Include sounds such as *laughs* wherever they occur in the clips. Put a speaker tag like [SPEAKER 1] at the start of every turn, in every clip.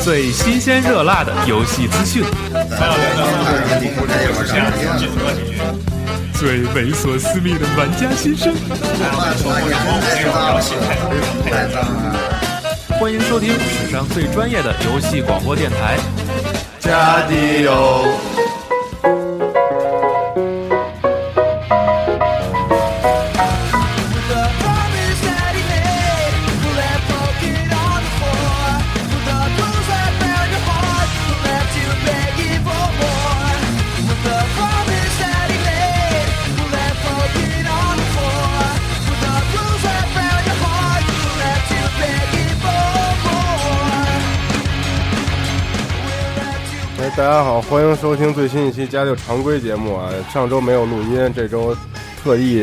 [SPEAKER 1] 最新鲜热辣的游戏资讯，最猥琐私密的玩家心声。欢迎收听史上最专业的游戏广播电台。
[SPEAKER 2] 加迪油！哎，大家好，欢迎收听最新一期《家六》常规节目啊！上周没有录音，这周特意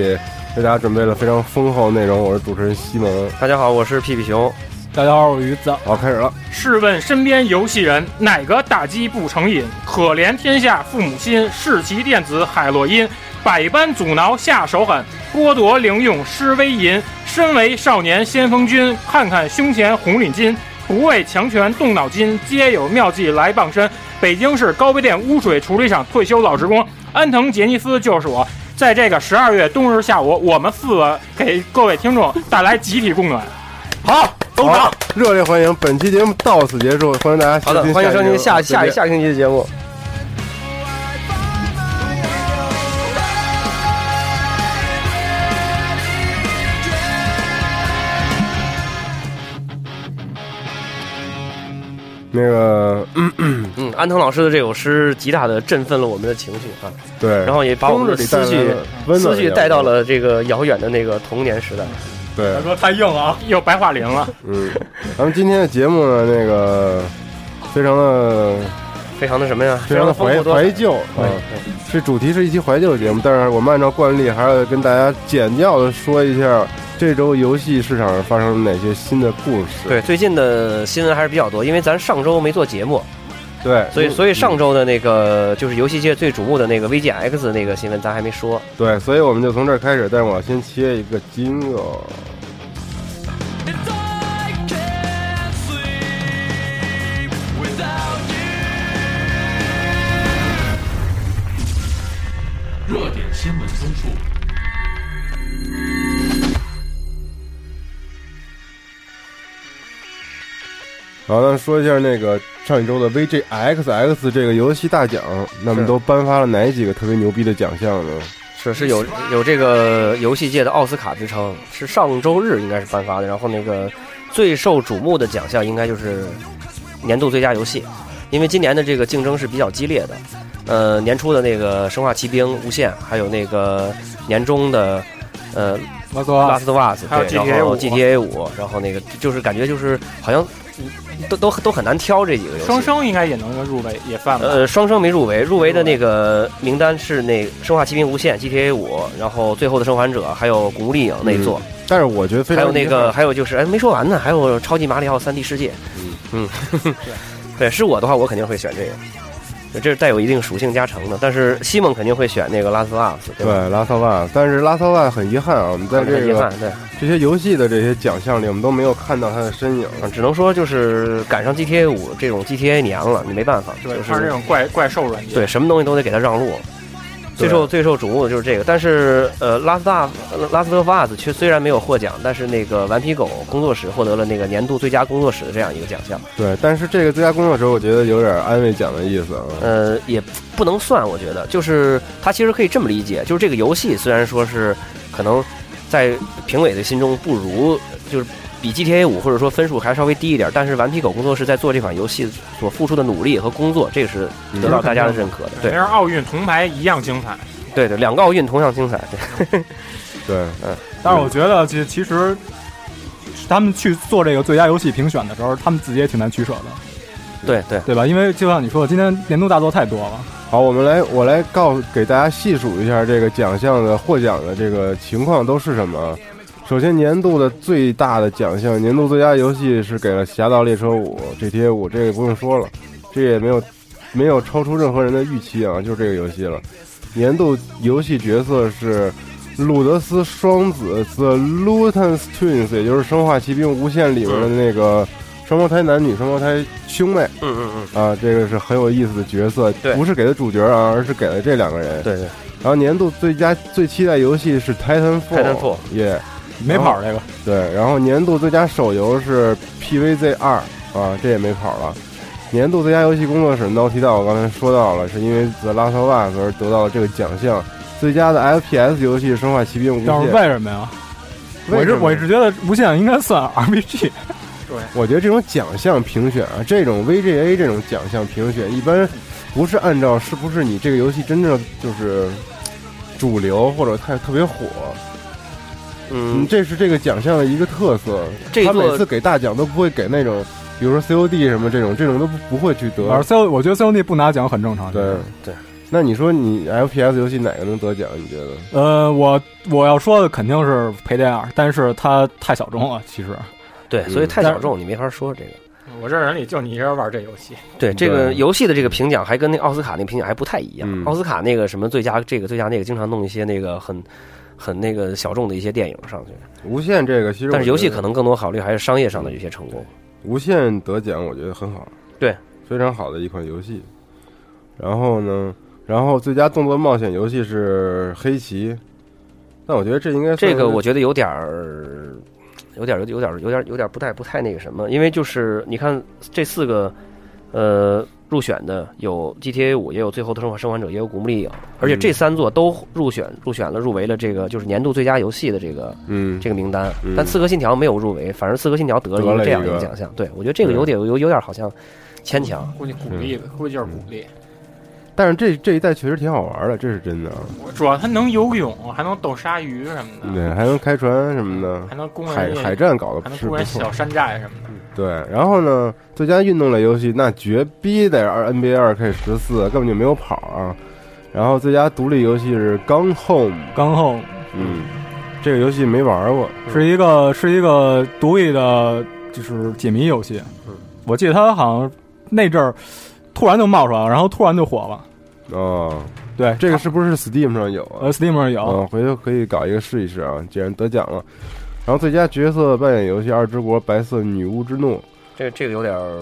[SPEAKER 2] 为大家准备了非常丰厚内容。我是主持人西蒙，
[SPEAKER 3] 大家好，我是屁屁熊。
[SPEAKER 4] 大家好，我是鱼子。
[SPEAKER 2] 好，开始了。
[SPEAKER 5] 试问身边游戏人，哪个打击不成瘾？可怜天下父母心，视其电子海洛因，百般阻挠下手狠，剥夺零用施威银。身为少年先锋军，看看胸前红领巾，不畏强权动脑筋，皆有妙计来傍身。北京市高碑店污水处理厂退休老职工安藤杰尼斯就是我。在这个十二月冬日下午，我们四个给各位听众带来集体供暖。
[SPEAKER 3] 好，走
[SPEAKER 2] 好
[SPEAKER 3] 场。，
[SPEAKER 2] 热烈欢迎！本期节目到此结束，欢迎大家
[SPEAKER 3] 好的，
[SPEAKER 2] 收听
[SPEAKER 3] 欢迎收听下
[SPEAKER 2] 期节目
[SPEAKER 3] 下下个星期的节目。
[SPEAKER 2] 那个
[SPEAKER 3] 嗯，安藤老师的这首诗极大的振奋了我们的情绪啊，
[SPEAKER 2] 对，
[SPEAKER 3] 然后也把我们的
[SPEAKER 2] 冬日里
[SPEAKER 3] 思
[SPEAKER 2] 带来
[SPEAKER 3] 绪
[SPEAKER 2] 了温暖
[SPEAKER 3] 思
[SPEAKER 2] 的
[SPEAKER 3] 绪
[SPEAKER 2] 阳
[SPEAKER 3] 带到
[SPEAKER 2] 光
[SPEAKER 3] 了这个遥远的那个童年时代。
[SPEAKER 2] 对，
[SPEAKER 5] 说太硬了啊，又白化林了。
[SPEAKER 2] 嗯，咱们今天的节目呢，那个非常的
[SPEAKER 3] 非常的什么呀？
[SPEAKER 2] 嗯非常的
[SPEAKER 3] 丰
[SPEAKER 2] 怀
[SPEAKER 3] 富多彩
[SPEAKER 2] 怀旧啊，是主题是一期怀旧的节目，但是我们按照惯例还要跟大家简要的说一下这周游戏市场上发生了哪些新的故事。
[SPEAKER 3] 对，最近的新闻还是比较多，因为咱上周没做节目，
[SPEAKER 2] 对，嗯
[SPEAKER 3] 所以所以上周的那个就是游戏界最瞩目的那个 VGX 那个新闻，咱还没说。
[SPEAKER 2] 对，所以我们就从这儿开始，但是我要先切一个金额。
[SPEAKER 1] 热点新闻综述。
[SPEAKER 2] 好，那说一下那个上一周的 VGXX 这个游戏大奖，那么
[SPEAKER 3] 是
[SPEAKER 2] 都颁发了哪几个特别牛逼的奖项呢？
[SPEAKER 3] 是是有有这个游戏界的奥斯卡之称，是上周日应该是颁发的。然后那个最受瞩目的奖项应该就是年度最佳游戏，因为今年的这个竞争是比较激烈的。呃，年初的那个《生化奇兵：无限》，还有那个年中的呃《
[SPEAKER 4] 我
[SPEAKER 3] Last of Us》，
[SPEAKER 5] 还有
[SPEAKER 3] 对
[SPEAKER 5] GTA
[SPEAKER 3] 然后
[SPEAKER 5] 五
[SPEAKER 3] GTA 五，然后那个就是感觉就是好像都都都很难挑这几个游戏。
[SPEAKER 5] 双生应该也能入围，也犯了。
[SPEAKER 3] 呃，双生没入围，入围的那个名单是那《生化奇兵：无限》、GTA 五，然后《最后的生还者》，还有《古墓丽影》那一座，
[SPEAKER 2] 但是我觉得非
[SPEAKER 3] 还
[SPEAKER 2] 常
[SPEAKER 3] 有那个，还有就是，哎，没说完呢，还有《超级马里奥 3D 世界》嗯。 *laughs* 对，是我的话，我肯定会选这个，这是带有一定属性加成的。但是西蒙肯定会选那个《拉斯瓦斯》，
[SPEAKER 2] 对
[SPEAKER 3] 吧？
[SPEAKER 2] 拉萨万，但是拉萨万很遗憾啊，我们在这
[SPEAKER 3] 很遗
[SPEAKER 2] 个
[SPEAKER 3] 憾，对，
[SPEAKER 2] 这些游戏的这些奖项里，我们都没有看到他的身影。
[SPEAKER 3] 嗯只能说就是赶上 GTA 五这种 GTA 年了，你没办法，
[SPEAKER 5] 对
[SPEAKER 3] 就，
[SPEAKER 5] 它是这
[SPEAKER 3] 是
[SPEAKER 5] 种怪怪兽软件。
[SPEAKER 3] 对什么东西都得给他让路。最受最受瞩目的就是这个，但是呃，拉斯大拉斯德法斯却虽然没有获奖，但是那个顽皮狗工作室获得了那个年度最佳工作室的这样一个奖项，
[SPEAKER 2] 对，但是这个最佳工作者，我觉得有点安慰奖的意思啊。
[SPEAKER 3] 呃，也不能算，我觉得就是它其实可以这么理解，就是这个游戏虽然说是可能在评委的心中不如就是比 GTA 五或者说分数还稍微低一点，但是顽皮狗工作室在做这款游戏所付出的努力和工作，这个是
[SPEAKER 2] 嗯
[SPEAKER 3] 得到大家的认可的，
[SPEAKER 5] 那
[SPEAKER 3] 对
[SPEAKER 5] 是奥运铜牌一样精彩。
[SPEAKER 3] 对对，两个奥运同样精彩，对
[SPEAKER 2] 对，
[SPEAKER 4] 但是我觉得其其实他们去做这个最佳游戏评选的时候，他们自己也挺难取舍的，
[SPEAKER 3] 对对。
[SPEAKER 4] 对吧？因为就像你说的，今天年度大作太多了，
[SPEAKER 2] 好，我们来，我来告给大家细数一下这个奖项的获奖的这个情况都是什么。啊首先，年度的最大的奖项，年度最佳游戏是给了《侠盗猎车五》GTA 五，这个不用说了，这也没有没有超出任何人的预期啊，就是这个游戏了。年度游戏角色是鲁德斯双子 The Luton Twins，也就是《生化奇兵：无限》里面的那个。双胞胎男女、双胞胎兄妹
[SPEAKER 3] 嗯嗯嗯，
[SPEAKER 2] 啊，这个是很有意思的角色，
[SPEAKER 3] 对
[SPEAKER 2] 不是给的主角啊，而是给了这两个人。
[SPEAKER 3] 对对，
[SPEAKER 2] 然后年度最佳最期待游戏是 Titanfall，
[SPEAKER 3] Titanfall
[SPEAKER 2] 耶、
[SPEAKER 4] 没跑这个，
[SPEAKER 2] 对，然后年度最佳手游是 PVZ 二啊，这也没跑了。年度最佳游戏工作室 Naughty Dog，我刚才说到了，是因为《The Last of Us》而得到了这个奖项。最佳的 FPS 游戏《生化奇兵：无
[SPEAKER 4] 但是
[SPEAKER 2] 界》，
[SPEAKER 4] 为什么呀？
[SPEAKER 2] 为
[SPEAKER 4] 我是
[SPEAKER 2] 什么
[SPEAKER 4] 我是觉得无限应该算 RPG，
[SPEAKER 2] 我觉得这种奖项评选啊，这种 VGA 这种奖项评选，一般不是按照是不是你这个游戏真正就是主流或者太特别火，嗯，
[SPEAKER 3] 嗯，
[SPEAKER 2] 这是这个奖项的一个特色。
[SPEAKER 3] 这
[SPEAKER 2] 他
[SPEAKER 3] 座
[SPEAKER 2] 每次给大奖都不会给那种，比如说 COD 什么这种，这种都不不会去
[SPEAKER 4] 而
[SPEAKER 2] 得。
[SPEAKER 4] C 我觉得 C O D 不拿奖很正常。
[SPEAKER 2] 对
[SPEAKER 3] 嗯对。
[SPEAKER 2] 那你说你 FPS 游戏哪个能得奖？你觉得？
[SPEAKER 4] 呃，我我要说的肯定是陪电影，但是它太小众了，其实
[SPEAKER 3] 对，所以
[SPEAKER 2] 嗯
[SPEAKER 3] 太
[SPEAKER 4] 但
[SPEAKER 3] 小
[SPEAKER 4] 是
[SPEAKER 3] 众，你没法说这个。
[SPEAKER 5] 我这人里就你一人玩这游戏，
[SPEAKER 3] 对这个
[SPEAKER 2] 对
[SPEAKER 3] 游戏的这个评奖还跟那奥斯卡那评奖还不太一样。
[SPEAKER 2] 嗯
[SPEAKER 3] 奥斯卡那个什么最佳这个最佳那个，经常弄一些那个很很那个小众的一些电影上去，
[SPEAKER 2] 无限这个其实我觉得，
[SPEAKER 3] 但是游戏可能更多考虑还是商业上的一些成功。
[SPEAKER 2] 无限得奖，我觉得很好，
[SPEAKER 3] 对，
[SPEAKER 2] 非常好的一款游戏。然后呢，然后最佳动作冒险游戏是《黑棋》，但我觉得这应该算
[SPEAKER 3] 这
[SPEAKER 2] 是
[SPEAKER 3] 个我觉得有点儿，有点儿，有点儿，有点儿，有点儿不太不太那个什么，因为就是你看这四个，呃，入选的有 GTA 五，也有《最后的生还生还者》，也有《古墓丽影》，而且这三座都入选入选了入围了这个就是年度最佳游戏的这个
[SPEAKER 2] 嗯，
[SPEAKER 3] 这个名单
[SPEAKER 2] 嗯，
[SPEAKER 3] 但《刺客信条》没有入围，反而《刺客信条》得了一
[SPEAKER 2] 得了
[SPEAKER 3] 个这样
[SPEAKER 2] 一
[SPEAKER 3] 一
[SPEAKER 2] 个
[SPEAKER 3] 个奖项。对我觉得这个有点有有点好像牵强。
[SPEAKER 5] 估计鼓励的，
[SPEAKER 2] 嗯
[SPEAKER 5] 估计就是鼓励。
[SPEAKER 2] 但是这这一代确实挺好玩的，这是真的啊。
[SPEAKER 5] 我主要他能游泳，还能斗鲨鱼什么
[SPEAKER 3] 嗯
[SPEAKER 5] 的，
[SPEAKER 2] 对，还能开船什么的，
[SPEAKER 5] 还能攻
[SPEAKER 2] 海
[SPEAKER 5] 人家
[SPEAKER 2] 海战搞
[SPEAKER 5] 还
[SPEAKER 2] 的
[SPEAKER 5] 能
[SPEAKER 2] 是
[SPEAKER 5] 攻
[SPEAKER 2] 不
[SPEAKER 5] 人
[SPEAKER 2] 错。
[SPEAKER 5] 小山寨什么的。
[SPEAKER 2] 对，然后呢，最佳运动类游戏那绝逼得二 NBA 二 K 十四，根本就没有跑啊。然后最佳独立游戏是《Gone Home》，
[SPEAKER 4] 刚后
[SPEAKER 2] 嗯，这个游戏没玩过，
[SPEAKER 4] 是一个是一个独立的，就是解谜游戏。我记得它好像那阵儿突然就冒出来了，然后突然就火了。
[SPEAKER 2] 哦，
[SPEAKER 4] 对，
[SPEAKER 2] 这个是不是 Steam 上有啊
[SPEAKER 4] 呃？Steam 上有，
[SPEAKER 2] 嗯，回头可以搞一个试一试啊，既然得奖了。然后最佳角色扮演游戏《二之国：白色女巫之怒
[SPEAKER 3] 这这个有点儿，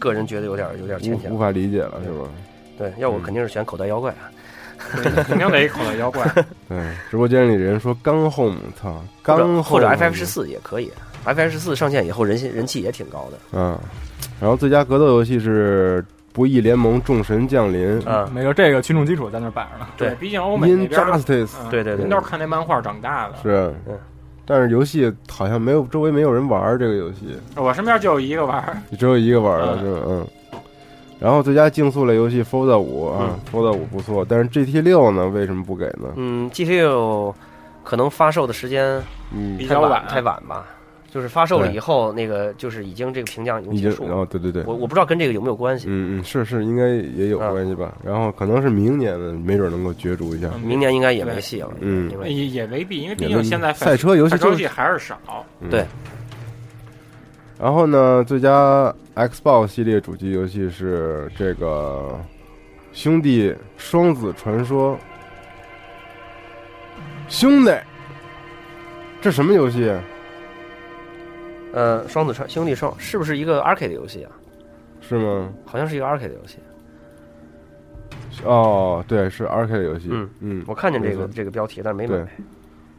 [SPEAKER 3] 个人觉得有点儿有点儿》牵
[SPEAKER 2] 无，无
[SPEAKER 3] 强。
[SPEAKER 2] 法理解了，是吧？
[SPEAKER 3] 对，要我肯定是选口袋妖怪啊。
[SPEAKER 2] *laughs*
[SPEAKER 5] 对肯定得一口袋妖怪，
[SPEAKER 2] 对，嗯直播间里人说《刚 home》，操，
[SPEAKER 3] 或
[SPEAKER 2] 刚
[SPEAKER 3] 者
[SPEAKER 2] home
[SPEAKER 3] 或者 FF 十四也可以，FF 十四上线以后人气人气也挺高的。
[SPEAKER 2] 嗯，然后最佳格斗游戏是《不义联盟：众神降临》
[SPEAKER 3] 啊，
[SPEAKER 4] 没有这个群众基础在那儿摆着呢。
[SPEAKER 3] 对
[SPEAKER 5] 毕竟欧美那边儿，
[SPEAKER 2] Injustice
[SPEAKER 5] 嗯
[SPEAKER 3] 对对对
[SPEAKER 5] 人都是看那漫画长大的。
[SPEAKER 2] 是
[SPEAKER 3] 嗯，
[SPEAKER 2] 但是游戏好像没有，周围没有人玩儿这个游戏， *laughs*
[SPEAKER 5] 我身边就有一个玩儿，
[SPEAKER 2] 只有一个玩儿的，
[SPEAKER 5] 嗯
[SPEAKER 2] 是吧嗯。然后最佳竞速类游戏 Forza 五
[SPEAKER 5] 嗯
[SPEAKER 2] 啊，Forza 五不错，但是 GT 六呢为什么不给呢？
[SPEAKER 3] 嗯，GTA 可能发售的时间
[SPEAKER 2] 嗯
[SPEAKER 5] 比，
[SPEAKER 3] 太
[SPEAKER 5] 较
[SPEAKER 3] 晚
[SPEAKER 5] 晚，
[SPEAKER 3] 太晚吧，就是发售了
[SPEAKER 2] 对
[SPEAKER 3] 以后，那个就是已经这个评奖已经
[SPEAKER 2] 已
[SPEAKER 3] 结
[SPEAKER 2] 经
[SPEAKER 3] 束了。
[SPEAKER 2] 哦，对对对，
[SPEAKER 3] 我我不知道跟这个有没有关系。
[SPEAKER 2] 嗯嗯，是是，应该也有
[SPEAKER 5] 啊
[SPEAKER 3] 嗯
[SPEAKER 2] 关系吧。然后可能是明年的，没准能够角逐一下。
[SPEAKER 5] 嗯
[SPEAKER 3] 明年应该也没戏了，
[SPEAKER 2] 嗯
[SPEAKER 3] 因
[SPEAKER 5] 也
[SPEAKER 3] 为
[SPEAKER 5] 也未必，因为毕
[SPEAKER 2] 也
[SPEAKER 5] 竟现在
[SPEAKER 2] 赛车游戏
[SPEAKER 5] 赛
[SPEAKER 2] 就
[SPEAKER 5] 车
[SPEAKER 2] 是
[SPEAKER 5] 游戏还是少。
[SPEAKER 3] 对。
[SPEAKER 2] 然后呢，最佳 Xbox 系列主机游戏是这个《兄弟双子传说》。兄弟，这什么游戏？啊
[SPEAKER 3] 呃，双子川兄弟双是不是一个 arcade 的游戏啊？
[SPEAKER 2] 是吗？
[SPEAKER 3] 好像是一个 arcade 的游戏，
[SPEAKER 2] 哦，对，是 R K 游戏。
[SPEAKER 3] 嗯
[SPEAKER 2] 嗯
[SPEAKER 3] 我看见这
[SPEAKER 2] 没
[SPEAKER 3] 个
[SPEAKER 2] 错
[SPEAKER 3] 这个标题，但是没
[SPEAKER 2] 对
[SPEAKER 3] 买。。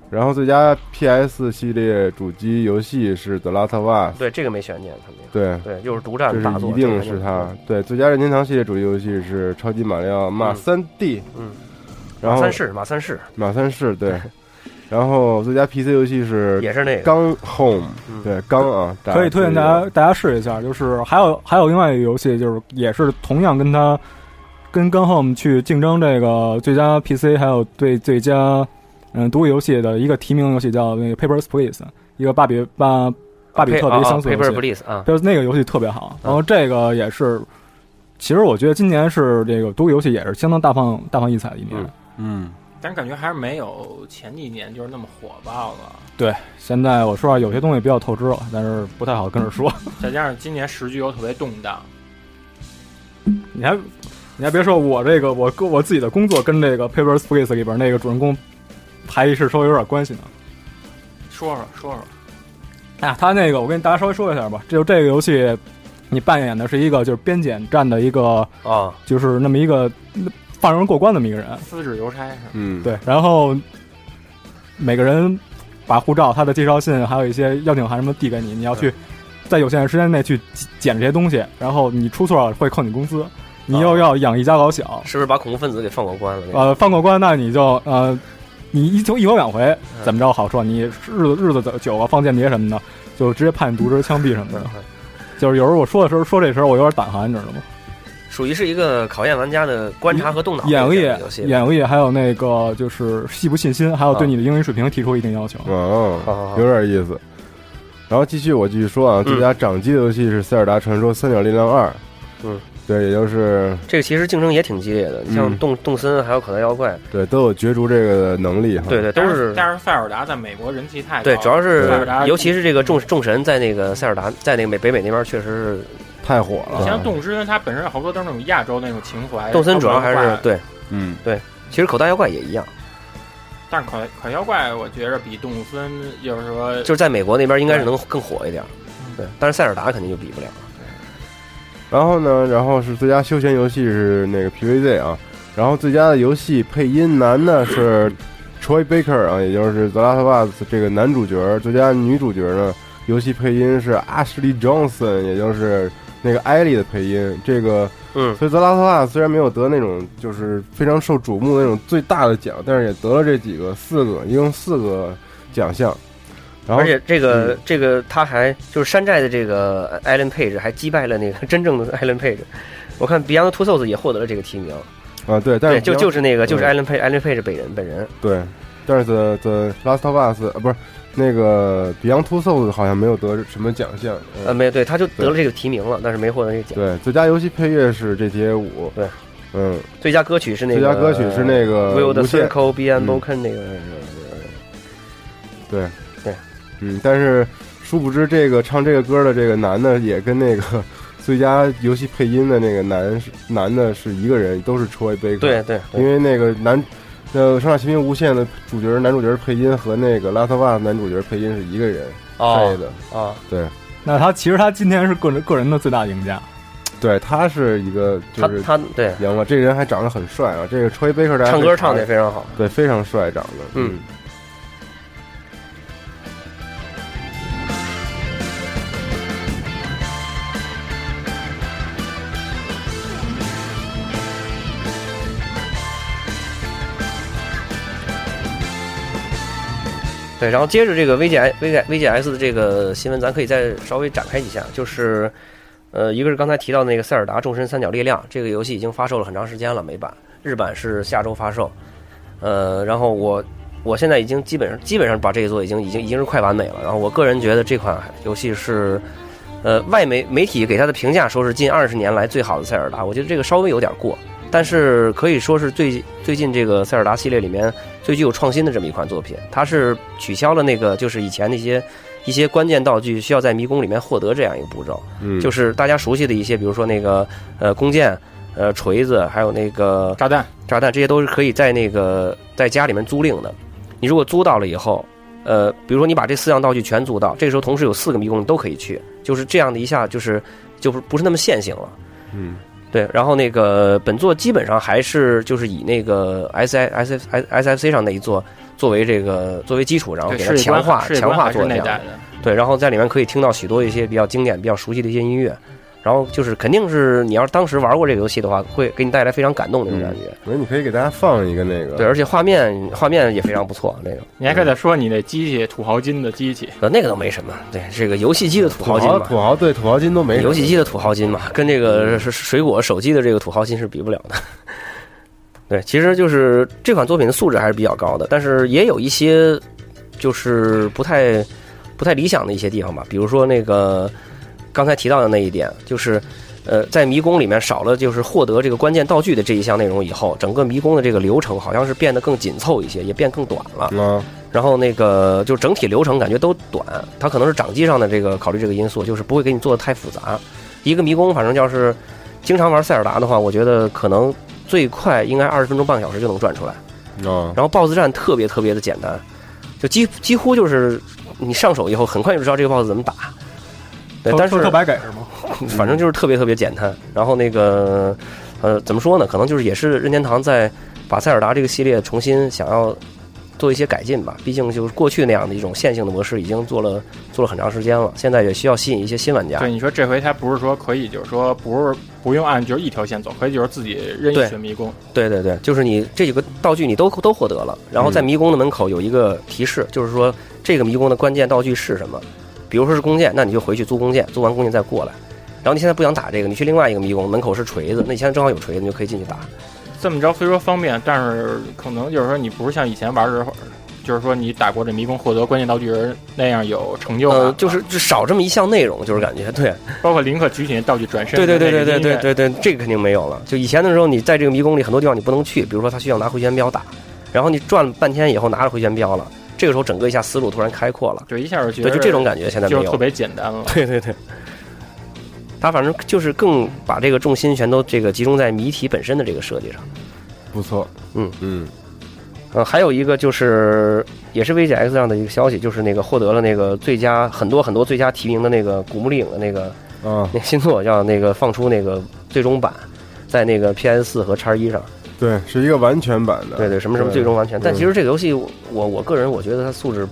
[SPEAKER 2] 然后最佳 PS 系列主机游戏是《The Last of Us》。
[SPEAKER 3] 对，这个没悬念，肯定。
[SPEAKER 2] 对，
[SPEAKER 3] 对，又是独
[SPEAKER 2] 这
[SPEAKER 3] 占大
[SPEAKER 2] 是
[SPEAKER 3] 作，
[SPEAKER 2] 一定是它。对，最佳任天堂系列主机游戏是《超级马里奥马
[SPEAKER 3] 嗯
[SPEAKER 2] 三 D》。
[SPEAKER 3] 嗯。
[SPEAKER 2] 然后
[SPEAKER 3] 马三世，马三世
[SPEAKER 2] 马三世对，然后最佳 PC 游戏是
[SPEAKER 3] 也是那个。
[SPEAKER 2] 刚 Home，
[SPEAKER 3] 嗯
[SPEAKER 2] 对刚啊，大家
[SPEAKER 4] 可以推荐大家大家试一下，就是还有还有另外一个游戏，就是也是同样跟它跟跟 Home 去竞争这个最佳 PC 还有对最佳嗯独立游戏的一个提名游戏，叫那个 Papers Please，一个巴比巴巴比
[SPEAKER 3] 啊
[SPEAKER 4] 特的一相似游
[SPEAKER 3] Paper
[SPEAKER 4] 戏，
[SPEAKER 3] Please 啊，
[SPEAKER 4] 就是那个游戏特别好。然后这个也是，其实我觉得今年是这个独立游戏也是相当大放大放异彩的一年
[SPEAKER 3] 嗯。
[SPEAKER 2] 嗯，
[SPEAKER 5] 但是感觉还是没有前几年就是那么火爆了，
[SPEAKER 4] 现在我说话有些东西比较透支了，但是不太好跟着说。
[SPEAKER 5] 再加上今年时局又特别动荡，
[SPEAKER 4] 你还你还别说，我这个我跟我自己的工作跟这个《Papers Please》里边那个主人公还是稍微有点关系呢。
[SPEAKER 5] 说说说说，
[SPEAKER 4] 哎呀，他那个我跟大家稍微说一下吧，这就这个游戏，你扮演的是一个就是边检站的一个，
[SPEAKER 3] 啊，
[SPEAKER 4] 就是那么一个放人过关那么一个人，
[SPEAKER 5] 私指邮差是吧？
[SPEAKER 2] 嗯，，
[SPEAKER 4] 对，然后每个人把护照、他的介绍信，还有一些邀请函什么递给你，你要去在有限的时间内去捡这些东西，然后你出错了会扣你工资，你又要养一家老小，
[SPEAKER 3] 是不是把恐怖分子给放过关了？那个
[SPEAKER 4] 呃，放过关那你就呃，你一从一回两回
[SPEAKER 3] 嗯
[SPEAKER 4] 怎么着好说，你日子日子久了放间谍什么的，就直接判你渎职、枪毙什么
[SPEAKER 3] 嗯
[SPEAKER 4] 的。 *laughs* 就是有时候我说的时候说这时候我有点胆寒，你知道吗？
[SPEAKER 3] 属于是一个考验玩家的观察和动脑的
[SPEAKER 4] 眼
[SPEAKER 3] 这
[SPEAKER 4] 力
[SPEAKER 3] 样的游戏、嗯
[SPEAKER 4] 眼力，还有那个就是细不信心，还有对你的英语水平提出一定要求。
[SPEAKER 2] 哦，
[SPEAKER 3] 好好好
[SPEAKER 2] 有点意思。然后继续，我继续说啊，最佳掌机的游戏是《塞尔达传说：三角力量二》。
[SPEAKER 3] 嗯，
[SPEAKER 2] 对，也就是
[SPEAKER 3] 这个其实竞争也挺激烈的，你像
[SPEAKER 2] 嗯
[SPEAKER 3] 动动森还有口袋妖怪，
[SPEAKER 2] 对都有角逐这个的能力哈。
[SPEAKER 3] 对对，都
[SPEAKER 5] 但
[SPEAKER 3] 是
[SPEAKER 5] 但是塞尔达在美国人气太高
[SPEAKER 3] 对
[SPEAKER 5] 了，，
[SPEAKER 3] 主要是
[SPEAKER 5] 塞尔达，
[SPEAKER 3] 尤其是这个众众神在那个塞尔达，在那个美北美那边确实
[SPEAKER 2] 太火
[SPEAKER 5] 你像
[SPEAKER 2] 了。
[SPEAKER 5] 动物之森，它本身好多都是那种亚洲那种情怀。
[SPEAKER 3] 是动森主要还
[SPEAKER 5] 文
[SPEAKER 3] 是
[SPEAKER 5] 化，
[SPEAKER 3] 对，
[SPEAKER 2] 嗯，
[SPEAKER 3] 其实口袋妖怪也一样，
[SPEAKER 5] 但是可可妖怪，我觉着比动物森就是说
[SPEAKER 3] 就是在美国那边应该是能更火一点，对，但是塞尔达肯定就比不了。
[SPEAKER 2] 然后呢，然后是最佳休闲游戏是那个 PVZ 啊，然后最佳的游戏配音男呢是 Troy Baker 啊，也就是《The Last of Us》这个男主角，最佳女主角呢游戏配音是 Ashley Johnson，也就是那个艾莉的配音，这个。
[SPEAKER 3] 嗯，
[SPEAKER 2] 所以《泽拉斯帕》虽然没有得那种就是非常受瞩目的那种最大的奖，但是也得了这几个四个，一共四个奖项。然后嗯
[SPEAKER 3] 而且这个这个他还就是山寨的这个艾伦配置还击败了那个真 *laughs* 正的艾伦配置，我看 Beyond Two Souls 也获得了这个提名，
[SPEAKER 2] 啊，对，但
[SPEAKER 3] 对，
[SPEAKER 2] 是嗯
[SPEAKER 3] 就
[SPEAKER 2] 比较
[SPEAKER 3] 就是那个就是
[SPEAKER 2] 对
[SPEAKER 3] 艾伦配艾伦配置本人本人，
[SPEAKER 2] 对，但是 The The Last of Us 呃不是那个 Beyond Two Souls 好像没有得什么奖项。
[SPEAKER 3] 呃，
[SPEAKER 2] 嗯，
[SPEAKER 3] 没有，对，他就得了这个提名了，但是没获得这个奖。
[SPEAKER 2] 对，最佳游戏配乐是 GTA 五。
[SPEAKER 3] 对，
[SPEAKER 2] 嗯，
[SPEAKER 3] 最佳歌曲是那个
[SPEAKER 2] 最佳歌曲是那个
[SPEAKER 3] Will the
[SPEAKER 2] 无限
[SPEAKER 3] Circle Be
[SPEAKER 2] 嗯
[SPEAKER 3] Unbroken 那个
[SPEAKER 2] 对，
[SPEAKER 3] 对，
[SPEAKER 2] 嗯，但是殊不知这个唱这个歌的这个男的也跟那个 *laughs* 最佳游戏配音的那个男是男的是一个人，都是 Troy Baker。
[SPEAKER 3] 对，对对
[SPEAKER 2] 因为那个男。呃，《生化奇兵无限》的主角、男主角配音和那个《拉特瓦》男主角配音是一个人配
[SPEAKER 3] 哦
[SPEAKER 2] 的，
[SPEAKER 3] 啊，
[SPEAKER 2] 对，
[SPEAKER 4] 那他其实他今天是个人个人的最大赢家，
[SPEAKER 2] 对他是一个就
[SPEAKER 3] 他
[SPEAKER 2] 是
[SPEAKER 3] 他对
[SPEAKER 2] 赢了，这人还长得很帅啊，这个 Troy Baker 大家
[SPEAKER 3] 唱
[SPEAKER 2] 可
[SPEAKER 3] 歌
[SPEAKER 2] 以查
[SPEAKER 3] 唱的也非常好，
[SPEAKER 2] 对非常帅长得，
[SPEAKER 3] 嗯对，然后接着这个 VGI VGI VGS 的这个新闻，咱可以再稍微展开一下，就是。呃，一个是刚才提到那个《塞尔达：纵深三角力量》这个游戏已经发售了很长时间了，美版、日版是下周发售。呃，然后我我现在已经基本上基本上把这一座已经已经已经是快完美了。然后我个人觉得这款游戏是，呃，外媒媒体给它的评价说是近二十年来最好的塞尔达，我觉得这个稍微有点过，但是可以说是最最近这个塞尔达系列里面最具有创新的这么一款作品。它是取消了那个就是以前那些一些关键道具需要在迷宫里面获得这样一个步骤。
[SPEAKER 2] 嗯，
[SPEAKER 3] 就是是大家熟悉的一些，比如说那个呃弓箭、呃锤子，还有那个
[SPEAKER 5] 炸弹，
[SPEAKER 3] 炸弹，这些都是可以在那个在家里面租赁的。你如果租到了以后，呃，比如说你把这四样道具全租到，这时候同时有四个迷宫你都可以去，就是这样的一下就是就不不是那么线性了。
[SPEAKER 2] 嗯
[SPEAKER 3] 对，然后那个本作基本上还是就是以那个 S I S F S F C 上那一座作为这个作为基础，然后
[SPEAKER 5] 对，
[SPEAKER 3] 给它
[SPEAKER 5] 世界
[SPEAKER 3] 强
[SPEAKER 5] 观
[SPEAKER 3] 化
[SPEAKER 5] 世界
[SPEAKER 3] 强
[SPEAKER 5] 观
[SPEAKER 3] 化
[SPEAKER 5] 还是
[SPEAKER 3] 做这
[SPEAKER 5] 那
[SPEAKER 3] 样的
[SPEAKER 5] 代的。
[SPEAKER 3] 对，然后在里面可以听到许多一些比较经典、比较熟悉的一些音乐，然后就是肯定是你要是当时玩过这个游戏的话，会给你带来非常感动那种感觉。
[SPEAKER 2] 我觉得你可以给大家放一个那
[SPEAKER 5] 嗯
[SPEAKER 2] 个，
[SPEAKER 3] 对，而且画面画面也非常不错，那个
[SPEAKER 5] 你还可以再说你那机器土豪金的机器，
[SPEAKER 3] 呃那个倒没什么，对，这个游戏机的土
[SPEAKER 2] 土
[SPEAKER 3] 豪金
[SPEAKER 2] 豪
[SPEAKER 3] 嘛，
[SPEAKER 2] 土豪对土豪金都没什么嗯
[SPEAKER 3] 游戏机的土豪金嘛， *laughs* 跟这个是水果手机的这个土豪金是比不了的。 *laughs* 对，其实就是这款作品的素质还是比较高的，但是也有一些就是不太不太理想的一些地方吧，比如说那个刚才提到的那一点，就是呃，在迷宫里面少了就是获得这个关键道具的这一项内容以后，整个迷宫的这个流程好像是变得更紧凑一些，也变更短了。
[SPEAKER 2] 啊，
[SPEAKER 3] 然后那个就整体流程感觉都短，它可能是掌机上的这个考虑这个因素，就是不会给你做的太复杂。一个迷宫，反正要是经常玩塞尔达的话，我觉得可能最快应该二十分钟半个小时就能转出来。
[SPEAKER 2] 啊，
[SPEAKER 3] 然后 BOSS 战特别特别的简单，就几几乎就是你上手以后，很快就知道这个 BOSS 怎么打。对，但是
[SPEAKER 4] 特白给是吗？
[SPEAKER 3] 反正就是特别特别简单。然后那个，呃，怎么说呢？可能就是也是任天堂在把塞尔达这个系列重新想要做一些改进吧。毕竟就是过去那样的一种线性的模式已经做了做了很长时间了，现在也需要吸引一些新玩家。
[SPEAKER 5] 对，你说这回他不是说可以，就是说不是不用按就是一条线走，可以就是自己任意
[SPEAKER 3] 对
[SPEAKER 5] 选迷宫。
[SPEAKER 3] 对对对，就是你这几个道具你都都获得了，然后在迷宫的门口有一个提示，就是说这个迷宫的关键道具是什么。比如说是弓箭，那你就回去租弓箭，租完弓箭再过来。然后你现在不想打这个，你去另外一个迷宫，门口是锤子，那你现在正好有锤子，你就可以进去打。
[SPEAKER 5] 这么着虽说方便，但是可能就是说你不是像以前玩的时候，就是说你打过这迷宫获得关键道具人那样有成就感
[SPEAKER 3] 呃
[SPEAKER 5] 了，
[SPEAKER 3] 就是就少这么一项内容，就是感觉对，
[SPEAKER 5] 包括林克举起那道具转身
[SPEAKER 3] 对
[SPEAKER 5] 的
[SPEAKER 3] 对
[SPEAKER 5] 那个
[SPEAKER 3] 对
[SPEAKER 5] 音乐，
[SPEAKER 3] 对对对对对，这个肯定没有了。就以前的时候，你在这个迷宫里很多地方你不能去，比如说他需要拿回旋镖打，然后你转了半天以后拿着回旋镖了，这个时候整个一下思路突然开阔了，
[SPEAKER 5] 对，一下就觉
[SPEAKER 3] 对，
[SPEAKER 5] 得
[SPEAKER 3] 就这种感觉现在没
[SPEAKER 5] 就
[SPEAKER 3] 有
[SPEAKER 5] 是
[SPEAKER 3] 了
[SPEAKER 5] 特别简单了。
[SPEAKER 3] 对对对，他反正就是更把这个重心全都这个集中在谜题本身的这个设计上。
[SPEAKER 2] 不错，
[SPEAKER 3] 嗯
[SPEAKER 2] 嗯，
[SPEAKER 3] 呃，还有一个就是也是 VGX 上的一个消息，就是那个获得了那个最佳很多很多最佳提名的那个《古墓丽影》的那个
[SPEAKER 2] 啊，
[SPEAKER 3] 那新作，叫那个放出那个最终版。在那个 PS 四和叉一上，
[SPEAKER 2] 对，是一个完全版的，
[SPEAKER 3] 对对，什么什么最终完全。但
[SPEAKER 2] 嗯
[SPEAKER 3] 其实这个游戏，我我个人我觉得它素质，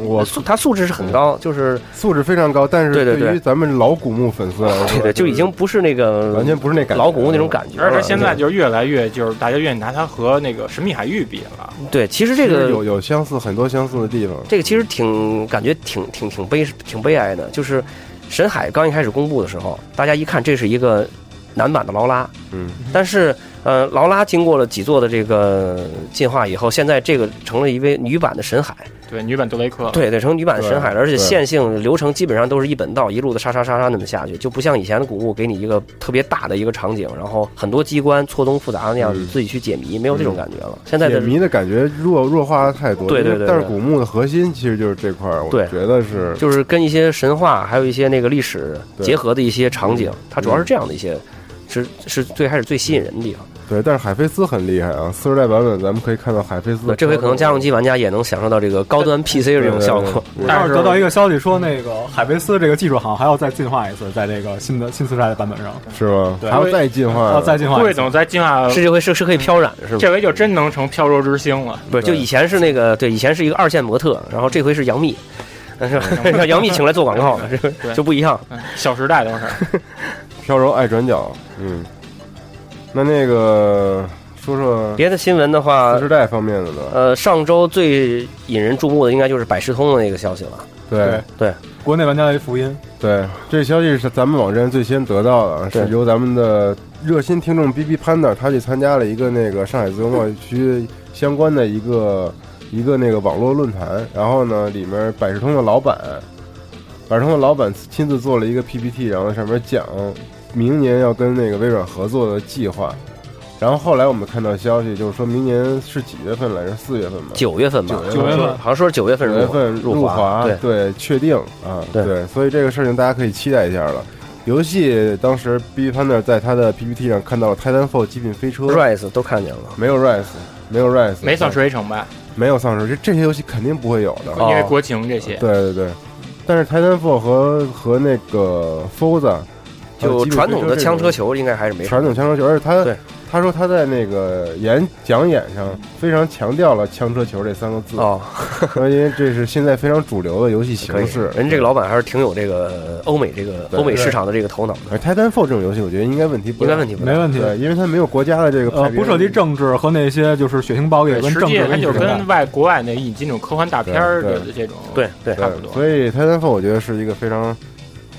[SPEAKER 2] 我
[SPEAKER 3] 素它素质是很高，就是
[SPEAKER 2] 素质非常高，但是
[SPEAKER 3] 对对对
[SPEAKER 2] 于咱们老古墓粉丝来说，
[SPEAKER 3] 对 *laughs* 对，就已经不是那个
[SPEAKER 2] 完全不是那感觉嗯
[SPEAKER 3] 老古墓那种感觉了。嗯
[SPEAKER 5] 而且现在
[SPEAKER 3] 对
[SPEAKER 5] 就越来越就是大家愿意拿它和那个《神秘海域》比了，
[SPEAKER 3] 对，其实这
[SPEAKER 2] 其实
[SPEAKER 3] 个
[SPEAKER 2] 有有相似很多相似的地方，
[SPEAKER 3] 这个其实挺感觉挺挺挺悲挺悲哀的，就是神海刚一开始公布的时候，大家一看这是一个男版的劳拉，
[SPEAKER 2] 嗯，
[SPEAKER 3] 但是呃，劳拉经过了几座的这个进化以后，现在这个成了一位女版的神海，
[SPEAKER 5] 对，女版德雷克，
[SPEAKER 3] 对对，成女版的神海了，而且
[SPEAKER 2] 对
[SPEAKER 3] 线性流程基本上都是一本道，一路的杀杀杀杀那么下去，就不像以前的古墓给你一个特别大的一个场景，然后很多机关错综复杂的那样，
[SPEAKER 2] 嗯
[SPEAKER 3] 你自己去解谜，没有这种感觉了。现在
[SPEAKER 2] 解
[SPEAKER 3] 的
[SPEAKER 2] 谜的感觉弱弱化的太多，
[SPEAKER 3] 对对对对
[SPEAKER 2] 但是古墓的核心其实就是这块儿，我
[SPEAKER 3] 对
[SPEAKER 2] 觉得是
[SPEAKER 3] 就是跟一些神话还有一些那个历史
[SPEAKER 2] 对
[SPEAKER 3] 结合的一些场景
[SPEAKER 2] 嗯，
[SPEAKER 3] 它主要是这样的一些，是是最开始最吸引人的地方。
[SPEAKER 2] 对，但是海飞丝很厉害啊，四十代版本咱们可以看到海飞丝，
[SPEAKER 3] 这回可能家用机玩家也能享受到这个高
[SPEAKER 2] *laughs*
[SPEAKER 3] 端 PC 的这种效果。
[SPEAKER 2] 对，对对
[SPEAKER 5] 但
[SPEAKER 4] 但
[SPEAKER 5] 是
[SPEAKER 4] 是得到一个消息说，那个海飞丝这个技术好像还要再进化一次，在这个新的新四代的版本上，
[SPEAKER 2] 是吗？
[SPEAKER 4] 对
[SPEAKER 2] 还要再进化
[SPEAKER 3] 嗯
[SPEAKER 4] 要再进化
[SPEAKER 5] 会
[SPEAKER 4] 一次。
[SPEAKER 5] 总在进化，
[SPEAKER 3] 是这回是是可以飘染的是吗？
[SPEAKER 5] 这回就真能成飘柔之星了。
[SPEAKER 3] 不是，就以前是那个对，以前是一个二线模特，然后这回是杨幂，
[SPEAKER 2] 嗯
[SPEAKER 3] 是吧？ *laughs* 让杨幂请来做广
[SPEAKER 2] *laughs*
[SPEAKER 3] 告，这
[SPEAKER 5] 对
[SPEAKER 3] 就不一样。
[SPEAKER 5] 嗯小时代都
[SPEAKER 3] *laughs*
[SPEAKER 5] 是，
[SPEAKER 2] 飘柔爱转角，嗯，那那个说说
[SPEAKER 3] 别的新闻的话
[SPEAKER 2] 四，十代方面的吧，
[SPEAKER 3] 呃，上周最引人注目的应该就是百事通的那个消息了。
[SPEAKER 2] 对
[SPEAKER 3] 对，
[SPEAKER 4] 国内玩家的一福音，
[SPEAKER 2] 对，这消息是咱们网站最先得到的，啊
[SPEAKER 3] 对
[SPEAKER 2] 是由咱们的热心听众 B B Panda 他去参加了一个那个上海自由贸易区相关的一个一个那个网络论坛，然后呢，里面百事通的老板，百事通的老板亲自做了一个 P P T，然后在上面讲明年要跟那个微软合作的计划。然后后来我们看到消息，就是说明年是几月份来着？四月份吧。
[SPEAKER 3] 九月份吧，
[SPEAKER 2] 九月份
[SPEAKER 3] 好像说是九月份
[SPEAKER 2] 九
[SPEAKER 3] 入
[SPEAKER 2] 月份
[SPEAKER 3] 入
[SPEAKER 2] 华，
[SPEAKER 3] 对，
[SPEAKER 2] 确定啊，
[SPEAKER 3] 对
[SPEAKER 2] 所以这个事情大家可以期待一下了。游戏当时 B p a n d e r 在他的 PPT 上看到了《Titanfall 极品飞车》
[SPEAKER 3] Rise 都看见了。
[SPEAKER 2] 没有 Rise，没有 Rise，
[SPEAKER 5] 没丧，水城吧？
[SPEAKER 2] 没有丧尸，这这些游戏肯定不会有的。
[SPEAKER 3] 哦
[SPEAKER 5] 因为国情这些，
[SPEAKER 2] 对对对，但是《Titanfall 和和那个 Forza 还
[SPEAKER 3] 就
[SPEAKER 2] 有极品飞车这种
[SPEAKER 3] 传统的枪车球应该还是没什么
[SPEAKER 2] 传统枪车球，而且他
[SPEAKER 3] 对
[SPEAKER 2] 他说他在那个演讲演上非常强调了枪车球这三个字，
[SPEAKER 3] 哦，
[SPEAKER 2] 因为这是现在非常主流的游戏
[SPEAKER 3] 可以
[SPEAKER 2] 形式。
[SPEAKER 3] 人这个老板还是挺有这个欧美这个
[SPEAKER 2] 对
[SPEAKER 3] 欧美市场的这个头脑的，
[SPEAKER 2] 而 Titanfall 这种游戏，我觉得应该问题不
[SPEAKER 3] 应
[SPEAKER 2] 大
[SPEAKER 3] 该问题不
[SPEAKER 4] 没
[SPEAKER 3] 大。
[SPEAKER 4] 问题。
[SPEAKER 2] 对，因为它没有国家的这个
[SPEAKER 4] 呃
[SPEAKER 2] 派，别
[SPEAKER 4] 不涉及政治和那些就是血腥暴力
[SPEAKER 5] 对，
[SPEAKER 4] 跟
[SPEAKER 5] 实
[SPEAKER 4] 政
[SPEAKER 5] 际
[SPEAKER 4] 治
[SPEAKER 5] 它
[SPEAKER 4] 跟意
[SPEAKER 5] 就
[SPEAKER 4] 识形态
[SPEAKER 5] 跟外国外那引进那种科幻大片儿
[SPEAKER 2] 对
[SPEAKER 5] 的
[SPEAKER 2] 对
[SPEAKER 5] 这种，
[SPEAKER 3] 对对，
[SPEAKER 5] 差不多
[SPEAKER 2] 对，所以 Titanfall 我觉得是一个非常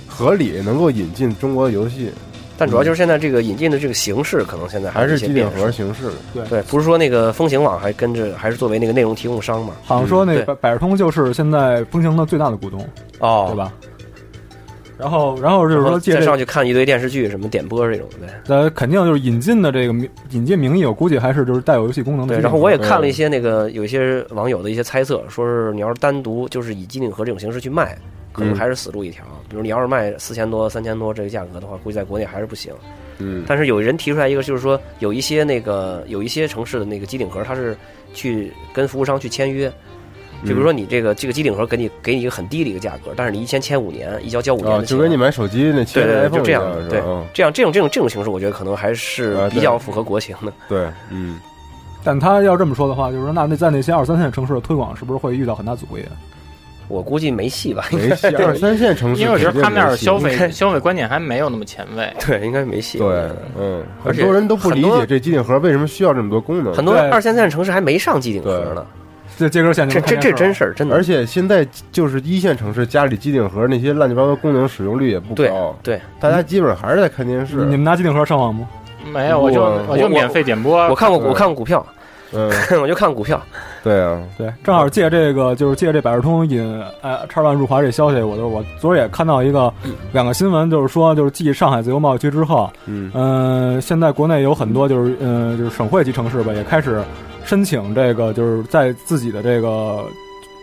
[SPEAKER 2] 合理能够引进中国的游戏，
[SPEAKER 3] 但主要就是现在这个引进的这个形式，可能现在
[SPEAKER 2] 还
[SPEAKER 3] 是
[SPEAKER 2] 是
[SPEAKER 3] 一些
[SPEAKER 2] 机顶
[SPEAKER 3] 变数
[SPEAKER 2] 盒。形式的。
[SPEAKER 3] 对，不是说那个风行网还跟着，还是作为那个内容提供商嘛？
[SPEAKER 4] 好像说
[SPEAKER 3] 嗯
[SPEAKER 4] 那
[SPEAKER 3] 对
[SPEAKER 4] 百百事通就是现在风行的最大的股东，
[SPEAKER 3] 哦
[SPEAKER 4] 对？吧？然后，然后就
[SPEAKER 3] 就是
[SPEAKER 4] 说借
[SPEAKER 3] 再
[SPEAKER 4] 这
[SPEAKER 3] 上，去看一堆电视剧，什么点播这种的。
[SPEAKER 4] 呃，肯定就是引进的这个名引进名义，我估计还是就是带有游戏功能
[SPEAKER 3] 对，
[SPEAKER 4] 的机顶
[SPEAKER 3] 然
[SPEAKER 4] 盒。
[SPEAKER 3] 后我也看了一些那个有一些网友的一些猜测，说是你要是单独就是以机顶盒这种形式去卖，可能
[SPEAKER 2] 嗯
[SPEAKER 3] 还是死路一条。比如你要是卖四千多、三千多这个价格的话，估计在国内还是不行。
[SPEAKER 2] 嗯，
[SPEAKER 3] 但是有人提出来一个，就是说有一嗯些那个有一些城市的那个机顶盒，它是去跟服务商去签约，
[SPEAKER 2] 嗯
[SPEAKER 3] 就比如说你这个这个机顶盒给你给你一个很低的一个价格，但是你一签签五年，一交交五年
[SPEAKER 2] 啊，
[SPEAKER 3] 的钱，
[SPEAKER 2] 就跟你买手机那
[SPEAKER 3] 对
[SPEAKER 2] 切
[SPEAKER 3] 对对，
[SPEAKER 2] iPhone
[SPEAKER 3] 就这样
[SPEAKER 2] 一
[SPEAKER 3] 对
[SPEAKER 2] 是吧？，哦
[SPEAKER 3] 这样这种这种这种形式，我觉得可能还是
[SPEAKER 2] 啊
[SPEAKER 3] 比
[SPEAKER 2] 对
[SPEAKER 3] 较符合国情的。
[SPEAKER 2] 嗯对，
[SPEAKER 3] *laughs*
[SPEAKER 2] 嗯，
[SPEAKER 4] 但他要这么说的话，就是说那那在那些二三线城市的推广是不是会遇到很大阻力？啊
[SPEAKER 3] 我估计没戏吧，
[SPEAKER 2] 没戏。二三线城市，
[SPEAKER 5] 因为我觉得他们那儿消
[SPEAKER 3] 应该
[SPEAKER 5] 费消费观念还没有那么前卫。
[SPEAKER 3] 对，应该没戏。
[SPEAKER 2] *laughs* 对，嗯，
[SPEAKER 3] 而
[SPEAKER 2] 很
[SPEAKER 3] 且
[SPEAKER 2] 多人都不理
[SPEAKER 3] 很
[SPEAKER 2] 解
[SPEAKER 3] 多
[SPEAKER 2] 这机顶盒为什么需要这么多功能，
[SPEAKER 3] 很多
[SPEAKER 4] 对
[SPEAKER 3] 二三线城市还没上机顶盒呢，
[SPEAKER 4] 这这根线
[SPEAKER 3] 这这这真
[SPEAKER 4] 是
[SPEAKER 3] 事儿，真的。
[SPEAKER 2] 而且现在就是一线城市家里机顶盒那些乱七八糟功能使用率也不
[SPEAKER 3] 对
[SPEAKER 2] 高，
[SPEAKER 3] 对，
[SPEAKER 2] 大家基本上还是在看电视
[SPEAKER 4] 你。你们拿机顶盒上网吗？
[SPEAKER 5] 没有，我就
[SPEAKER 2] 我
[SPEAKER 5] 我就免费点播。
[SPEAKER 3] 我看过，
[SPEAKER 2] 对
[SPEAKER 3] 我看过股票， *laughs*
[SPEAKER 2] 嗯，
[SPEAKER 3] 我就看股票。
[SPEAKER 2] 对啊，
[SPEAKER 4] 对，正好借这个就是借这百事通引呃叉 One 入华这消息，我就我昨儿也看到一个两个新闻，就是说就是继上海自由贸易区之后，
[SPEAKER 2] 嗯，
[SPEAKER 4] 嗯、现在国内有很多就是嗯、呃就是省会级城市吧，也开始申请这个就是在自己的这个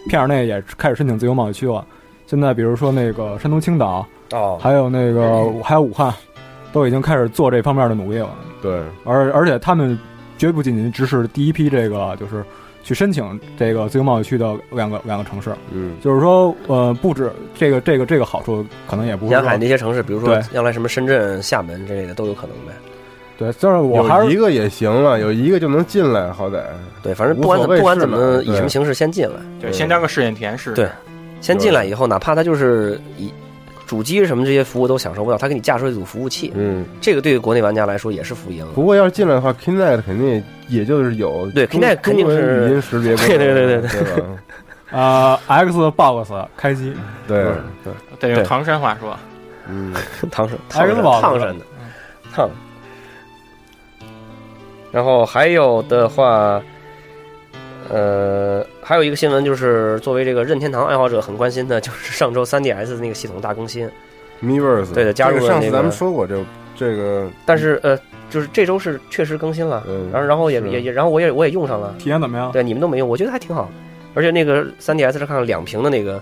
[SPEAKER 4] 片儿内也开始申请自由贸易区了。现在比如说那个山东青岛，
[SPEAKER 3] 哦，
[SPEAKER 4] 还有那个还有武汉，都已经开始做这方面的努力了。
[SPEAKER 2] 对，
[SPEAKER 4] 而而且他们绝不仅仅只是第一批这个就是去申请这个自由贸易区的两个两个城市，
[SPEAKER 2] 嗯，
[SPEAKER 4] 就是说呃，不止这个这个这个好处可能也不是
[SPEAKER 3] 沿海
[SPEAKER 4] 说
[SPEAKER 3] 那些城市，比如说
[SPEAKER 4] 对
[SPEAKER 3] 将来什么深圳、厦门之类的都有可能呗。
[SPEAKER 4] 对，就是我还
[SPEAKER 2] 有一
[SPEAKER 4] 是
[SPEAKER 2] 个也行了，有一个就能进来，好歹
[SPEAKER 3] 对，反正
[SPEAKER 2] 无
[SPEAKER 3] 不管怎么
[SPEAKER 2] 所谓
[SPEAKER 3] 不管
[SPEAKER 2] 是
[SPEAKER 3] 怎
[SPEAKER 2] 嘛
[SPEAKER 3] 么以
[SPEAKER 2] 对
[SPEAKER 3] 什么形式先进来，
[SPEAKER 5] 对，先当个试验田试。
[SPEAKER 3] 对先进来以后，哪怕它就是以主机什么这些服务都享受不到，它给你架设一组服务器，
[SPEAKER 2] 嗯。
[SPEAKER 3] 这个对于国内玩家来说也是福音了。啊
[SPEAKER 2] 不过要是进来的话，Kinect 肯定也也就是有
[SPEAKER 3] 对
[SPEAKER 2] 中
[SPEAKER 3] Kinect 肯定是
[SPEAKER 2] 中文语音识别功
[SPEAKER 3] 对
[SPEAKER 2] 能，
[SPEAKER 3] 对对对
[SPEAKER 2] 对吧？
[SPEAKER 4] 呃 Xbox 开机
[SPEAKER 2] 对，
[SPEAKER 3] 对，
[SPEAKER 5] 得
[SPEAKER 3] 对
[SPEAKER 5] 用唐山话说，
[SPEAKER 2] 嗯，
[SPEAKER 3] 烫手，烫
[SPEAKER 4] 还
[SPEAKER 3] 手
[SPEAKER 4] 是
[SPEAKER 3] 的，
[SPEAKER 4] 网
[SPEAKER 3] 烫
[SPEAKER 4] 络
[SPEAKER 3] 手的，烫手。然后还有的话，呃，还有一个新闻就是，作为这个任天堂爱好者很关心的，就是上周 3DS 那个系统大更新。
[SPEAKER 2] Miiverse，
[SPEAKER 3] 对的加入了
[SPEAKER 2] 这个上
[SPEAKER 3] 那
[SPEAKER 2] 次
[SPEAKER 3] 个
[SPEAKER 2] 咱们说过这这个，
[SPEAKER 3] 但是呃，就是这周是确实更新了，
[SPEAKER 2] 嗯
[SPEAKER 3] 然后然后也
[SPEAKER 2] 是
[SPEAKER 3] 也也然后我也我也用上了，
[SPEAKER 4] 体验怎么样？
[SPEAKER 3] 对，你们都没用，我觉得还挺好。而且那个 3DS 上看两屏的那个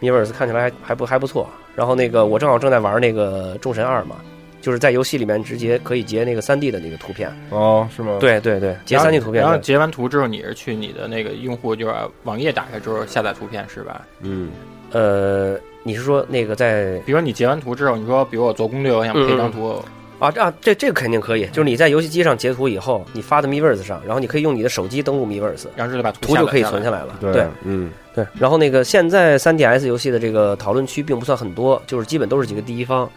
[SPEAKER 3] Miiverse 看起来还还不还不错。然后那个我正好正在玩那个《众神二》嘛，就是在游戏里面直接可以截那个 3D 的那个图片。
[SPEAKER 2] 哦，是吗？，
[SPEAKER 3] 对对对，截 3D 图片
[SPEAKER 5] 然后
[SPEAKER 3] 对。
[SPEAKER 5] 截完图之后，你是去你的那个用户就是网页打开之后下载图片是吧？
[SPEAKER 2] 嗯，
[SPEAKER 3] 呃，你是说那个在
[SPEAKER 5] 比如你截完图之后，你说比如我做攻略，我想配张图，
[SPEAKER 3] 啊啊？这这个肯定可以，就是你在游戏机上截图以后，你发到 Miiverse 上，然后你可以用你的手机登录 Miiverse，
[SPEAKER 5] 然后就得把图
[SPEAKER 3] 图
[SPEAKER 5] 下
[SPEAKER 3] 就
[SPEAKER 5] 载
[SPEAKER 3] 可以
[SPEAKER 5] 下来
[SPEAKER 3] 存下来了。
[SPEAKER 2] 对，嗯，
[SPEAKER 3] 对，然后那个现在 3DS 游戏的这个讨论区并不算很多，就是基本都是几个第一方，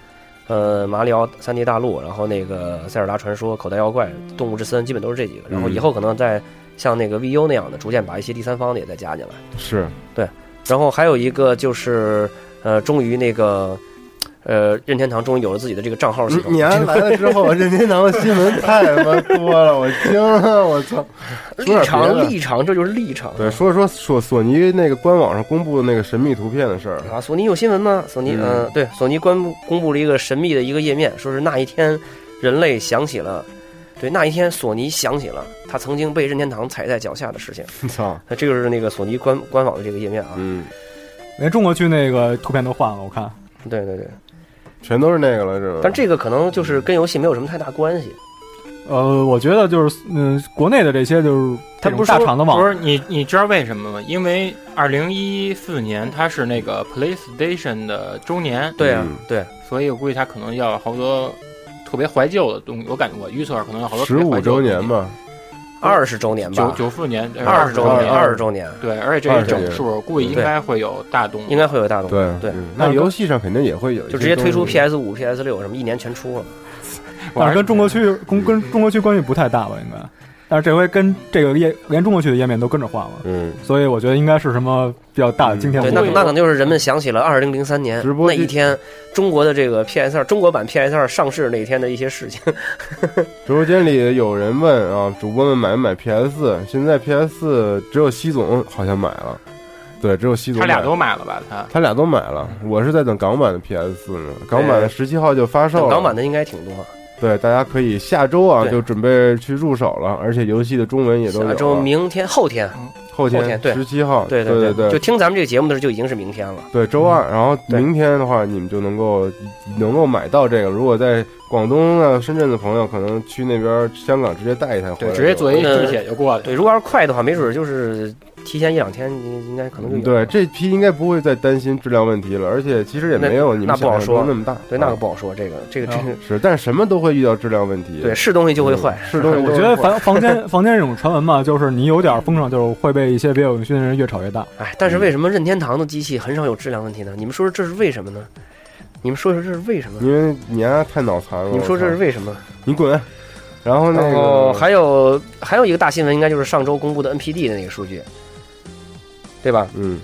[SPEAKER 3] 呃，马里奥、三 D 大陆，然后那个塞尔达传说、口袋妖怪、动物之森，基本都是这几个。然后
[SPEAKER 2] 嗯
[SPEAKER 3] 以后可能再像那个 VU 那样的，逐渐把一些第三方的也再加进来。
[SPEAKER 2] 是，
[SPEAKER 3] 然后还有一个就是，呃，终于那个，呃，任天堂终于有了自己的这个账号系
[SPEAKER 2] 嗯你
[SPEAKER 3] 统。
[SPEAKER 2] 你安来了之后，任天堂的新闻太他妈多了，我惊了，我操！说
[SPEAKER 3] 立
[SPEAKER 2] 点别的
[SPEAKER 3] 场，立场，这就是立场。
[SPEAKER 2] 对，说说索索尼那个官网上公布的那个神秘图片的事儿，
[SPEAKER 3] *laughs* 啊，索尼有新闻吗？索尼，
[SPEAKER 2] 嗯
[SPEAKER 3] 呃，对，索尼官公布了一个神秘的一个页面，说是那一天，人类想起了，对，那一天索尼想起了他曾经被任天堂踩在脚下的事情。
[SPEAKER 2] 操，
[SPEAKER 3] 那这就是那个索尼官官网的这个页面啊。
[SPEAKER 2] 嗯，
[SPEAKER 4] 连中国区那个图片都换了，我看
[SPEAKER 3] 对对对，
[SPEAKER 2] 全都是那个了，嗯是吧？
[SPEAKER 3] 但这个可能就是跟游戏没有什么太大关系。
[SPEAKER 4] 呃，我觉得就是嗯、国内的这些就是
[SPEAKER 3] 他不是
[SPEAKER 4] 这种大
[SPEAKER 3] 说
[SPEAKER 4] 厂的
[SPEAKER 5] 不
[SPEAKER 4] 网
[SPEAKER 5] 是你，你知道为什么吗？因为二零一四年它是那个 PlayStation 的周年，
[SPEAKER 3] 对啊
[SPEAKER 2] 嗯，
[SPEAKER 3] 对，
[SPEAKER 5] 所以我估计它可能要好多特别怀旧的东西。我感觉我预测可能有好多
[SPEAKER 2] 十五周年
[SPEAKER 5] 吧，
[SPEAKER 2] 吧，
[SPEAKER 3] 二十周年
[SPEAKER 5] 九
[SPEAKER 3] 吧，
[SPEAKER 5] 九四年
[SPEAKER 3] 二十周
[SPEAKER 5] 年嗯
[SPEAKER 3] 年，
[SPEAKER 2] 二
[SPEAKER 3] 二
[SPEAKER 2] 十
[SPEAKER 3] 十周年
[SPEAKER 5] 对，而且这个整数估计应该会有大动，
[SPEAKER 3] 应该会有大动作，
[SPEAKER 2] 对
[SPEAKER 3] 对
[SPEAKER 2] 嗯那游戏上肯定也会有一
[SPEAKER 3] 就
[SPEAKER 2] 些东
[SPEAKER 3] 直
[SPEAKER 2] 西，
[SPEAKER 3] 接推出 PS 五、PS 六什么，一年全出了。
[SPEAKER 4] 但是跟中国区跟跟中国区关系不太大吧，应该。但是这回跟这个页连中国区的页面都跟着换了，
[SPEAKER 2] 嗯，
[SPEAKER 4] 所以我觉得应该是什么比较大的惊天
[SPEAKER 3] 嗯对，
[SPEAKER 4] 动
[SPEAKER 3] 那
[SPEAKER 4] 地。
[SPEAKER 5] 会
[SPEAKER 3] 那可能就是人们想起了二零零三年
[SPEAKER 2] 直播
[SPEAKER 3] 那
[SPEAKER 2] 间
[SPEAKER 3] 一天，中国的这个 PS 二中国版 PS 二上市那一天的一些事情。
[SPEAKER 2] *laughs* 直播间里有人问啊，主播们买不买 PS 四？现在 PS 四只有西总好像买了，对，只有西总
[SPEAKER 5] 他
[SPEAKER 2] 买
[SPEAKER 5] 俩都买了吧？他
[SPEAKER 2] 他俩都买了。我是在等港版的 PS 四呢，港版的十七号就发售
[SPEAKER 3] 等
[SPEAKER 2] 了。
[SPEAKER 3] 港版的应该挺多，
[SPEAKER 2] 对，大家可以下周啊
[SPEAKER 3] 对
[SPEAKER 2] 就准备去入手了，而且游戏的中文也都有
[SPEAKER 3] 下
[SPEAKER 2] 了。
[SPEAKER 3] 周啊明天后天，
[SPEAKER 2] 后
[SPEAKER 3] 后天对
[SPEAKER 2] 十七号，
[SPEAKER 3] 对
[SPEAKER 2] 对
[SPEAKER 3] 对就听咱们这个节目的时候就已经是明天了。
[SPEAKER 2] 对，周二，然后
[SPEAKER 3] 对
[SPEAKER 2] 明天的话，你们就能够能够买到这个。如果在广东啊、深圳的朋友，可能去那边香港直接带一台回
[SPEAKER 5] 对，
[SPEAKER 2] 来就有，
[SPEAKER 5] 直接坐一
[SPEAKER 3] 呃
[SPEAKER 5] 地铁就过去。
[SPEAKER 3] 对，如果要是快的话，没准就是提前一两天应应该可能就有。
[SPEAKER 2] 嗯对，这批应该不会再担心质量问题了，而且其实也没有
[SPEAKER 3] 那
[SPEAKER 2] 你们
[SPEAKER 3] 那不好
[SPEAKER 2] 想象中
[SPEAKER 3] 说
[SPEAKER 2] 那么大。
[SPEAKER 3] 对，那个
[SPEAKER 2] 啊
[SPEAKER 3] 不好说，这个这个真是
[SPEAKER 2] 是，但是什么都会遇到质量问题。
[SPEAKER 3] 对，是东西就会坏。
[SPEAKER 2] 是东西
[SPEAKER 3] *laughs*
[SPEAKER 4] 我
[SPEAKER 2] 都会
[SPEAKER 4] 觉得
[SPEAKER 2] 坏
[SPEAKER 4] 房房间房间这种传闻吧，就是你有点风声，就是会被一些别有用心的人越炒越大。
[SPEAKER 3] 哎，但是
[SPEAKER 2] 嗯
[SPEAKER 3] 为什么任天堂的机器很少有质量问题呢？你们说说这是为什么呢？你们说说这是为什么？
[SPEAKER 2] 因为你丫太脑残了。
[SPEAKER 3] 你们说这是为什么？
[SPEAKER 2] 我操你滚！然后那
[SPEAKER 3] 然
[SPEAKER 2] 个、
[SPEAKER 3] 后还有还有一个大新闻，应该就是上周公布的 NPD 的那个数据，对吧
[SPEAKER 2] 嗯，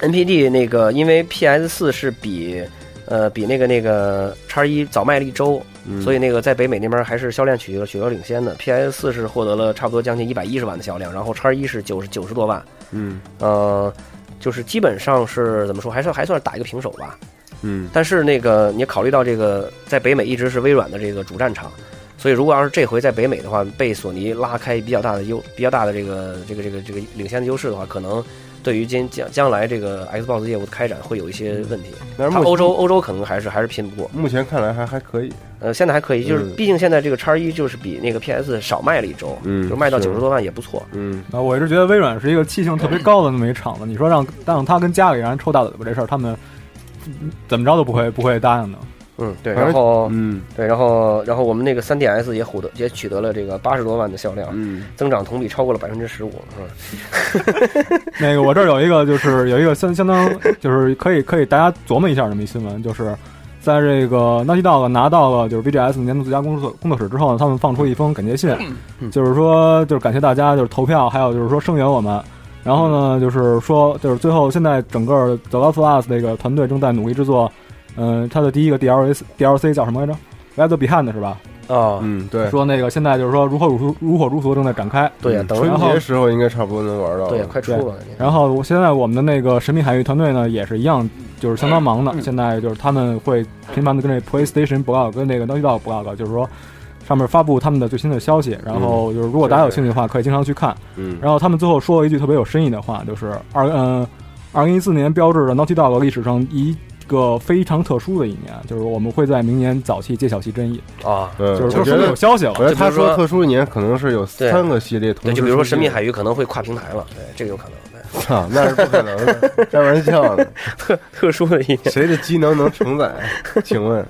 [SPEAKER 3] ？NPD 那个因为 PS 四是比呃比那个那个叉一早卖了一周，
[SPEAKER 2] 嗯
[SPEAKER 3] 所以那个在北美那边还是销量取得取得领先的。PS 四是获得了差不多将近一百一十万的销量，然后叉一是九十九十多万，
[SPEAKER 2] 嗯
[SPEAKER 3] 呃，就是基本上是怎么说，还算还算是打一个平手吧。
[SPEAKER 2] 嗯
[SPEAKER 3] 但是那个你考虑到这个在北美一直是微软的这个主战场，所以如果要是这回在北美的话，被索尼拉开比较大的优比较大的这个这个这个这个领先的优势的话，可能对于今将将来这个 Xbox 业务的开展会有一些问题。
[SPEAKER 2] 但是
[SPEAKER 3] 它
[SPEAKER 2] 目
[SPEAKER 3] 嗯
[SPEAKER 2] 前
[SPEAKER 3] 欧洲欧洲可能还是还是拼不过，
[SPEAKER 2] 目前看来还还可以。
[SPEAKER 3] 呃，现在还可以，就是
[SPEAKER 2] 嗯
[SPEAKER 3] 毕竟现在这个叉一就是比那个 PS 少卖了一周，
[SPEAKER 2] 嗯，
[SPEAKER 3] 就卖到
[SPEAKER 2] 是
[SPEAKER 3] 九十。多万也不错。
[SPEAKER 2] 嗯，
[SPEAKER 4] 啊，我一直觉得微软是一个气性特别高的那么一厂子，你说让让他跟家里人抽大嘴巴这事儿，他们嗯怎么着都不会不会答应的。
[SPEAKER 3] 嗯，对，
[SPEAKER 2] 反
[SPEAKER 3] 然
[SPEAKER 2] 正
[SPEAKER 3] 后
[SPEAKER 2] 嗯
[SPEAKER 3] 对，然后然后我们那个 3DS 也获得也取得了这个八十多万的销量，
[SPEAKER 2] 嗯
[SPEAKER 3] 增长同比超过了百分之十五，嗯是吧？
[SPEAKER 4] *laughs* 那个我这儿有一个就是有一个相相当就是可以可以大家琢磨一下这么一新闻，就是在这个 Naughty Dog 拿到了就是 BGS 年度最佳工作工作室之后呢，他们放出一封感谢信，就是说就是感谢大家就是投票，还有就是说声援我们。然后呢，就是说，就是最后现在整个 The Last of Us 这个团队正在努力制作，嗯、它的第一个 DLC DLC 叫什么来着？Left Behind 是吧？
[SPEAKER 3] 啊，
[SPEAKER 2] 嗯，对。
[SPEAKER 4] 说那个现在就是说如火如荼如火如荼地正在展开，
[SPEAKER 3] 对呀、
[SPEAKER 2] 嗯
[SPEAKER 3] 等
[SPEAKER 2] 春
[SPEAKER 4] 然后
[SPEAKER 2] 节时候应该差不多能玩到了。
[SPEAKER 3] 哦
[SPEAKER 2] 嗯
[SPEAKER 3] 对，快出
[SPEAKER 4] 对
[SPEAKER 3] 了。
[SPEAKER 4] 然后我现在我们的那个神秘海域团队呢，也是一样，就是相当忙
[SPEAKER 2] 嗯
[SPEAKER 4] 的。现在就是他们会频繁的跟这 PlayStation blog 跟那个 Naughty Dog blog，就是说上面发布他们的最新的消息。然后就是如果大家有兴趣的话，可以经常去看。
[SPEAKER 2] 嗯，
[SPEAKER 4] 然后他们最后说了一句特别有深意的话，就是二嗯，二零一四年标志着 Naughty Dog 历史上一个非常特殊的一年，就是我们会在明年早期揭晓其真意，
[SPEAKER 3] 啊，
[SPEAKER 2] 嗯，
[SPEAKER 4] 就是
[SPEAKER 2] 我
[SPEAKER 4] 说
[SPEAKER 2] 觉
[SPEAKER 4] 说明有
[SPEAKER 2] 得，
[SPEAKER 4] 消息
[SPEAKER 2] 我
[SPEAKER 4] 了。
[SPEAKER 2] 觉得
[SPEAKER 3] 就
[SPEAKER 2] 他
[SPEAKER 3] 比如说
[SPEAKER 2] 说特殊一年可能是有三个系列同
[SPEAKER 3] 对，
[SPEAKER 2] 时
[SPEAKER 3] 就比如说《
[SPEAKER 2] 出
[SPEAKER 3] 神秘
[SPEAKER 2] 现
[SPEAKER 3] 海域》可能会跨平台了，对，这个有可能，对
[SPEAKER 2] 操， *laughs* 那是不可能的，
[SPEAKER 3] *laughs*
[SPEAKER 2] 开玩笑呢。
[SPEAKER 3] 特 *laughs* 特殊的一年。
[SPEAKER 2] *laughs* 谁的机能能承载？请问，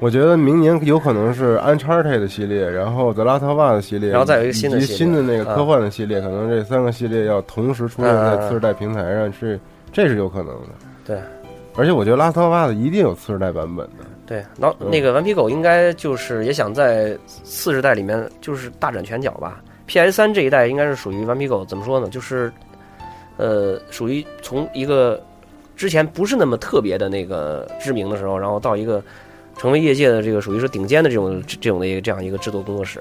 [SPEAKER 2] 我觉得明年有可能是 Uncharted 系列，然后 The Last of Us 系列，
[SPEAKER 3] 然后再有一个新的
[SPEAKER 2] 以及
[SPEAKER 3] 系列
[SPEAKER 2] 新的那个
[SPEAKER 3] 啊
[SPEAKER 2] 科幻的系列，可能这三个系列要同时出现在
[SPEAKER 3] 嗯嗯嗯
[SPEAKER 2] 次世代平台上，是这是有可能的。
[SPEAKER 3] 嗯对，
[SPEAKER 2] 而且我觉得 Last of Us 一定有次世代版本的。
[SPEAKER 3] 对，然后那个顽皮狗应该就是也想在四十代里面就是大展拳脚吧。PS 三这一代应该是属于顽皮狗怎么说呢？就是呃，属于从一个之前不是那么特别的那个知名的时候，然后到一个成为业界的这个属于是顶尖的这种这这种的一个这样一个制作工作室。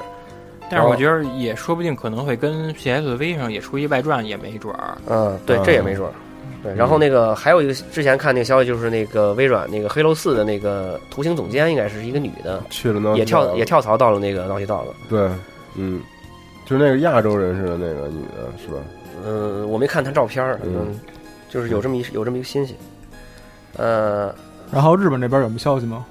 [SPEAKER 5] 但是我觉得也说不定可能会跟 PSV 上也出一外传，也没准儿。
[SPEAKER 3] 嗯，对，这也没准儿。
[SPEAKER 4] 嗯
[SPEAKER 3] 对，然后那个还有一个之前看那个消息，就是那个微软那个黑楼四的那个图形总监应该是一个女的，
[SPEAKER 2] 去了呢，
[SPEAKER 4] 嗯
[SPEAKER 3] 也跳也跳槽到了那个 Naughty Dog。
[SPEAKER 2] 对，嗯，就是那个亚洲人似的那个女的，是吧？
[SPEAKER 3] 嗯、我没看她照片儿，嗯
[SPEAKER 2] 嗯，
[SPEAKER 3] 就是有这么一有这么一个信息。呃
[SPEAKER 4] 然后日本这边有没有消息吗？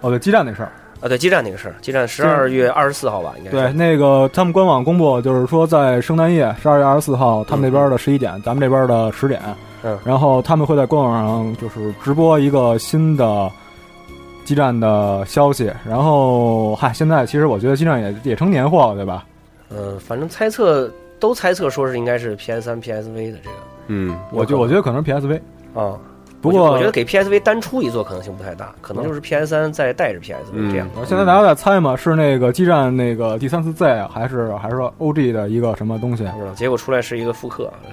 [SPEAKER 4] 哦，对，基站那事儿。
[SPEAKER 3] 啊，对，基站那个事儿，基站十二月二十四号吧，应该是
[SPEAKER 4] 对，那个他们官网公布，就是说在圣诞夜十二月二十四号，他们那边的十一点，咱们这边的十点，
[SPEAKER 3] 嗯
[SPEAKER 4] 然后他们会在官网上就是直播一个新的基站的消息。然后，嗨，现在其实我觉得基站也也成年货了，对吧？
[SPEAKER 3] 嗯、反正猜测都猜测说是应该是 PS 三 PSV 的这个
[SPEAKER 2] 嗯，
[SPEAKER 4] 我觉我觉得可能是 PSV，
[SPEAKER 3] 啊。
[SPEAKER 4] 不
[SPEAKER 3] 我觉
[SPEAKER 4] 过
[SPEAKER 3] 我觉得给 PSV 单出一座可能性不太大，可能就是 PS 三再带着 PSV 这样。
[SPEAKER 2] 嗯
[SPEAKER 4] 呃现在大家在猜嘛，是那个基站那个第三次 Z 啊还是还是说 OG 的一个什么东西？
[SPEAKER 3] 不知道，结果出来是一个复刻，嗯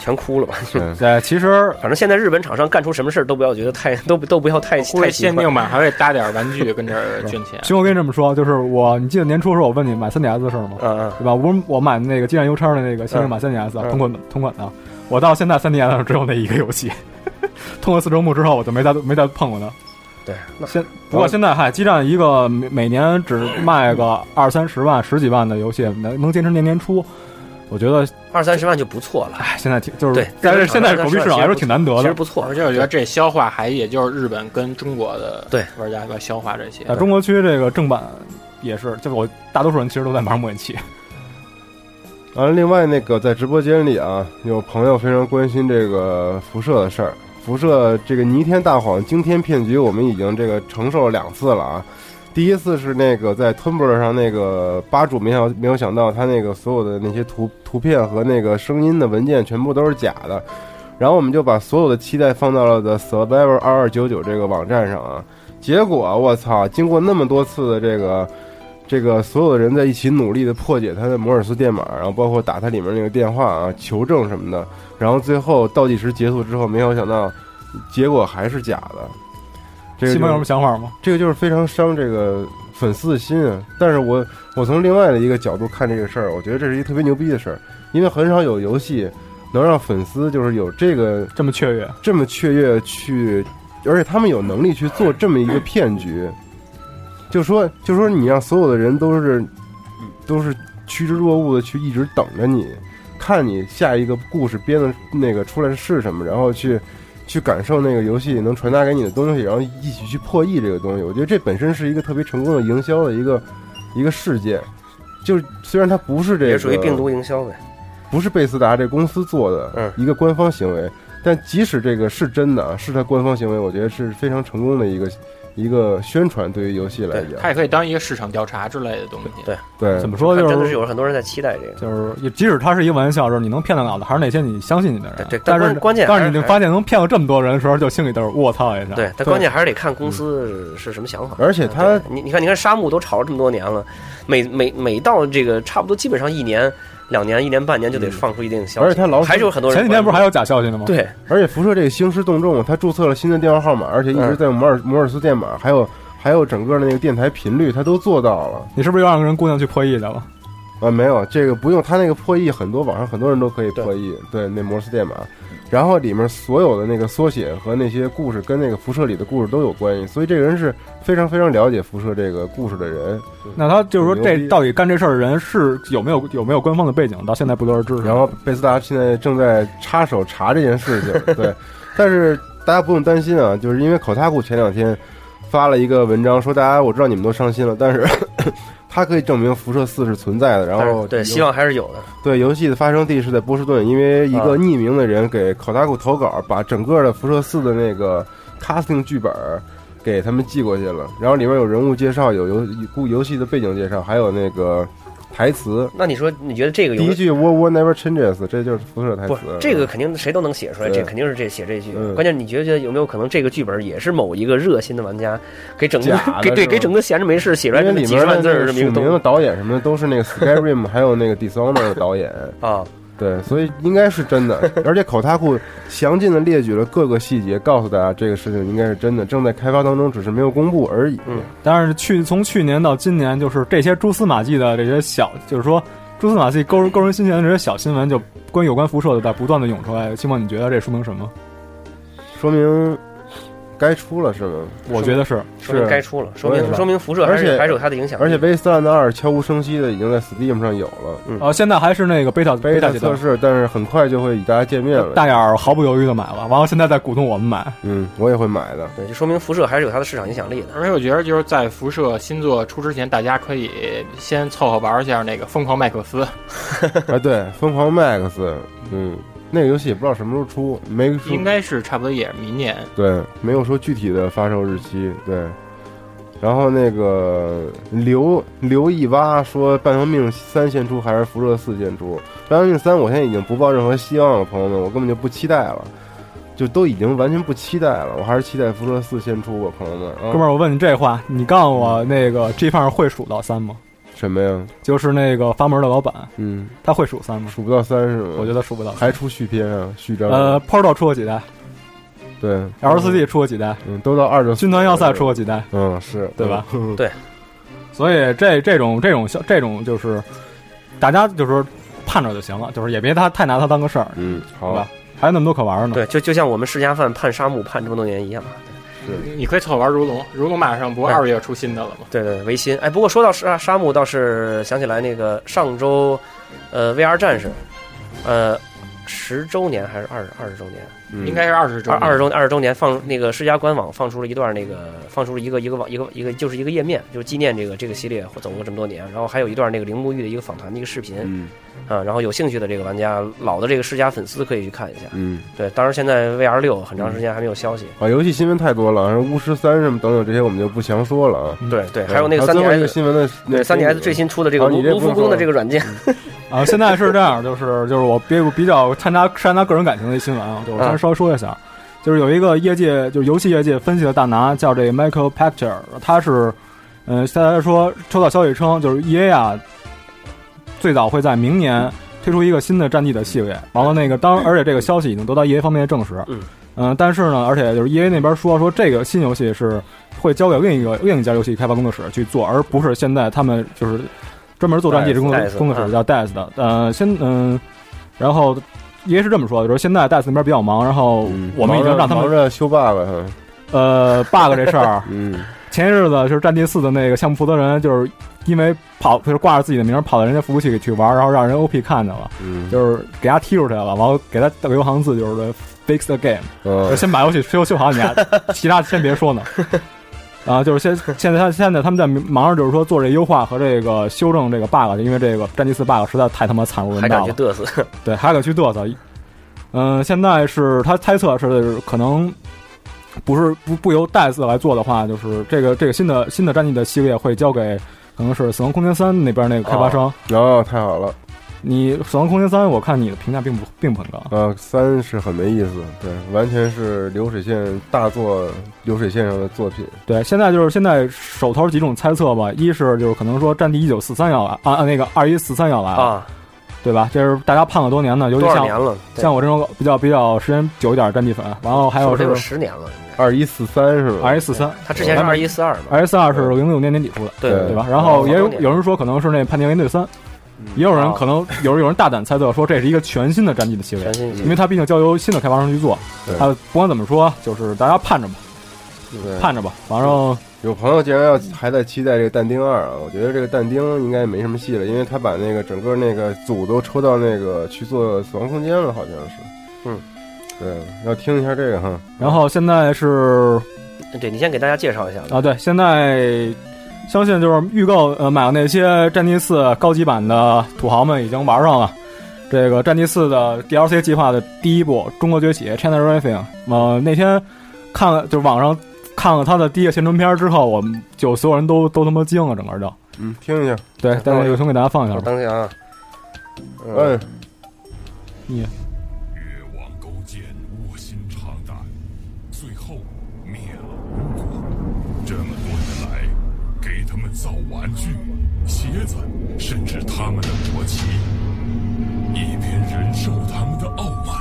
[SPEAKER 3] 全哭了吧？ *laughs*
[SPEAKER 2] 对，
[SPEAKER 4] 对，其实。
[SPEAKER 3] 反正现在日本厂商干出什么事儿都不要觉得太都不都不要太
[SPEAKER 5] 估
[SPEAKER 3] 太
[SPEAKER 5] 计
[SPEAKER 3] 奇
[SPEAKER 5] 限
[SPEAKER 3] 怪
[SPEAKER 5] 定版还会搭点玩具跟这儿
[SPEAKER 2] *laughs*
[SPEAKER 5] 赚钱
[SPEAKER 4] 其实我跟你这么说，就是我，你记得年初的时候我问你买 3DS 的事儿吗？
[SPEAKER 3] 嗯嗯，
[SPEAKER 4] 对吧？我我买那个既然邮差的那个，先是买 3DS 啊
[SPEAKER 3] 嗯
[SPEAKER 4] 同款的同款的，我到现在 3DS 上只有那一个游戏。 *laughs* 通过四周目之后，我就没再没再碰过它。
[SPEAKER 3] 对，那
[SPEAKER 4] 现不过现在嗨，基站一个每每年只卖个二三十万、十几万的游戏，能能坚持年年出，我觉得
[SPEAKER 3] 二三十万就不错了，
[SPEAKER 4] 哎，现在挺就是
[SPEAKER 3] 对
[SPEAKER 4] 在这现在狗逼市场来说
[SPEAKER 3] 其实不
[SPEAKER 4] 挺难得
[SPEAKER 3] 其实
[SPEAKER 4] 的。
[SPEAKER 3] 不错。
[SPEAKER 5] 而且我觉得这消化还也就是日本跟中国的
[SPEAKER 3] 对
[SPEAKER 5] 玩家要消化这些。
[SPEAKER 2] 啊
[SPEAKER 4] 呃，中国区这个正版也是，就是我大多数人其实都在玩模拟器。
[SPEAKER 2] 然后另外那个在直播间里啊，有朋友非常关心这个辐射的事儿。辐射这个逆天大谎、惊天骗局，我们已经这个承受了两次了啊。第一次是那个在 Tumblr 上那个吧主没想没有想到他那个所有的那些图图片和那个声音的文件全部都是假的，然后我们就把所有的期待放到了 The Survivor 二二九九这个网站上啊。结果我操，经过那么多次的这个这个所有的人在一起努力的破解他的摩尔斯电码，然后包括打他里面那个电话啊、求证什么的，然后最后倒计时结束之后，没有想到结果还是假的。这个
[SPEAKER 4] 西
[SPEAKER 2] 就
[SPEAKER 4] 蒙有什么想法吗？
[SPEAKER 2] 这个就是非常伤这个粉丝的心啊。但是我我从另外的一个角度看这个事儿，我觉得这是一个特别牛逼的事儿，因为很少有游戏能让粉丝就是有这个
[SPEAKER 4] 这么雀跃，
[SPEAKER 2] 这么雀跃去，而且他们有能力去做这么一个骗局。就说就说你让所有的人都是都是趋之若鹜的去一直等着你，看你下一个故事编的那个出来是什么，然后去去感受那个游戏能传达给你的东西，然后一起去破译这个东西。我觉得这本身是一个特别成功的营销的一个一个事件。就是虽然它不是这个
[SPEAKER 3] 也属于病毒营销呗。
[SPEAKER 2] 不是贝斯达这公司做的
[SPEAKER 3] 嗯
[SPEAKER 2] 一个官方行为，但即使这个是真的啊，是他官方行为，我觉得是非常成功的一个一个宣传，对于游戏来讲，
[SPEAKER 5] 它也可以当一个市场调查之类的东西。
[SPEAKER 2] 对
[SPEAKER 4] 怎么说
[SPEAKER 3] 看
[SPEAKER 4] 就
[SPEAKER 3] 真的是
[SPEAKER 4] 是
[SPEAKER 3] 有很多人在期待这个。
[SPEAKER 4] 就是，也即使它是一个玩笑，就是你能骗得了的，还是那些你相信你的人。
[SPEAKER 3] 对对但
[SPEAKER 4] 但是
[SPEAKER 3] 关关键还
[SPEAKER 4] 但
[SPEAKER 3] 是
[SPEAKER 4] 是你发现能骗过这么多人的时候，就心里都是卧槽一下。
[SPEAKER 3] 对，但
[SPEAKER 2] 对
[SPEAKER 3] 关键还是得看公司是什么想法。啊
[SPEAKER 2] 而且它
[SPEAKER 3] 对你你看，你看沙漠都炒了这么多年了，每每每到这个差不多，基本上一年、两年、一年半年就得放出一定消息，
[SPEAKER 2] 而且它老
[SPEAKER 3] 还是有很多人
[SPEAKER 4] 前几天不是还
[SPEAKER 3] 有
[SPEAKER 4] 有假消息呢吗？，
[SPEAKER 3] 对
[SPEAKER 2] 而且辐射这个兴师动众，他注册了新的电话号码，而且一直
[SPEAKER 3] 嗯
[SPEAKER 2] 在摩尔摩尔斯电码，还有还有整个的那个电台频率，他都做到了。
[SPEAKER 4] 你是不是又让人姑娘去破译去了？
[SPEAKER 2] 啊，没有这个不用，他那个破译很多，网上很多人都可以破译，对那摩斯电码，然后里面所有的那个缩写和那些故事跟那个辐射里的故事都有关系，所以这个人是非常非常了解辐射这个故事的人。
[SPEAKER 4] 那他就是说，
[SPEAKER 2] 牛
[SPEAKER 4] 这
[SPEAKER 2] 逼
[SPEAKER 4] 到底干这事儿的人是有没有有没有官方的背景，到现在不得而知。
[SPEAKER 2] 然后贝斯达现在正在插手查这件事情，对，但是大家不用担心啊，就是因为口塔库前两天发了一个文章，说大家我知道你们都伤心了，但是 *laughs* 他可以证明辐射四是存在的，然
[SPEAKER 3] 但
[SPEAKER 2] 后
[SPEAKER 3] 是对，希望还是有的。
[SPEAKER 2] 对，游戏的发生地是在波士顿，因为一
[SPEAKER 3] 啊
[SPEAKER 2] 个匿名的人给考达库投稿，把整个的辐射四的那个 casting 剧本儿给他们寄过去了，然后里面有人物介绍，有游故游戏的背景介绍，还有那个台词。
[SPEAKER 3] 那你说，你觉得这个有
[SPEAKER 2] 第一句 “War War Never Changes”，这就是辐射台
[SPEAKER 3] 不
[SPEAKER 2] 词
[SPEAKER 3] 是。这个肯定谁都能写出来，
[SPEAKER 2] 嗯对
[SPEAKER 3] 这肯定是这写这句。
[SPEAKER 2] 嗯
[SPEAKER 3] 关键你觉得有没有可能这个剧本也是某一个热心的玩家给整个
[SPEAKER 2] 假的
[SPEAKER 3] 给
[SPEAKER 2] 是
[SPEAKER 3] 对
[SPEAKER 2] 吧
[SPEAKER 3] 给整个闲着没事写出来
[SPEAKER 2] 因
[SPEAKER 3] 这
[SPEAKER 2] 为
[SPEAKER 3] 么
[SPEAKER 2] 里
[SPEAKER 3] 几
[SPEAKER 2] 面
[SPEAKER 3] 十万字
[SPEAKER 2] 的
[SPEAKER 3] 儿这
[SPEAKER 2] 那个
[SPEAKER 3] 么一个
[SPEAKER 2] 署名的
[SPEAKER 3] 东西
[SPEAKER 2] 导演什么的都是那个 Skyrim 还有
[SPEAKER 3] *laughs*
[SPEAKER 2] 那个 Dishonored 的导演，
[SPEAKER 3] 啊？
[SPEAKER 2] 对，所以应该是真的。而且口塔库详尽的列举了各个细节，告诉大家这个事情应该是真的，正在开发当中，只是没有公布而已。
[SPEAKER 3] 嗯
[SPEAKER 4] 但是去从去年到今年，就是这些蛛丝马迹的这些小，就是说蛛丝马迹勾勾人心弦的这些小新闻，就关于有关辐射的在不断的涌出来。希望你觉得这说明什么？
[SPEAKER 2] 说明该出了是吗？
[SPEAKER 4] 我觉得是，
[SPEAKER 3] 说明
[SPEAKER 2] 是
[SPEAKER 3] 该出了，说
[SPEAKER 2] 我也
[SPEAKER 3] 明
[SPEAKER 2] 是
[SPEAKER 3] 说明辐射还
[SPEAKER 2] 而
[SPEAKER 3] 是
[SPEAKER 2] 且
[SPEAKER 3] 还是有它的影响力。
[SPEAKER 2] 而且《威斯兰的二》悄无声息的已经在 Steam 上有了
[SPEAKER 4] 呃，现在还是那个贝塔贝
[SPEAKER 2] beta
[SPEAKER 4] 塔阶
[SPEAKER 2] 测
[SPEAKER 4] 段，
[SPEAKER 2] 试，但是很快就会与大家见面了。
[SPEAKER 4] 大眼儿毫不犹豫的买了，完了现在在鼓动我们买。
[SPEAKER 2] 嗯，我也会买的。
[SPEAKER 3] 对，就说明辐射还是有它的市场影响力的。
[SPEAKER 5] 而且我觉得就是在辐射新作出之前，大家可以先凑合玩一下那个《疯狂麦克斯》，
[SPEAKER 2] 啊，对，《疯狂 Max》，嗯，那个游戏也不知道什么时候出，没说
[SPEAKER 5] 应该是差不多也是明年。
[SPEAKER 2] 对，没有说具体的发售日期。对，然后那个刘刘一蛙说，《半条命三》先出还是《辐射四》先出？《半条命三》我现在已经不抱任何希望了，朋友们，我根本就不期待了，就都已经完全不期待了。我还是期待《辐射四》先出吧，朋友们。啊、
[SPEAKER 4] 哥们儿，我问你这话，你告诉我那个 G 胖会数到三吗？
[SPEAKER 2] 什么呀？
[SPEAKER 4] 就是那个阀门的老板，
[SPEAKER 2] 嗯，
[SPEAKER 4] 他会数三吗？
[SPEAKER 2] 数不到三是吗？
[SPEAKER 4] 我觉得数不到。
[SPEAKER 2] 还出续篇啊，续章。
[SPEAKER 4] 呃，，Portal 出过几代
[SPEAKER 2] 对，
[SPEAKER 4] ，LCD 出过几代，
[SPEAKER 2] 嗯，都到二十。
[SPEAKER 4] 军团要塞出。过几代，
[SPEAKER 2] 嗯，是
[SPEAKER 4] 对吧？
[SPEAKER 2] 嗯
[SPEAKER 4] 所以这这种这种这种就是大家就是盼着就行了，就是也别他太拿它当个事儿，
[SPEAKER 2] 嗯，好
[SPEAKER 4] 对吧？还有那么多可玩儿呢。
[SPEAKER 3] 对，就就像我们世家饭盼沙漠盼这么多年一样。
[SPEAKER 5] 你可以凑合玩如龙，如龙马上不
[SPEAKER 3] 哎
[SPEAKER 5] 二月出新的了吗？
[SPEAKER 3] 对对，对维新。哎，不过说到沙沙漠，倒是想起来那个上周，呃，VR 战士，呃，十周年还是二二十周年？
[SPEAKER 2] 嗯
[SPEAKER 5] 应该是二十周
[SPEAKER 3] 二
[SPEAKER 5] 年，
[SPEAKER 3] 二十周二十周年放那个世嘉官网放出了一段那个放出了一个一个网一个一个就是一个页面，就是纪念这个这个系列走过这么多年，然后还有一段那个铃木玉的一个访谈的一个视频
[SPEAKER 2] 嗯
[SPEAKER 3] 啊，然后有兴趣的这个玩家老的这个世嘉粉丝可以去看一下。
[SPEAKER 2] 嗯，
[SPEAKER 3] 对，当然现在 VR 六很长时间还没有消息。
[SPEAKER 2] 啊，游戏新闻太多了，巫师三什么等等这些我们就不详说了啊。
[SPEAKER 3] 对对，还有那个
[SPEAKER 2] 啊
[SPEAKER 3] 三
[SPEAKER 2] 最
[SPEAKER 3] D
[SPEAKER 2] 后一个
[SPEAKER 3] S
[SPEAKER 2] 新闻的那
[SPEAKER 3] 对三 D S
[SPEAKER 2] 那
[SPEAKER 3] 最新出的这个
[SPEAKER 2] 啊你
[SPEAKER 3] 卢
[SPEAKER 2] 这
[SPEAKER 3] 卢
[SPEAKER 2] 不
[SPEAKER 3] 浮
[SPEAKER 2] 能
[SPEAKER 3] 宫的
[SPEAKER 2] 说
[SPEAKER 3] 这个软件，
[SPEAKER 4] 啊，现在是这样，就是就是我比比较掺杂掺杂个人感情的新闻啊，就我
[SPEAKER 3] 啊
[SPEAKER 2] 嗯
[SPEAKER 4] 先稍微说一下，就是有一个业界就是游戏业界分析的大拿叫这 Michael Pachter，他是，嗯、呃，他说收到消息称，就是 EA 啊，最早会在明年推出一个新的战地的系列，完了那个当而且这个消息已经得到 EA 方面的证实，
[SPEAKER 3] 嗯
[SPEAKER 4] 呃但是呢，而且就是 EA 那边说说这个新游戏是会交给另一个另一家游戏开发工作室去做，而不是现在他们就是专门做战地的工作
[SPEAKER 3] DICE，
[SPEAKER 4] 工作室叫 DICE 的。呃，先嗯、然后 EA 是这么说的，就是现在 DICE 那边比较忙，然后
[SPEAKER 2] 嗯
[SPEAKER 4] 我们已经让他
[SPEAKER 2] 忙
[SPEAKER 4] 们
[SPEAKER 2] 着修 bug 了，
[SPEAKER 4] 呃 bug 这事
[SPEAKER 2] *laughs*
[SPEAKER 4] 儿，
[SPEAKER 2] 嗯
[SPEAKER 4] 前些日子就是《战地四》的那个项目负责人，就是因为跑就是挂着自己的名儿跑到人家服务器里去玩，然后让人 OP 看见了，
[SPEAKER 2] 嗯，
[SPEAKER 4] 就是给他踢出去了，然后给他留行字就是 fix the game。
[SPEAKER 2] 嗯
[SPEAKER 4] 先把游戏修修好，你啊，其他先别说呢。啊，就是现现在他现在他们在忙着，就是说做这优化和这个修正这个 bug，因为这个战地四 bug 实在太他妈惨无
[SPEAKER 3] 还
[SPEAKER 4] 人
[SPEAKER 3] 敢
[SPEAKER 4] 道
[SPEAKER 3] 去
[SPEAKER 4] 了。
[SPEAKER 3] 嘚瑟？
[SPEAKER 4] 对，还敢去嘚瑟。嗯、现在是他猜测是可能不是不不由戴斯来做的话，就是这个这个新的新的战地的系列会交给可能是《死亡空间三》那边那个开发商。
[SPEAKER 2] 哦，太好了，
[SPEAKER 4] 你《死亡空间三》，我看你的评价并不并不很高。
[SPEAKER 2] 啊，三是很没意思，对，完全是流水线大作，流水线上的作品，
[SPEAKER 4] 对，现在就是现在手头几种猜测吧，一是就是可能说《战地一九四三》要来啊，啊那个二一四三要来了，
[SPEAKER 3] 啊，
[SPEAKER 4] 对吧？这是大家盼了多年的，尤其
[SPEAKER 3] 多少
[SPEAKER 4] 像
[SPEAKER 3] 年了？对
[SPEAKER 4] 像我这种比较比较时间久一点的战地粉，然后还
[SPEAKER 3] 是
[SPEAKER 4] 有
[SPEAKER 3] 不是得有
[SPEAKER 4] 是
[SPEAKER 3] 十年了？应该
[SPEAKER 2] 二一四三是吧？
[SPEAKER 4] 二一四三，
[SPEAKER 3] 他之前是
[SPEAKER 4] 嗯
[SPEAKER 3] 二一四二嘛？
[SPEAKER 4] 二一四二是零六年年底出的，
[SPEAKER 3] 对
[SPEAKER 2] 哎对
[SPEAKER 4] 对吧？然后也
[SPEAKER 3] 嗯好多
[SPEAKER 4] 有
[SPEAKER 3] 年
[SPEAKER 4] 有人说可能是那《叛逆连队三》，也有人可能有人有人大胆猜测说这是一个全新的战地的系列
[SPEAKER 3] 全，新
[SPEAKER 4] 因为它毕竟交由新的开发商去做。
[SPEAKER 2] 对
[SPEAKER 4] 啊，不管怎么说，就是大家盼着吧，
[SPEAKER 2] 对，
[SPEAKER 4] 盼着吧，反正
[SPEAKER 2] 有朋友竟然要还在期待这个但丁二啊，我觉得这个但丁应该没什么戏了，因为他把那个整个那个组都抽到那个去做死亡空间了，好像是。
[SPEAKER 3] 嗯，
[SPEAKER 2] 对，要听一下这个哈。
[SPEAKER 4] 然后现在是
[SPEAKER 3] 对你先给大家介绍一下吧。
[SPEAKER 4] 啊，对，现在相信就是预购呃买了那些《战地四》高级版的土豪们已经玩上了。这个《战地四》的 DLC 计划的第一部《中国崛起》（China Rising），呃，那天看了就是网上看了他的第一个宣传片之后，我们就所有人都都他妈惊了，整个就
[SPEAKER 2] 嗯，听一下。
[SPEAKER 4] 对。但是有空给大家放一下
[SPEAKER 3] 我
[SPEAKER 4] 吧。
[SPEAKER 3] 等一下啊，
[SPEAKER 2] 嗯，
[SPEAKER 6] 越王勾践卧薪尝胆，最后灭了吴国。这么多年来，给他们造玩具、鞋子，甚至他们的国旗，一边忍受他们的傲慢，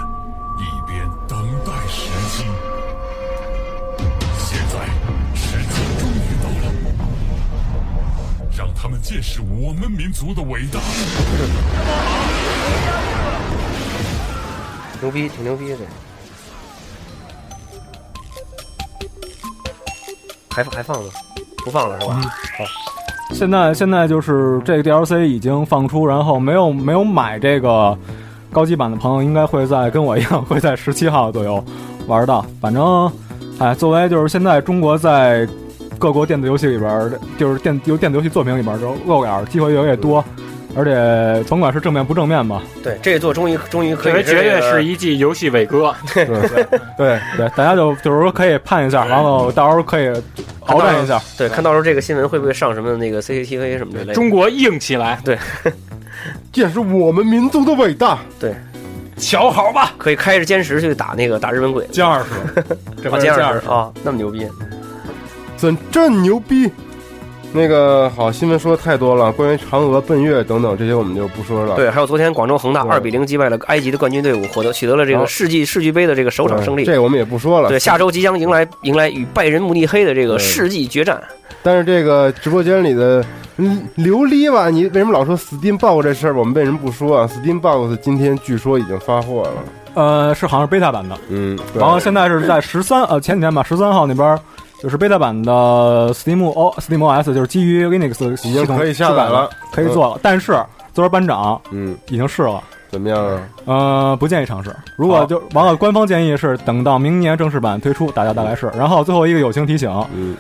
[SPEAKER 6] 一边等待时机。现在时机终于到了，让他们见识我们民族的伟大。
[SPEAKER 3] 牛逼，挺牛逼的。还还放吗？不放了是吧？
[SPEAKER 4] 现在现在就是这个 DLC 已经放出，然后没有没有买这个高级版的朋友，应该会在跟我一样会在十七号左右玩到。反正，哎，作为就是现在中国在各国电子游戏里边儿，就是电由电子游戏作品里边儿，就是露脸儿机会越来越多，而且甭管是正面不正面吧，
[SPEAKER 3] 对，这一座终于终于可
[SPEAKER 5] 这
[SPEAKER 3] 以
[SPEAKER 5] 绝对是
[SPEAKER 3] 一
[SPEAKER 5] 一记游戏伟哥，
[SPEAKER 2] 对，
[SPEAKER 4] 对，大家就就是说可以盼一下，然后到时候可以鏖战一下。
[SPEAKER 3] 对，看到时候这个新闻会不会上什么那个 CCTV 什么之类的？
[SPEAKER 5] 中国硬起来，
[SPEAKER 2] 这是我们民族的伟大。
[SPEAKER 5] 瞧好吧，
[SPEAKER 3] 可以开着歼十去打那个打日本鬼，
[SPEAKER 4] 歼二十，这
[SPEAKER 3] 打
[SPEAKER 4] 回
[SPEAKER 3] 歼
[SPEAKER 4] 是
[SPEAKER 3] 二十啊，那么牛逼！
[SPEAKER 2] 怎真牛逼！那个好，新闻说的太多了，关于嫦娥、奔月等等这些我们就不说了。
[SPEAKER 3] 对，还有昨天广州恒大
[SPEAKER 2] 对
[SPEAKER 3] 二比零击败了埃及的冠军队伍，获得取得了这
[SPEAKER 2] 好
[SPEAKER 3] 个世纪世俱杯的这个首
[SPEAKER 2] 对，
[SPEAKER 3] 场胜利。
[SPEAKER 2] 这我们也不说了。
[SPEAKER 3] 对，下周即将迎来迎来与拜仁慕尼黑的这个
[SPEAKER 2] 对
[SPEAKER 3] 世纪决战。
[SPEAKER 2] 但是这个直播间里的嗯琉璃吧，你为什么老说 Steam Box 这事儿？我们为什么不说啊？Steam Box 今天据说已经发货了，
[SPEAKER 4] 呃，是好像是 beta 版的。
[SPEAKER 2] 嗯，对
[SPEAKER 4] 然后现在是在十三呃前几天吧，十三号那边儿就是贝塔版的 Steam O Steam OS，就是基于 Linux
[SPEAKER 2] 已
[SPEAKER 4] 系
[SPEAKER 2] 经
[SPEAKER 4] 统
[SPEAKER 2] 可以下载
[SPEAKER 4] 出版
[SPEAKER 2] 了
[SPEAKER 4] 了，，可以做了。但是昨儿班长
[SPEAKER 2] 嗯，
[SPEAKER 4] 已经试了，
[SPEAKER 2] 怎么样啊？
[SPEAKER 4] 呃，不建议尝试。如果就完了，官方建议是等到明年正式版推出，大家大概是。然后最后一个友情提醒，
[SPEAKER 2] 嗯，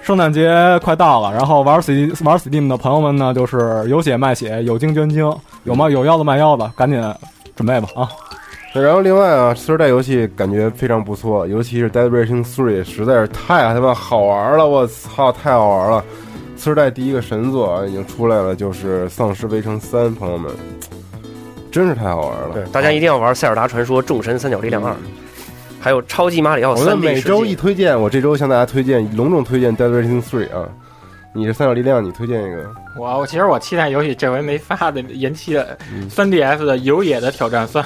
[SPEAKER 4] 圣诞节快到了，然后玩 Steam 玩 Steam 的朋友们呢，就是有血卖血，有精捐精，有卖有腰子卖腰子，赶紧准备吧啊！
[SPEAKER 2] 对然后另外啊，四十代游戏感觉非常不错，尤其是《Dead Rising Three》实在是太他妈好玩了，我操，太好玩了！四十代第一个神作啊已经出来了，就是《丧尸围城三》，朋友们，真是太好玩了。
[SPEAKER 3] 对，大家一定要玩《塞尔达传说：众神三角力量二》，还有《超级马里奥
[SPEAKER 2] 我们
[SPEAKER 3] 三 D
[SPEAKER 2] 每
[SPEAKER 3] 世界
[SPEAKER 2] 周一推荐，我这周向大家推荐，隆重推荐《Dead Rising Three》啊！你是三角力量，你推荐一个，
[SPEAKER 3] *laughs*
[SPEAKER 5] 我我其实我期待游戏这回没发的延期的 3DS 的有野的挑战三，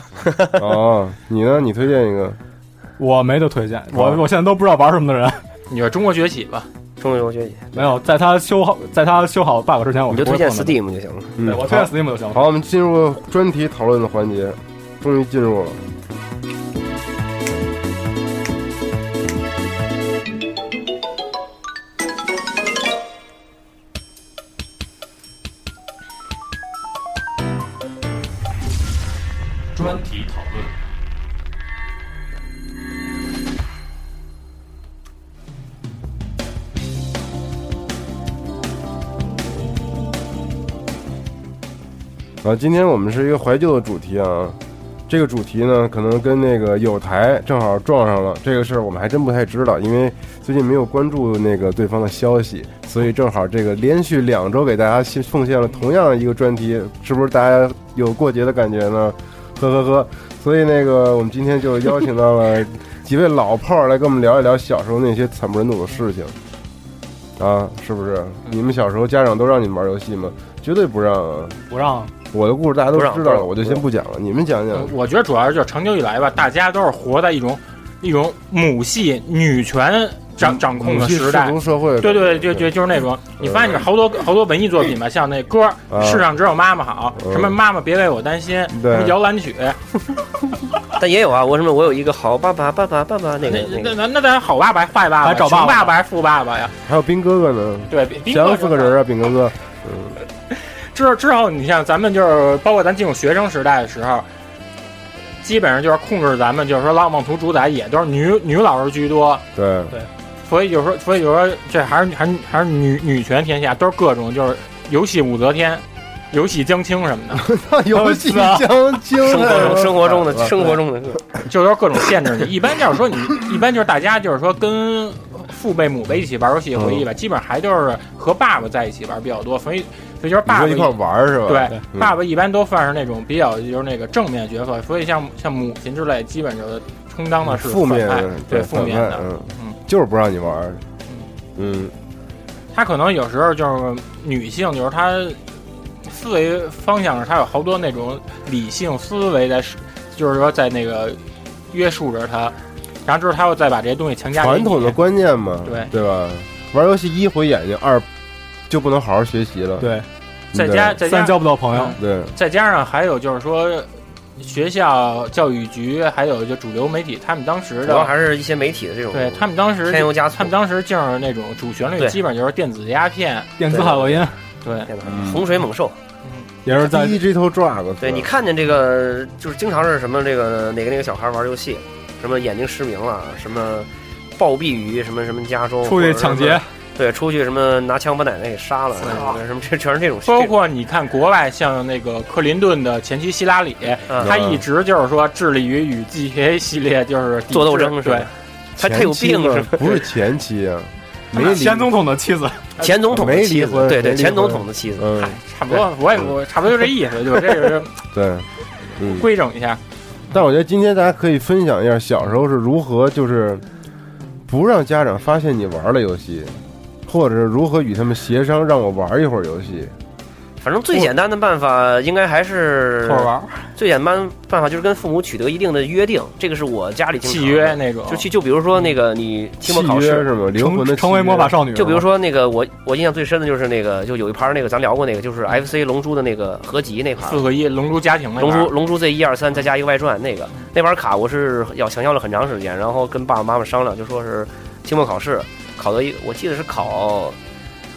[SPEAKER 2] 哦，你呢？你推荐一个，
[SPEAKER 4] 我没得推荐，我
[SPEAKER 2] 啊
[SPEAKER 4] 我现在都不知道玩什么的人，
[SPEAKER 5] 你说中国崛起吧，
[SPEAKER 3] 终于我觉得
[SPEAKER 4] 没有在他修好在他修好 bug 之前，我
[SPEAKER 3] 你
[SPEAKER 4] 是
[SPEAKER 3] 就
[SPEAKER 4] 不
[SPEAKER 3] 推荐
[SPEAKER 4] 会碰的
[SPEAKER 3] Steam 就行了。
[SPEAKER 2] 嗯
[SPEAKER 4] 对，我推荐 Steam 就行了。
[SPEAKER 2] 好，我们进入专题讨论的环节，终于进入了。
[SPEAKER 1] 专题讨论。
[SPEAKER 2] 啊，今天我们是一个怀旧的主题啊，这个主题呢，可能跟那个有台正好撞上了，这个事儿我们还真不太知道，因为最近没有关注那个对方的消息，所以正好这个连续两周给大家献奉献了同样一个专题，是不是大家有过节的感觉呢？呵呵呵，所以那个我们今天就邀请到了几位老炮儿来跟我们聊一聊小时候那些惨不忍睹的事情。啊，是不是？你们小时候家长都让你们玩游戏吗？绝对不让啊！
[SPEAKER 4] 不让
[SPEAKER 2] 我的故事大家都
[SPEAKER 3] 不让
[SPEAKER 2] 知道
[SPEAKER 3] 不
[SPEAKER 2] 了，
[SPEAKER 3] 让
[SPEAKER 2] 我就先不讲了，你们讲讲
[SPEAKER 5] 嗯。我觉得主要就是长久以来吧，大家都是活在一种一种母系女权掌掌控的
[SPEAKER 2] 母系
[SPEAKER 5] 时代
[SPEAKER 2] 氏族，社会，
[SPEAKER 5] 对对对对，就是那种，你发现有好多好多文艺作品吧，像那歌
[SPEAKER 2] 嗯啊
[SPEAKER 5] 《世上只有妈妈好》，
[SPEAKER 2] 嗯
[SPEAKER 5] 什么“妈妈别为我担心”，
[SPEAKER 2] 对
[SPEAKER 5] 什么摇篮曲，
[SPEAKER 3] 但也有啊，我什么我有一个好爸爸，爸爸爸爸那
[SPEAKER 5] 那
[SPEAKER 3] 个
[SPEAKER 5] 那
[SPEAKER 2] 嗯
[SPEAKER 3] 那
[SPEAKER 5] 那
[SPEAKER 3] 个，
[SPEAKER 5] 那那咱好爸爸、坏爸爸、
[SPEAKER 4] 还找
[SPEAKER 5] 穷
[SPEAKER 4] 爸爸
[SPEAKER 5] 爸爸、还是富爸爸呀，
[SPEAKER 2] 还有兵哥哥呢，
[SPEAKER 5] 对，比比
[SPEAKER 2] 想死个人啊，兵哥哥。
[SPEAKER 5] 之之后，你像咱们就是包括咱进入学生时代的时候，基本上就是控制咱们就是说浪漫图主宰也都是女女老师居多，
[SPEAKER 2] 对，
[SPEAKER 5] 所以就是说所以就说这还是还是还是女女权天下，都是各种就是游戏武则天、游戏江青什么的，
[SPEAKER 2] 游戏将精
[SPEAKER 3] 生活中生活中
[SPEAKER 2] 太
[SPEAKER 3] 的
[SPEAKER 2] 惨了
[SPEAKER 3] 生活中的，
[SPEAKER 5] 就都是各种限制你。一般就是说你一般就是大家就是说跟父辈母辈一起玩游戏回忆吧，
[SPEAKER 2] 嗯
[SPEAKER 5] 基本上还就是和爸爸在一起玩比较多，所以所以就是爸爸
[SPEAKER 2] 你说一块玩儿是吧？
[SPEAKER 5] 对，
[SPEAKER 2] 嗯
[SPEAKER 5] 爸爸一般都算是那种比较就是那个正面角色，所以像像母亲之类，基本就充当的是
[SPEAKER 2] 负面
[SPEAKER 5] 反派对负
[SPEAKER 2] 反
[SPEAKER 5] 面
[SPEAKER 2] 派
[SPEAKER 5] 的。
[SPEAKER 2] 嗯
[SPEAKER 5] 嗯，
[SPEAKER 2] 就是不让你玩儿。嗯，
[SPEAKER 5] 他可能有时候就是女性，就是她思维方向上，她有好多那种理性思维在是，就是说在那个约束着她，然后之后她又再把这些东西强加给
[SPEAKER 2] 传统的
[SPEAKER 5] 你
[SPEAKER 2] 观念嘛，
[SPEAKER 5] 对
[SPEAKER 2] 对吧？玩游戏一毁眼睛，二就不能好好学习了。
[SPEAKER 4] 对，
[SPEAKER 5] 再加再
[SPEAKER 4] 三
[SPEAKER 5] 加
[SPEAKER 4] 交不到朋友
[SPEAKER 5] 嗯，
[SPEAKER 2] 对，
[SPEAKER 5] 再加上还有就是说。学校教育局还有就主流媒体，他们当时
[SPEAKER 3] 主要
[SPEAKER 5] 的
[SPEAKER 3] 还是一些媒体的这种
[SPEAKER 5] 对他们当时
[SPEAKER 3] 添油加醋
[SPEAKER 5] 他们。当时就是那种主旋律，
[SPEAKER 3] 对
[SPEAKER 5] 基本就是电子鸦片，
[SPEAKER 4] 电子海洛因
[SPEAKER 5] 对，
[SPEAKER 3] 对吧
[SPEAKER 2] 嗯
[SPEAKER 3] 洪水猛兽，
[SPEAKER 4] 也是在
[SPEAKER 2] 第一这头 drug，
[SPEAKER 3] 对你看见这个就是经常是什么这个哪个那个小孩玩游戏，什么眼睛失明了，什么暴毙于什么什么家中，
[SPEAKER 4] 出去抢劫，，
[SPEAKER 3] 对，出去什么拿枪把奶奶给杀了，什么这全是这种，
[SPEAKER 5] 包括你看国外，像那个克林顿的前妻希拉里，
[SPEAKER 3] 嗯
[SPEAKER 5] 她一直就是说致力于与 GTA 系列就是抵制
[SPEAKER 3] 做斗争是吧
[SPEAKER 5] 对，
[SPEAKER 3] 他他有病是
[SPEAKER 2] 是
[SPEAKER 3] 吧？
[SPEAKER 2] 不是前期啊，没离
[SPEAKER 4] 前总统的妻子，
[SPEAKER 3] 前总统的妻
[SPEAKER 2] 没离婚
[SPEAKER 3] 子，对对，
[SPEAKER 2] 没离婚
[SPEAKER 3] 前总统的妻子，
[SPEAKER 2] 嗯
[SPEAKER 5] 嗨，，差不多，我也我
[SPEAKER 3] 嗯
[SPEAKER 5] 差不多就这意
[SPEAKER 3] *laughs*
[SPEAKER 5] 思，就这是
[SPEAKER 2] 对，嗯。
[SPEAKER 5] 规整一下。
[SPEAKER 2] 但我觉得今天大家可以分享一下小时候是如何就是不让家长发现你玩了游戏，或者是如何与他们协商让我玩一会儿游戏。
[SPEAKER 3] 反正最简单的办法应该还是
[SPEAKER 5] 会儿玩儿
[SPEAKER 3] 最简单办法就是跟父母取得一定的约定，这个是我家里经常
[SPEAKER 5] 契约那种，
[SPEAKER 3] 就去就比如说那个你期
[SPEAKER 2] 契
[SPEAKER 3] 末考
[SPEAKER 2] 约
[SPEAKER 3] 试，
[SPEAKER 2] 是吗？灵魂
[SPEAKER 4] 成
[SPEAKER 2] 的契约
[SPEAKER 4] 成为魔法。少女，
[SPEAKER 3] 就比如说那个我我印象最深的就是那个就有一盘那个咱聊过那个就是 FC 龙珠的那个合集那盘
[SPEAKER 5] 四。合一龙珠家庭那
[SPEAKER 3] 龙
[SPEAKER 5] 玩意儿
[SPEAKER 3] 珠，龙珠 Z 一二三，再加一个外传，那
[SPEAKER 5] 嗯
[SPEAKER 3] 个那盘卡我是要想要了很长时间，然后跟爸爸妈妈商量，就说是期末考试考到一，我记得是考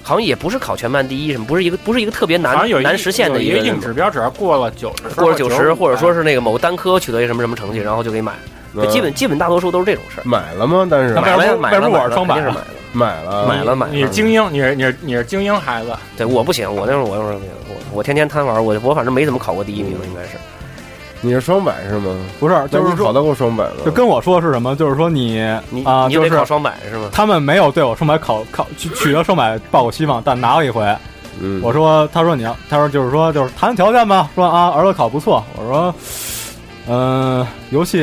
[SPEAKER 3] 好像也不是考全班第一什么，不是一个不是一个特别
[SPEAKER 5] 好
[SPEAKER 3] 难
[SPEAKER 5] 像有一
[SPEAKER 3] 难实现的
[SPEAKER 5] 有一
[SPEAKER 3] 个
[SPEAKER 5] 个硬指标，只要过了九十，哎
[SPEAKER 3] 过了九十，或者说
[SPEAKER 5] 是
[SPEAKER 3] 是那个某个单科取得一什么什么成绩，然后就给买，就基本基本大多数都是这种事儿。
[SPEAKER 2] 嗯买了吗？但是
[SPEAKER 5] 嗯那
[SPEAKER 3] 买了呀
[SPEAKER 5] 外
[SPEAKER 3] 买
[SPEAKER 5] 边
[SPEAKER 3] 了
[SPEAKER 5] 不
[SPEAKER 3] 买
[SPEAKER 5] 玩
[SPEAKER 3] 了，
[SPEAKER 5] 双
[SPEAKER 3] 肯
[SPEAKER 5] 板啊嗯
[SPEAKER 3] 定是买了，
[SPEAKER 2] 买了，
[SPEAKER 3] 买了买了。
[SPEAKER 5] 你是精英，你是你是你是精英孩子，
[SPEAKER 3] 对，我不行，我那会儿我那会儿我我天天贪玩，我我反正没怎么考过第一名，应该是。
[SPEAKER 2] 你是双百是吗？
[SPEAKER 4] 不是，
[SPEAKER 2] 那
[SPEAKER 4] 就
[SPEAKER 2] 你
[SPEAKER 4] 是
[SPEAKER 2] 考
[SPEAKER 4] 说，
[SPEAKER 2] 到过双百吗？
[SPEAKER 4] 就跟我说的是什么？就是说你
[SPEAKER 3] 你
[SPEAKER 4] 啊，
[SPEAKER 3] 你就
[SPEAKER 4] 就
[SPEAKER 3] 得
[SPEAKER 4] 是
[SPEAKER 3] 考双百是吗？
[SPEAKER 4] 他们没有对我双百考考取取得双百抱过希望，但拿过一回。
[SPEAKER 2] 嗯，
[SPEAKER 4] 我说，他说你要，他说就是说就是谈条件吧，说啊儿子考不错，我说，嗯、游戏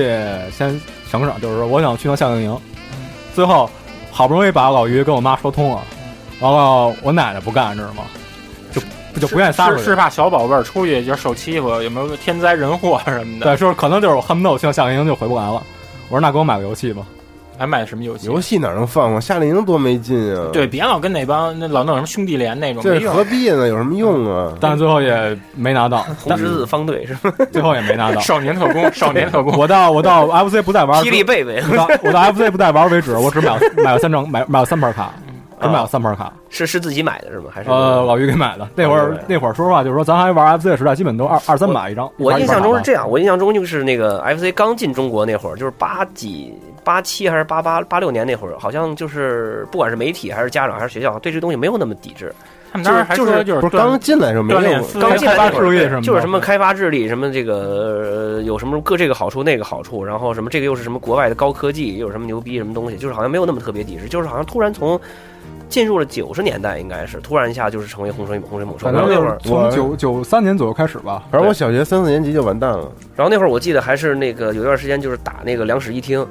[SPEAKER 4] 先省省，就是说我想去趟夏令营，最后好不容易把老于跟我妈说通了，完了我奶奶不干，知道吗？就就不愿意撒出
[SPEAKER 5] 是
[SPEAKER 4] 去，
[SPEAKER 5] 是怕小宝贝儿出去就受欺负，有没有天灾人祸什么的？
[SPEAKER 4] 对，就是可能就是我恨不得我去趟夏令营就回不来了。我说那给我买个游戏吧，
[SPEAKER 5] 还买什么游戏？
[SPEAKER 2] 游戏哪能放啊？夏令营多没劲啊！
[SPEAKER 5] 对，，别老跟那帮那老弄什么兄弟连那种，
[SPEAKER 2] 这
[SPEAKER 5] 没
[SPEAKER 2] 是何
[SPEAKER 5] 用。
[SPEAKER 2] 必呢？有什么用啊？
[SPEAKER 4] 但是最后也没拿到，
[SPEAKER 3] 红十字方队是吗？
[SPEAKER 4] 最后也没拿到。
[SPEAKER 5] 啊少年特工，少年特
[SPEAKER 4] *laughs*
[SPEAKER 5] 工，
[SPEAKER 4] 我到我到 FC 不再
[SPEAKER 5] 啊
[SPEAKER 4] 玩，
[SPEAKER 3] 霹雳贝贝
[SPEAKER 4] 我到我到 FC 不再玩为止，我只买了买了三张买买了三盘卡，只买了三盘卡。
[SPEAKER 3] 是是自己买的是吗？还是
[SPEAKER 4] 呃，老于给买的。那会
[SPEAKER 3] 老于
[SPEAKER 4] 儿
[SPEAKER 3] 买的
[SPEAKER 4] 那会儿说实话，就是说咱还玩 FC 的时代，基本都二二三百一张。
[SPEAKER 3] 我印象中是
[SPEAKER 4] 样，
[SPEAKER 3] 这样，我印象中就是那个 FC 刚进中国那会儿，就是八几、八七还是八八、八六年那会儿，好像就是不管是媒体还是家长还是学校，对这东西没有那么抵制。
[SPEAKER 5] 他们当时还说
[SPEAKER 2] 不
[SPEAKER 5] 就是是
[SPEAKER 2] 刚进来时候没
[SPEAKER 5] 锻炼
[SPEAKER 2] 用，啊
[SPEAKER 5] 思
[SPEAKER 3] 刚
[SPEAKER 5] 维
[SPEAKER 3] 进来那会
[SPEAKER 4] 开发智力
[SPEAKER 3] 儿
[SPEAKER 4] 什么的
[SPEAKER 3] 就是什么开发智力，什么这个呃有什么各这个好处那个好处，然后什么这个又是什么国外的高科技，又有什么牛逼什么东西，就是好像没有那么特别抵制，就是好像突然从进入了九十年代，应该是突然一下就是成为洪水洪水猛兽。
[SPEAKER 4] 反
[SPEAKER 3] 然后
[SPEAKER 4] 正
[SPEAKER 3] 那
[SPEAKER 4] 就
[SPEAKER 3] 会
[SPEAKER 4] 是
[SPEAKER 3] 儿，
[SPEAKER 4] 从九九三年左右开始吧。
[SPEAKER 2] 反正我小学三四年级就完蛋了。
[SPEAKER 3] 然后那会儿我记得还是那个有一段时间就是打那个两室一厅。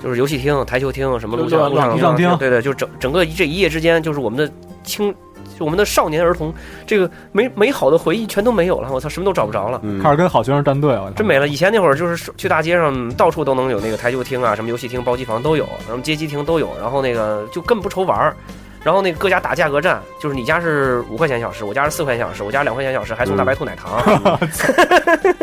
[SPEAKER 3] 就是游戏厅、台球厅、什么录像、
[SPEAKER 5] 录像
[SPEAKER 3] 录
[SPEAKER 4] 录像厅
[SPEAKER 3] 对对，就整整个这一夜之间，就是我们的青，就我们的少年儿童，这个美美好的回忆全都没有了，我操，什么都找不着了。
[SPEAKER 2] 嗯
[SPEAKER 4] 开，始跟好学生站队了，
[SPEAKER 3] 真没了。以前那会儿就是去大街上，到处都能有那个台球厅啊，什么游戏厅、包机房都有，什么街机厅都有。然后那个就更不愁玩儿，然后那个各家打价格战，就是你家是五块钱一小时，我家是四块钱一小时，我家两块钱一小时，还送大白兔奶
[SPEAKER 5] *laughs*
[SPEAKER 3] 糖。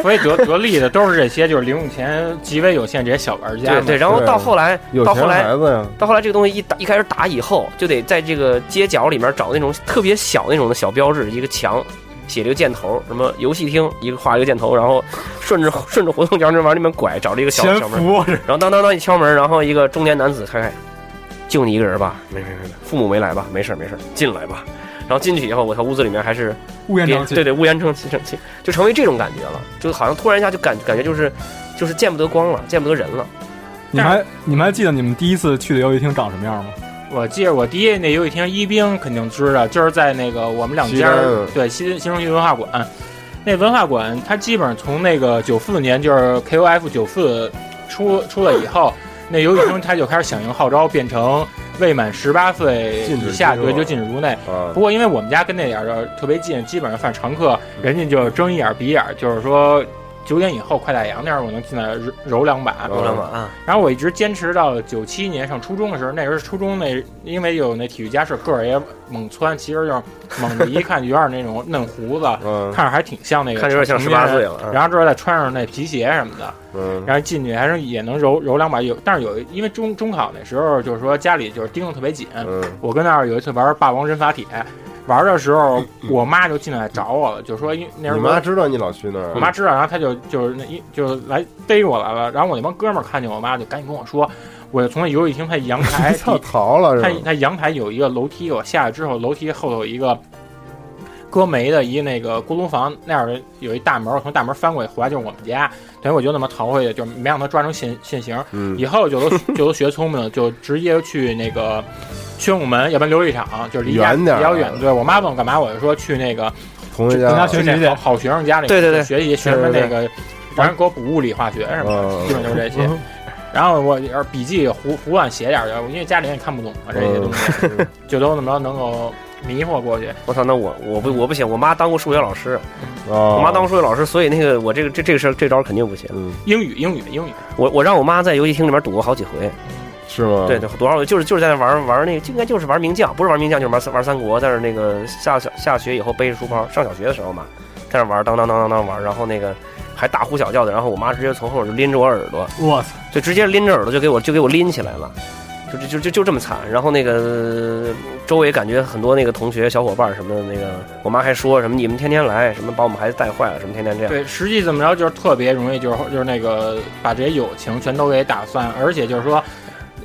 [SPEAKER 5] 所以得得利的都是这些，就是零用钱极为有限这些小玩家
[SPEAKER 3] 对
[SPEAKER 5] 嘛。
[SPEAKER 3] 对，然后到后来，
[SPEAKER 2] 有
[SPEAKER 3] 到
[SPEAKER 2] 钱
[SPEAKER 3] 后来
[SPEAKER 2] 孩。子呀，
[SPEAKER 3] 到后来，这个东西一打一开始打以后，就得在这个街角里面找那种特别小那种的小标志，一个墙，写了一个箭头，什么游戏厅，一个画一个箭头，然后顺着 *laughs* 顺着胡同墙这往里面拐，找了一个小
[SPEAKER 4] 潜
[SPEAKER 3] 小门，
[SPEAKER 4] 伏
[SPEAKER 3] 然后当当当一敲门，然后一个中年男子开开，就你一个人吧，没事没事，父母没来吧，没事没事，进来吧。然后进去以后，我操，屋子里面还是
[SPEAKER 4] 乌烟
[SPEAKER 3] 别
[SPEAKER 4] 瘴气
[SPEAKER 3] 对。对乌烟瘴气瘴气，就成为这种感觉了，就好像突然一下就感感觉就是就是见不得光了，见不得人了。
[SPEAKER 4] 你们还你们还记得你们第一次去的游戏厅长什么样吗？
[SPEAKER 5] 我记着我第一那游戏厅一兵肯定知道，就是在那个我们两
[SPEAKER 2] 西
[SPEAKER 5] 家
[SPEAKER 2] 单
[SPEAKER 5] 对新新中心文化馆，那文化馆它基本上从那个九四年就是 KOF 九四出出了以后，那游戏厅它就开始响应号召，变成未满十八岁
[SPEAKER 2] 禁止
[SPEAKER 5] 以下
[SPEAKER 2] 进入
[SPEAKER 5] 对就禁止入内。
[SPEAKER 2] 啊
[SPEAKER 5] 不，过因为我们家跟那点儿特别近，基本上犯常客，人家就睁一眼闭一眼，就是说九点以后快打烊那样，我能进来揉揉两把。
[SPEAKER 3] 懂了吗？啊，
[SPEAKER 5] 然后我一直坚持到九七年上初中的时候，那时候初中那因为有那体育加试，个儿也猛窜，其实就是猛的一看就有点那种嫩胡子，
[SPEAKER 2] 嗯
[SPEAKER 5] 看着还挺像那个
[SPEAKER 3] 看着有点像十
[SPEAKER 5] 成
[SPEAKER 3] 八
[SPEAKER 5] 年
[SPEAKER 3] 岁
[SPEAKER 5] 人。
[SPEAKER 3] 了啊。
[SPEAKER 5] 然后之后再穿上那皮鞋什么的，
[SPEAKER 2] 嗯，
[SPEAKER 5] 然后进去还是也能揉揉两把。有，但是有因为中中考那时候就是说家里就是盯得特别紧，
[SPEAKER 2] 嗯
[SPEAKER 5] 我跟那儿有一次玩《霸王扔法帖》，玩的时候我妈就进来找我了，就说因为那时候
[SPEAKER 2] 你
[SPEAKER 5] 我
[SPEAKER 2] 妈知道你老去那儿，
[SPEAKER 5] 我妈知道，然后她就就是那一就来逮我来了，然后我那帮哥们儿看见我妈就赶紧跟我说，我就从那游戏厅，她阳
[SPEAKER 2] *laughs*
[SPEAKER 5] 台地
[SPEAKER 2] 操逃了
[SPEAKER 5] 它
[SPEAKER 2] 是吧？
[SPEAKER 5] 它阳台有一个楼梯，我下去之后，楼梯后头有一个搁煤的一那个锅炉房，那儿有一大门，我从大门翻过去，回来就是我们家。等于我就那么逃回去，就没让他抓成现现行。
[SPEAKER 2] 嗯
[SPEAKER 5] 以后就都 *laughs* 就都学聪明了，就直接去那个宣武门，要不然琉璃厂，就是离家
[SPEAKER 2] 远点儿
[SPEAKER 5] 比较远。对我妈问我干嘛，我就说去那个
[SPEAKER 2] 同学
[SPEAKER 4] 跟
[SPEAKER 2] 家
[SPEAKER 4] 他学
[SPEAKER 5] 去
[SPEAKER 4] 习
[SPEAKER 5] 那
[SPEAKER 4] 去
[SPEAKER 5] 好好学生家里
[SPEAKER 3] 对对对
[SPEAKER 5] 学习学什么
[SPEAKER 3] 对
[SPEAKER 5] 那
[SPEAKER 3] 对
[SPEAKER 5] 个，反正给我补物理、化学什么的，
[SPEAKER 2] 嗯
[SPEAKER 5] 基本就是这些。然后我也是笔记胡胡乱写点儿，因为家里人也看不懂嘛这些东西，
[SPEAKER 2] 嗯
[SPEAKER 5] 就都那么着能够迷惑过去。
[SPEAKER 3] 我操，那我我不我不行，我妈当过数学老师，
[SPEAKER 2] 啊，
[SPEAKER 3] 我妈当过数学老师，所以那个我这个这这个事儿这招肯定不行。
[SPEAKER 2] 嗯
[SPEAKER 5] 英语，英语，英语，
[SPEAKER 3] 我我让我妈在游戏厅里面赌过好几回，
[SPEAKER 2] 是吗？
[SPEAKER 3] 对对，多少就是就是在那玩玩那个，就应该就是玩名将，不是玩名将就是玩三玩三国。但是那个下小下学以后背着书包，上小学的时候嘛，在那玩当当当当当玩，然后那个还大呼小叫的，然后我妈直接从后面就拎着我耳朵，
[SPEAKER 4] 我操！
[SPEAKER 3] 就直接拎着耳朵就给我就给我拎起来了，就就就就就就这么惨。然后那个周围感觉很多那个同学、小伙伴什么的，那个我妈还说什么你们天天来，什么把我们孩子带坏了，什么天天这样。
[SPEAKER 5] 对，实际怎么着就是特别容易，就是就是那个把这些友情全都给打散，而且就是说，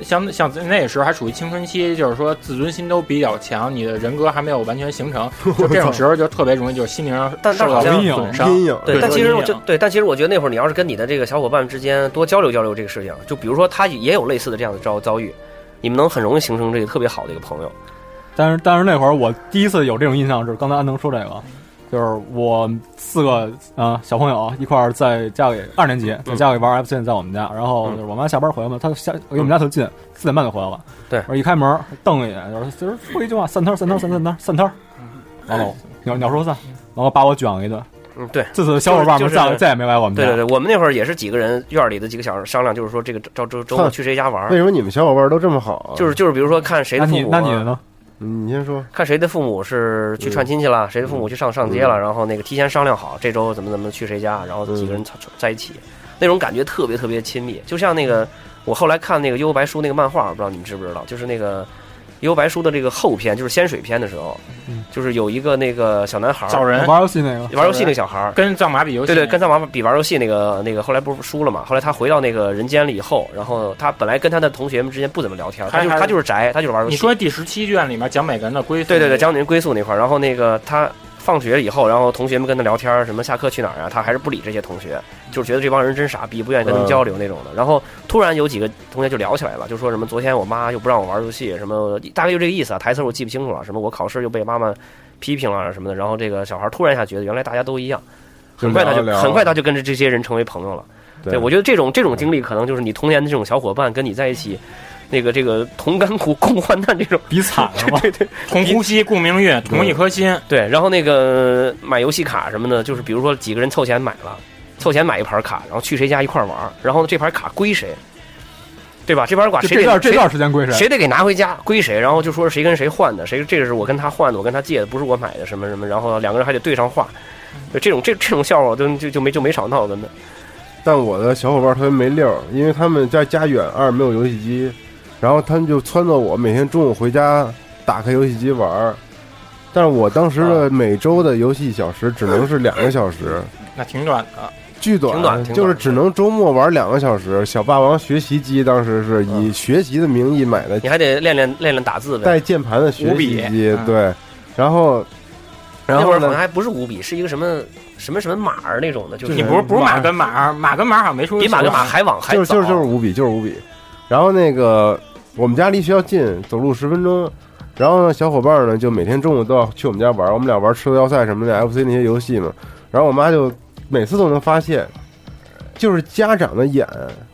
[SPEAKER 5] 像像那时候还属于青春期，就是说自尊心都比较强，你的人格还没有完全形
[SPEAKER 3] *laughs*
[SPEAKER 5] 成，就这种时候就特别容易就是心灵上
[SPEAKER 3] 但但
[SPEAKER 5] 受到
[SPEAKER 3] 好像
[SPEAKER 5] 损伤。
[SPEAKER 2] 阴影，
[SPEAKER 3] 对，但
[SPEAKER 5] 对
[SPEAKER 3] 其实我
[SPEAKER 5] 阴
[SPEAKER 3] 就对，但其实我觉得那会儿你要是跟你的这个小伙伴之间多交流交流这个事情，就比如说他也有类似的这样的遭遭遇，你们能很容易形成这个特别好的一个朋友。
[SPEAKER 4] 但是但是那会儿我第一次有这种印象是刚才安能说这个，就是我四个啊、呃小朋友一块儿在家里二年
[SPEAKER 3] 嗯
[SPEAKER 4] 级在家里玩 F 线在我们家，然后就是我妈下班回来嘛，她下离我们家特近，四点半就回来了。
[SPEAKER 3] 嗯对
[SPEAKER 4] 然后一开门瞪一眼，就是就是说一句话，散摊儿散摊儿散摊儿散摊儿，完了我鸟鸟兽散，然后把我卷了一顿。
[SPEAKER 3] 嗯，对，
[SPEAKER 4] 自此小伙伴
[SPEAKER 3] 就
[SPEAKER 4] 们
[SPEAKER 3] 是
[SPEAKER 4] 再也再也没来我们家。
[SPEAKER 3] 对对对，我们那会儿也是几个人院里的几个小商量，就是说这个周周周末去谁家玩
[SPEAKER 2] 为
[SPEAKER 3] 儿，
[SPEAKER 2] 什么你们小伙伴都这么好啊？
[SPEAKER 3] 啊就是就是比如说看谁
[SPEAKER 4] 那
[SPEAKER 3] 的父
[SPEAKER 4] 你
[SPEAKER 3] 母啊、
[SPEAKER 4] 那你呢？
[SPEAKER 2] 嗯你先说，
[SPEAKER 3] 看谁的父母是去串亲戚了，谁的父母去上上街了，然后那个提前商量好这周怎么怎么去谁家，然后几个人凑在一起，那种感觉特别特别亲密，就像那个我后来看那个《幽游白书》那个漫画，我不知道你们知不知道，就是那个《幽游白书》的这个后篇，就是仙水篇的时候，
[SPEAKER 4] 嗯
[SPEAKER 3] 就是有一个那个小男孩
[SPEAKER 5] 找
[SPEAKER 3] 儿
[SPEAKER 5] 人
[SPEAKER 4] 玩游戏
[SPEAKER 3] *laughs*
[SPEAKER 4] 那个
[SPEAKER 3] 玩游戏那个小孩儿，
[SPEAKER 5] 跟藏马比游戏，
[SPEAKER 3] 啊对对，跟藏马比玩游戏那个那个，后来不是输了嘛？后来他回到那个人间了以后，然后他本来跟他的同学们之间不怎么聊天，他
[SPEAKER 5] 还
[SPEAKER 3] 就是
[SPEAKER 5] 还
[SPEAKER 3] 他就是宅，他就是玩游戏。
[SPEAKER 5] 你说第十七卷里面讲每个人的归宿，
[SPEAKER 3] 对
[SPEAKER 2] 嗯
[SPEAKER 3] 对对，讲你的归宿那块儿，然后那个他放学以后，然后同学们跟他聊天儿，什么下课去哪儿啊，他还是不理这些同学，就是觉得这帮人真傻逼，不愿意
[SPEAKER 2] 嗯
[SPEAKER 3] 跟他们交流那种的。然后突然有几个同学就聊起来了，就说什么昨天我妈又不让我玩游戏，什么大概就这个意思啊，台词我记不清楚了，什么我考试又被妈妈批评了什么的。然后这个小孩儿突然一下觉得原来大家都一样，很快他就
[SPEAKER 2] 聊啊
[SPEAKER 3] 很快他就跟着这些人成为朋友了。
[SPEAKER 2] 对
[SPEAKER 3] 我觉得这种这种经历可能就是你童年的这种小伙伴跟你在一起。那个这个同甘苦共患难这种，
[SPEAKER 4] 比惨啊了吧？
[SPEAKER 5] 同呼吸共命运，同一颗心。
[SPEAKER 3] 对，然后那个买游戏卡什么的，就是比如说几个人凑钱买了，凑钱买一盘卡，然后去谁家一块儿玩儿，然后这盘卡归谁，对吧？这盘卡
[SPEAKER 4] 就
[SPEAKER 3] 谁
[SPEAKER 4] 这
[SPEAKER 3] 得
[SPEAKER 4] 段这
[SPEAKER 3] 谁
[SPEAKER 4] 段时间归谁？
[SPEAKER 3] 谁得给拿回家归谁，然后就说谁跟谁换的，谁这个是我跟他换的，我跟他借的，不是我买的什么什么，然后两个人还得对上话，就这种这这种笑话我都就就没就没少闹的呢。
[SPEAKER 2] 但我的小伙伴特别没溜儿，因为他们家家远，二没有游戏机，然后他们就撺掇我每天中午回家打开游戏机玩儿。但是我当时
[SPEAKER 3] 啊
[SPEAKER 2] 的每周的游戏一小时只能是两个小时，
[SPEAKER 5] 那挺短的，
[SPEAKER 2] 巨短，
[SPEAKER 3] 挺短挺短
[SPEAKER 2] 就是只能周末玩两个小时。小霸王学习机当时是
[SPEAKER 3] 嗯
[SPEAKER 2] 以学习的名义买的
[SPEAKER 3] 你还得练练练练打字呗。
[SPEAKER 2] 带键盘的学
[SPEAKER 5] 五
[SPEAKER 2] 习
[SPEAKER 5] 笔
[SPEAKER 2] 机，
[SPEAKER 5] 嗯
[SPEAKER 2] 对，然后。然
[SPEAKER 3] 那会
[SPEAKER 2] 后
[SPEAKER 3] 儿好像
[SPEAKER 2] 呢？
[SPEAKER 3] 还不是五笔，是一个什么什么什么马儿那种的，就是
[SPEAKER 5] 你不是不是马跟马，马跟马好像没出。
[SPEAKER 3] 比马跟马还往还
[SPEAKER 2] 就是就是
[SPEAKER 3] 早
[SPEAKER 2] 就是五笔，就是五笔。然后那个我们家离学校近，走路十分钟。然后呢，小伙伴呢就每天中午都要去我们家玩儿，我们俩玩吃喝要塞什么的 FC 那些游戏嘛。然后我妈就每次都能发现，就是家长的眼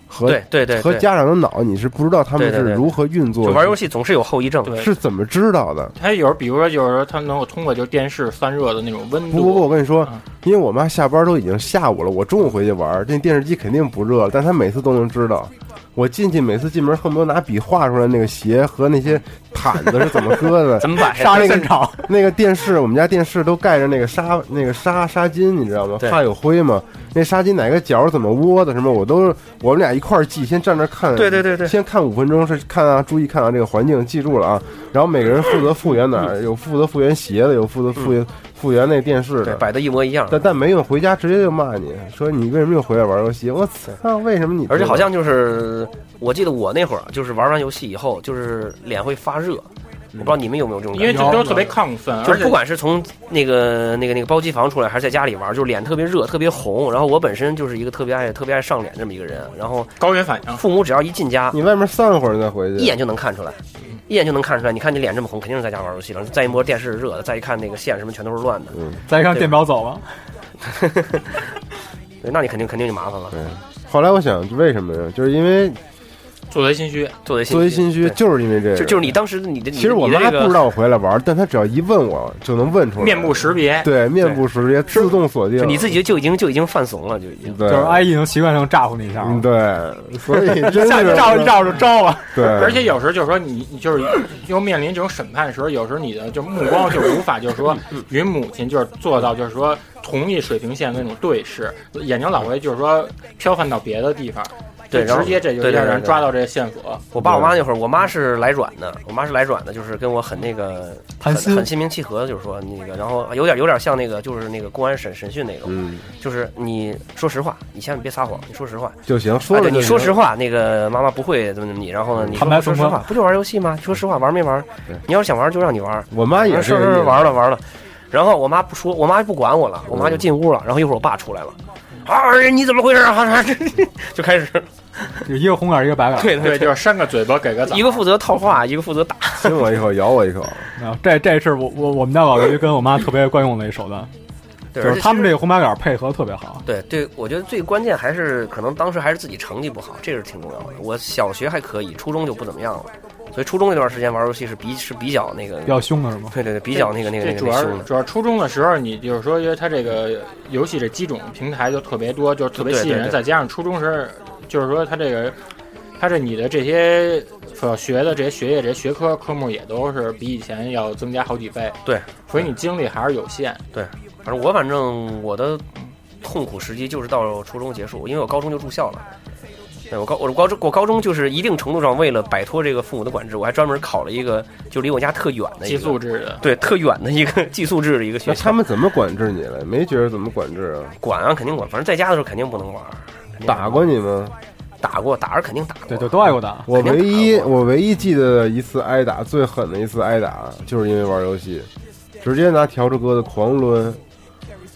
[SPEAKER 2] 和
[SPEAKER 3] 对对对
[SPEAKER 2] 和
[SPEAKER 3] 对，
[SPEAKER 2] 家长的脑，你是不知道他们
[SPEAKER 3] 对对
[SPEAKER 2] 是
[SPEAKER 3] 对
[SPEAKER 2] 如何运作
[SPEAKER 3] 就
[SPEAKER 2] 的，
[SPEAKER 3] 玩游戏总是有后遗症。
[SPEAKER 5] 对
[SPEAKER 2] 是怎么知道的。
[SPEAKER 5] 它有时候，比如说，有时候它能够通过就是电视散热的那种温
[SPEAKER 2] 不不不，
[SPEAKER 5] 度，
[SPEAKER 2] 我跟你说
[SPEAKER 5] 嗯，
[SPEAKER 2] 因为我妈下班都已经下午了，我中午回去玩儿，那电视机肯定不热了，但她每次都能知道。我进去每次进门恨不得拿笔画出来那个鞋和那些毯子 *laughs* 是怎么搁的，
[SPEAKER 3] *laughs* 怎么摆的？
[SPEAKER 2] 杀那
[SPEAKER 4] 现
[SPEAKER 2] 个
[SPEAKER 4] 场
[SPEAKER 2] 那个电视，我们家电视都盖着那个纱那个纱纱巾，你知道吗？
[SPEAKER 3] 对
[SPEAKER 2] 怕有灰嘛。那纱巾哪个角怎么窝的什么，我都我们俩一块儿记，先站那儿看。
[SPEAKER 3] 对对对对
[SPEAKER 2] 先看五分钟是看啊，注意看啊这个环境，记住了啊。然后每个人负责复原哪
[SPEAKER 3] 嗯
[SPEAKER 2] 儿，有负责复原鞋的，有负责复原复原那电视
[SPEAKER 3] 对，
[SPEAKER 2] 的。
[SPEAKER 3] 摆的一模一样。
[SPEAKER 2] 但但没用，回家直接就骂你说你为什么又回来玩游戏？我操，为什么你？
[SPEAKER 3] 嗯而且好像就是，我记得我那会儿啊就是玩完游戏以后，就是脸会发热。
[SPEAKER 2] 嗯
[SPEAKER 3] 我不知道你们有没有这种
[SPEAKER 5] 因为
[SPEAKER 3] 感觉，
[SPEAKER 5] 这都特别亢奋，
[SPEAKER 3] 嗯就
[SPEAKER 5] 而
[SPEAKER 3] 是
[SPEAKER 5] 且
[SPEAKER 3] 不管是从那个那个那个包机房出来，还是在家里玩，就是脸特别热，特别红。然后我本身就是一个特别爱特别爱上脸这么一个人，然后
[SPEAKER 5] 高原反应。
[SPEAKER 3] 父母只要一进家，
[SPEAKER 2] 你外面散会儿再回
[SPEAKER 3] 一
[SPEAKER 2] 去，
[SPEAKER 3] 眼就能看出来，一眼就能看出来。你看你脸这么红，肯定是在家玩游戏了。再一摸电视热的，再一看那个线什么全都是乱的，
[SPEAKER 4] 再看电表走了，
[SPEAKER 3] 对，那你肯定肯定就麻烦了。
[SPEAKER 2] 后来我想为什么呀？就是因为
[SPEAKER 5] 做贼心虚，
[SPEAKER 3] 作为
[SPEAKER 2] 作为心虚，
[SPEAKER 3] 对
[SPEAKER 2] 就是因为这个。
[SPEAKER 3] 就就是你当时你的，你的
[SPEAKER 2] 其实我
[SPEAKER 3] 你的
[SPEAKER 2] 妈
[SPEAKER 3] 这个
[SPEAKER 2] 不知道我回来玩，但她只要一问我就能问出来。
[SPEAKER 5] 面部识别，
[SPEAKER 2] 对面部识别自动锁定
[SPEAKER 3] 就你自己就已经就已经犯怂了，就已经。
[SPEAKER 2] 对，
[SPEAKER 4] 就是阿姨已经习惯性炸呼你一下了，
[SPEAKER 2] 嗯对，所以
[SPEAKER 3] *laughs*
[SPEAKER 2] 真
[SPEAKER 4] 下去
[SPEAKER 2] 是
[SPEAKER 4] 照一照就招 *laughs* 了。
[SPEAKER 2] *laughs* 对，
[SPEAKER 5] 而且有时候就是说你你就是又面临这种审判的时候，有时候你的就目光就无法就是说与母亲就是做到就是说同一水平线的那种对视，眼睛老会就是说飘泛到别的地方。
[SPEAKER 3] 对，然后
[SPEAKER 5] 直接这就
[SPEAKER 3] 对对
[SPEAKER 5] 让
[SPEAKER 3] 对
[SPEAKER 5] 人
[SPEAKER 3] 对
[SPEAKER 5] 抓到这个线索。
[SPEAKER 3] 我爸我妈那会儿，我妈是来软的，我妈是来软的，就是跟我很那个
[SPEAKER 4] 谈
[SPEAKER 3] 很
[SPEAKER 4] 心
[SPEAKER 3] 很心平气和的，就是说那个，然后有点有点像那个，就是那个公安审审讯那种，
[SPEAKER 2] 嗯
[SPEAKER 3] 就是你说实话，你千万别撒谎，你说实话，
[SPEAKER 2] 就行，
[SPEAKER 3] 啊
[SPEAKER 2] 说了
[SPEAKER 3] 对你
[SPEAKER 2] 就
[SPEAKER 3] 说
[SPEAKER 2] 行
[SPEAKER 3] 实话，那个妈妈不会怎么怎么你，然后呢，你
[SPEAKER 4] 坦
[SPEAKER 3] 说
[SPEAKER 4] 白
[SPEAKER 3] 说实
[SPEAKER 4] 从
[SPEAKER 3] 话
[SPEAKER 4] 宽，
[SPEAKER 3] 不就玩游戏吗？你说实话，玩没玩
[SPEAKER 2] 对？
[SPEAKER 3] 你要是想玩就让你玩，啊
[SPEAKER 2] 我妈也
[SPEAKER 3] 是
[SPEAKER 2] 是
[SPEAKER 3] 是是玩了玩了，然后我妈不说，我妈不管我了，我妈就进屋了，然后一会儿我爸出来了，啊，儿子你怎么回事啊？啊 *laughs* 这就开始
[SPEAKER 4] 有一个红脸儿一个白脸儿。
[SPEAKER 3] 对
[SPEAKER 5] 对，就是扇个嘴巴给个
[SPEAKER 3] *laughs* 一
[SPEAKER 5] 枣。
[SPEAKER 3] 个负责套话，一个负责打，
[SPEAKER 2] 亲我一口，咬我一
[SPEAKER 3] *laughs*
[SPEAKER 2] 口，
[SPEAKER 4] 啊，这这是我我我们家老驴跟我妈特别惯用的一手段，
[SPEAKER 3] 就
[SPEAKER 4] 就是他们这个红白脸儿配合特别好。
[SPEAKER 3] 对对，我觉得最关键还是可能当时还是自己成绩不好，这是挺重要的。我小学还可以，初中就不怎么样了，所以初中那段时间玩游戏是比是比较那个，
[SPEAKER 4] 比较凶的是吗？
[SPEAKER 3] 对对对，比较那个那个
[SPEAKER 5] 这
[SPEAKER 3] 那
[SPEAKER 5] 主
[SPEAKER 3] 个
[SPEAKER 5] 要
[SPEAKER 3] 凶的。
[SPEAKER 5] 主要初中的时候，你就是说，因为它这个游戏这几种平台就特别多，就是特别
[SPEAKER 3] 对对
[SPEAKER 5] 吸引人。
[SPEAKER 3] 对
[SPEAKER 5] 再加上初中时候，就是说它这个，它这你的这些所学的这些学业、这些学科科目也都是比以前要增加好几倍。
[SPEAKER 3] 对，
[SPEAKER 5] 所以你精力还是有限。
[SPEAKER 3] 反正我反正我的痛苦时机就是到初中结束，因为我高中就住校了。对我高我高中我高中就是一定程度上为了摆脱这个父母的管制，我还专门考了一个就离我家特远的一
[SPEAKER 5] 寄
[SPEAKER 3] 个
[SPEAKER 5] 宿制的，
[SPEAKER 3] 对特远的一个 *laughs* 寄宿制的一个学
[SPEAKER 2] 那
[SPEAKER 3] 校。
[SPEAKER 2] 他们怎么管制你了？没觉得怎么管制啊？
[SPEAKER 3] 管啊，肯定管，反正在家的时候肯定不能玩。肯定不能
[SPEAKER 2] 打过你吗？
[SPEAKER 3] 打过，打是肯定打过。
[SPEAKER 4] 对，就都挨过打。
[SPEAKER 2] 我唯一
[SPEAKER 3] 肯定打过
[SPEAKER 2] 我唯一记得的一次挨打，最狠的一次挨打，就是因为玩游戏，直接拿笤帚疙瘩狂抡，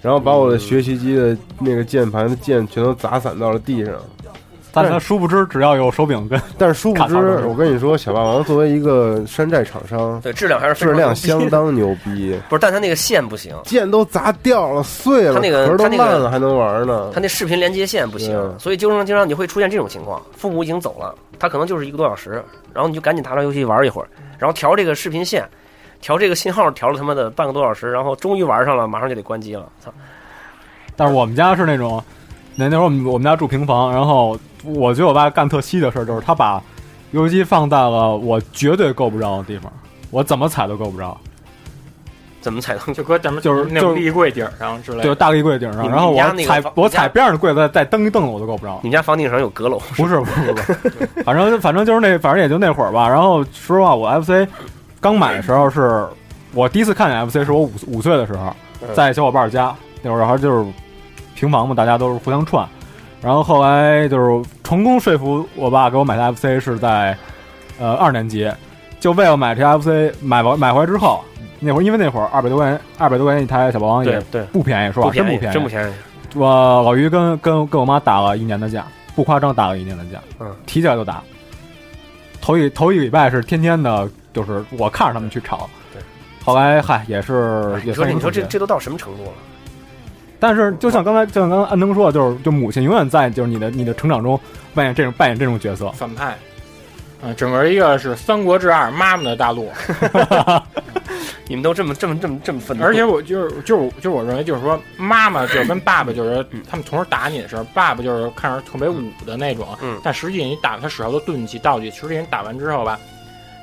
[SPEAKER 2] 然后把我的学习机的那个键盘的键全都砸散到了地上。
[SPEAKER 4] 但是他殊不知，只要有手柄跟
[SPEAKER 2] 但是殊不
[SPEAKER 4] 卡槽都
[SPEAKER 2] 知
[SPEAKER 4] 是，
[SPEAKER 2] 我跟你说，小霸王作为一个山寨厂商，
[SPEAKER 3] 对质量还是非
[SPEAKER 2] 质
[SPEAKER 3] 常
[SPEAKER 2] 量
[SPEAKER 3] 牛逼
[SPEAKER 2] 相当牛逼，
[SPEAKER 3] *laughs* 不是，但他那个线不行，
[SPEAKER 2] 键都砸掉了、碎了，
[SPEAKER 3] 他那个
[SPEAKER 2] 壳都
[SPEAKER 3] 他那个
[SPEAKER 2] 烂了还能玩呢
[SPEAKER 3] 他。那视频连接线不行，
[SPEAKER 4] 嗯
[SPEAKER 2] 对啊
[SPEAKER 3] 所以经常经常你会出现这种情况：父母已经走了，他可能就是一个多小时，然后你就赶紧拿着游戏玩一会儿，然后调这个视频线，调这个信号，调了他妈的半个多小时，然后终于玩上了，马上就得关机了。操！
[SPEAKER 4] 但是我们家是那种，那那时候我们我们家住平房，然后我觉得我爸干特稀的事儿，就是他把游戏机放在了我绝对够不着的地方，我怎么踩都够不着，
[SPEAKER 3] 怎么才能
[SPEAKER 5] 就搁咱们
[SPEAKER 4] 就是
[SPEAKER 5] 那
[SPEAKER 4] 就
[SPEAKER 5] 种
[SPEAKER 4] 是
[SPEAKER 5] 立柜顶上之类
[SPEAKER 4] 就是
[SPEAKER 5] 的。
[SPEAKER 4] 大立柜顶
[SPEAKER 3] 你
[SPEAKER 4] 上，
[SPEAKER 3] 们
[SPEAKER 4] 然后我
[SPEAKER 3] 家那个
[SPEAKER 4] 踩
[SPEAKER 3] 房
[SPEAKER 4] 我
[SPEAKER 3] 家。
[SPEAKER 4] 踩边上的柜子，再蹬一凳子我都够不着
[SPEAKER 3] 你们家房顶上有阁楼？
[SPEAKER 4] 不是不是不是，反正反正就是那反正也就那会儿吧。然后说实话，我 FC 刚买的时候是我第一次看见 FC 是我五五岁的时候，
[SPEAKER 3] 嗯
[SPEAKER 4] 在小伙伴家那会儿，然后就是平房嘛，大家都是互相串。然后后来就是成功说服我爸给我买台 FC 是在呃二年级，就为了买这台 FC 买完买回来之后，那会儿因为那会儿二百多块钱二百多块钱一台小霸王也
[SPEAKER 3] 对，
[SPEAKER 4] 不便宜，说
[SPEAKER 3] 不
[SPEAKER 4] 吧，真
[SPEAKER 3] 便宜，
[SPEAKER 4] 便宜，
[SPEAKER 3] 真不便宜。
[SPEAKER 4] 我老于跟跟跟我妈打了一年的架，不夸张，打了一年的架，
[SPEAKER 3] 嗯，
[SPEAKER 4] 提起来就打。头一头一个礼拜是天天的，就是我看着他们去吵。
[SPEAKER 3] 对，哎
[SPEAKER 4] 后来嗨也是
[SPEAKER 3] 你
[SPEAKER 4] 也
[SPEAKER 3] 说这，
[SPEAKER 4] 算是
[SPEAKER 3] 你说这
[SPEAKER 4] 总结，
[SPEAKER 3] 这都到什么程度了？
[SPEAKER 4] 但是就像刚才就像刚才安东说的，就是就母亲永远在就是你的你的成长中扮演这种扮演这种角色。
[SPEAKER 5] 反派，嗯，整个一个是《三国志二》妈妈的大陆，
[SPEAKER 3] 你们都这么这么这么这么愤怒，
[SPEAKER 5] *laughs* 而且我就是就是就是我认为就是说，妈妈就是跟爸爸就是他们同时打你的时候，爸爸就是看着特别武的那种，
[SPEAKER 3] 嗯嗯
[SPEAKER 5] 但实际你打他使好多钝器道具，实际你打完之后吧，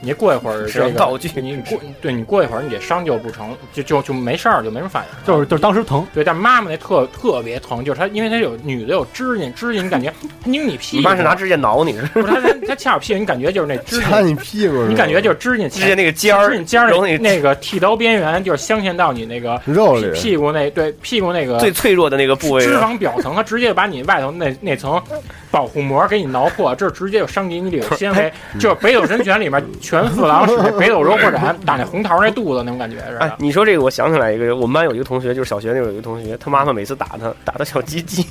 [SPEAKER 5] 你过一会儿
[SPEAKER 3] 使
[SPEAKER 5] 这
[SPEAKER 3] 用
[SPEAKER 5] 个
[SPEAKER 3] 道具
[SPEAKER 5] 你过对你过一会儿你这伤就不成，就就就没事儿，就没什么反应了，
[SPEAKER 4] 就是就是当时疼，
[SPEAKER 5] 对，但妈妈那特特别疼，就是她，因为她有女的有指甲，指甲
[SPEAKER 3] *laughs*
[SPEAKER 5] 你感觉她拧你屁
[SPEAKER 3] 你
[SPEAKER 5] 股，
[SPEAKER 3] 妈是拿指甲挠你，是
[SPEAKER 5] 不是她她她掐我屁股，你感觉就是那指
[SPEAKER 2] 掐
[SPEAKER 5] 甲，
[SPEAKER 2] 你屁股是吧，
[SPEAKER 5] 你感觉就是指甲
[SPEAKER 3] 指甲那个尖儿
[SPEAKER 5] 指甲尖儿
[SPEAKER 3] 揉那
[SPEAKER 5] 那
[SPEAKER 3] 个
[SPEAKER 5] 那个剃刀边缘就是镶嵌到你那个
[SPEAKER 2] 肉里
[SPEAKER 5] 屁屁股那对屁股那个
[SPEAKER 3] 最脆弱的那个部位
[SPEAKER 5] 脂
[SPEAKER 3] 啊。
[SPEAKER 5] 肪表层，它直接把你外头那那层保护膜给你挠破，这直接就伤及你里头纤
[SPEAKER 3] 哎
[SPEAKER 5] 维。就是北斗神拳里面全四郎使那北斗柔火斩打那红桃那肚子那种感觉似
[SPEAKER 3] 哎
[SPEAKER 5] 的，。
[SPEAKER 3] 你说这个，我想起来一个，我们班有一个同学，就是小学那会儿有一个同学，他妈妈每次打他，打他小鸡鸡，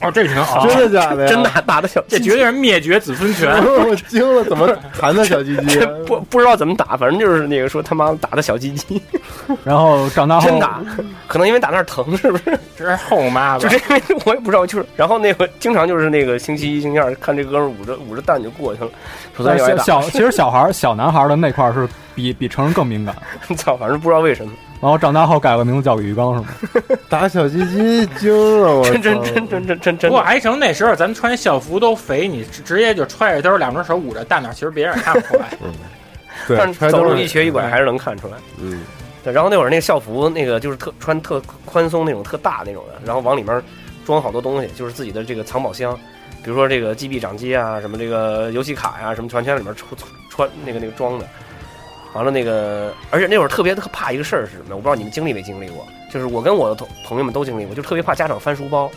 [SPEAKER 5] 哦，这挺好，
[SPEAKER 2] 真的假的呀？
[SPEAKER 3] 真打打他小
[SPEAKER 5] 啊这
[SPEAKER 3] 鸡鸡
[SPEAKER 5] 绝，对是灭绝子孙拳。
[SPEAKER 2] *laughs* 我惊了，怎么弹的小鸡
[SPEAKER 3] *laughs*
[SPEAKER 2] 鸡啊？
[SPEAKER 3] 这不不知道怎么打，反正就是那个说他妈打他小鸡鸡，
[SPEAKER 4] 然后长
[SPEAKER 5] 哦
[SPEAKER 4] 大后
[SPEAKER 3] 真打，可能因为打那儿疼，是不是？
[SPEAKER 5] 这是后妈吧
[SPEAKER 3] 就？是因为我也不知道，就是然后那个经常就是那个星期一、星期二看这哥们儿捂着捂着蛋就过去了，说他
[SPEAKER 4] 但
[SPEAKER 3] 要挨
[SPEAKER 4] 是
[SPEAKER 3] 打，
[SPEAKER 4] 小其实小孩儿小男孩儿的那块儿是比比成人更敏感。
[SPEAKER 3] *laughs* 操，反正不知道为什么，
[SPEAKER 4] 然后长大后改个名字叫鱼缸是吗？
[SPEAKER 2] 打小鸡鸡惊了，我
[SPEAKER 3] 真真
[SPEAKER 2] 操
[SPEAKER 3] 真真真真
[SPEAKER 5] 不
[SPEAKER 3] 真
[SPEAKER 5] 过，还成那时候咱穿校服都肥，你直直接就揣着兜，两只手捂着大脑，其实别人也看不出
[SPEAKER 3] *laughs*
[SPEAKER 5] 来。
[SPEAKER 3] 但
[SPEAKER 2] 对，
[SPEAKER 3] 是
[SPEAKER 2] 揣
[SPEAKER 3] 走
[SPEAKER 2] 兜
[SPEAKER 3] 路
[SPEAKER 2] 里
[SPEAKER 3] 一瘸一拐还是能看出来。
[SPEAKER 2] 嗯，
[SPEAKER 3] 对，然后那会儿那个校服，那个就是特穿特宽松那种特大那种的，然后往里面装好多东西，就是自己的这个藏宝箱，比如说这个 GB 掌机啊，什么这个游戏卡呀、什么全全里面出穿那个那个装的。完了那个，而且那会儿特别特怕一个事儿是什么呢？我不知道你们经历没经历过，就是我跟我的同朋友们都经历过，就特别怕家长翻书包，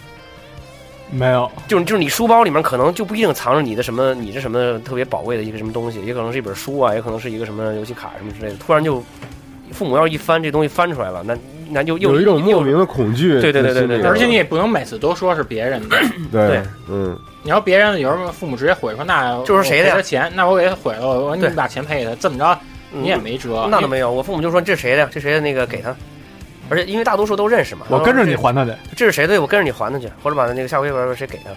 [SPEAKER 4] 没有，
[SPEAKER 3] 就是就是你书包里面可能就不一定藏着你的什么你这什么特别宝贵的一个什么东西，也可能是一本书啊，也可能是一个什么游戏卡什么之类的。突然就父母要是一翻这东西翻出来了，那那就又
[SPEAKER 2] 有一种莫
[SPEAKER 3] 又
[SPEAKER 2] 名的恐惧在
[SPEAKER 3] 对
[SPEAKER 2] 心
[SPEAKER 3] 对
[SPEAKER 2] 里了，
[SPEAKER 3] 对对对
[SPEAKER 5] 而且你也不能每次都说是别人
[SPEAKER 3] *clears throat*
[SPEAKER 5] 的，
[SPEAKER 2] 对
[SPEAKER 3] 对，
[SPEAKER 2] 嗯，
[SPEAKER 5] 你要别人的，有时候父母直接毁说那
[SPEAKER 3] 就是谁的呀
[SPEAKER 5] 我赔他钱，那我给他毁了，我说你
[SPEAKER 3] 对
[SPEAKER 5] 把钱赔给他，这么着你也
[SPEAKER 3] 嗯
[SPEAKER 5] 没辙。
[SPEAKER 3] 那倒没有，我父母就说这谁的，这谁的那个给他，而且因为大多数都认识嘛，哦
[SPEAKER 4] 我跟着你
[SPEAKER 3] 这，
[SPEAKER 4] 还他去。
[SPEAKER 3] 这是谁的，我跟着你还他去，或者把那个下回玩谁给他。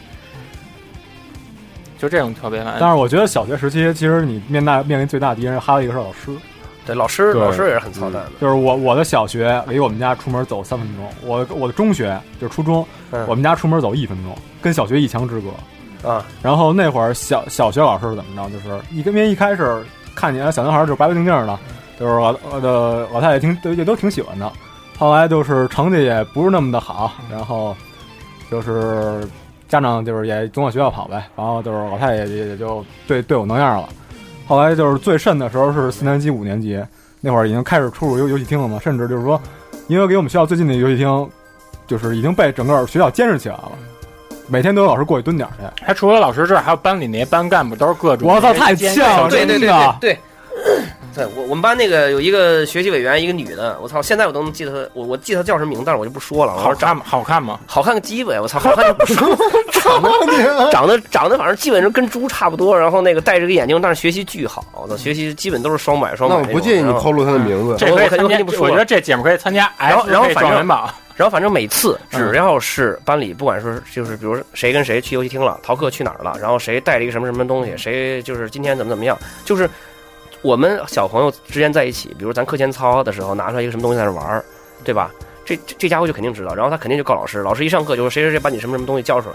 [SPEAKER 5] 就这种特别
[SPEAKER 4] 但
[SPEAKER 5] 难。
[SPEAKER 4] 是我觉得小学时期，其实你面大面临最大敌人还有一个是老师，
[SPEAKER 3] 对，老师
[SPEAKER 2] 对
[SPEAKER 3] 老师也是很操蛋的，
[SPEAKER 4] 就是我我的小学离我们家出门走三分钟，我我的中学就是初中，
[SPEAKER 3] 嗯
[SPEAKER 4] 我们家出门走一分钟，跟小学一墙之隔。
[SPEAKER 2] 嗯
[SPEAKER 3] 啊，
[SPEAKER 4] 然后那会儿小小学老师是怎么着？就是一跟因为一开始看见小男孩儿就是白白净净的，就是我我的老太太挺都也都挺喜欢的。后来就是成绩也不是那么的好，然后就是家长就是也总往学校跑呗，然后就是老太太也也就对对我那样了。后来就是最甚的时候是四年级、五年级那会儿已经开始出入游游戏厅了嘛，甚至就是说，因为给我们学校最近的游戏厅就是已经被整个学校监视起来了，每天都有老师过去蹲点儿去。
[SPEAKER 5] 他除了老师之外，还有班里那些班干部都是各种。
[SPEAKER 4] 我操，太
[SPEAKER 5] 监
[SPEAKER 4] 欠了，
[SPEAKER 3] 对对
[SPEAKER 4] 真
[SPEAKER 3] 对
[SPEAKER 4] 的啊
[SPEAKER 3] 对。对对我我们班那个有一个学习委员，一个女的，我操，现在我都能记得她，我我记得她叫什么名字，但是我就不说了。我
[SPEAKER 5] 好
[SPEAKER 3] 说长
[SPEAKER 5] 看吗？好看吗？
[SPEAKER 3] 好看个鸡巴呀！我操，好看
[SPEAKER 2] *laughs*
[SPEAKER 3] 就不说了长得长得长得反正基本上跟猪差不多，然后那个戴着个眼镜，但是学习巨好，我操，学习基本都是双百双
[SPEAKER 2] 那
[SPEAKER 3] 百
[SPEAKER 2] 我
[SPEAKER 3] 种
[SPEAKER 2] 不介意你
[SPEAKER 3] 然后嗯
[SPEAKER 2] 透露他的名字，
[SPEAKER 5] 这
[SPEAKER 3] 我
[SPEAKER 5] 可以
[SPEAKER 3] 我肯定
[SPEAKER 5] 参加
[SPEAKER 3] 跟你不，说
[SPEAKER 5] 我觉得这节目可以参加
[SPEAKER 3] 然后
[SPEAKER 5] F
[SPEAKER 3] 然后反
[SPEAKER 5] 状
[SPEAKER 3] 正
[SPEAKER 5] 元榜。
[SPEAKER 3] 然后反正每次只要是班里，不管说就是比如说谁跟谁去游戏厅了，逃课去哪儿了，然后谁带了一个什么什么东西，谁就是今天怎么怎么样，就是我们小朋友之间在一起，比如咱课间操的时候拿出来一个什么东西在那玩儿，对吧？这这这家伙就肯定知道，然后他肯定就告老师，老师一上课就说谁谁谁把你什么什么东西交出来，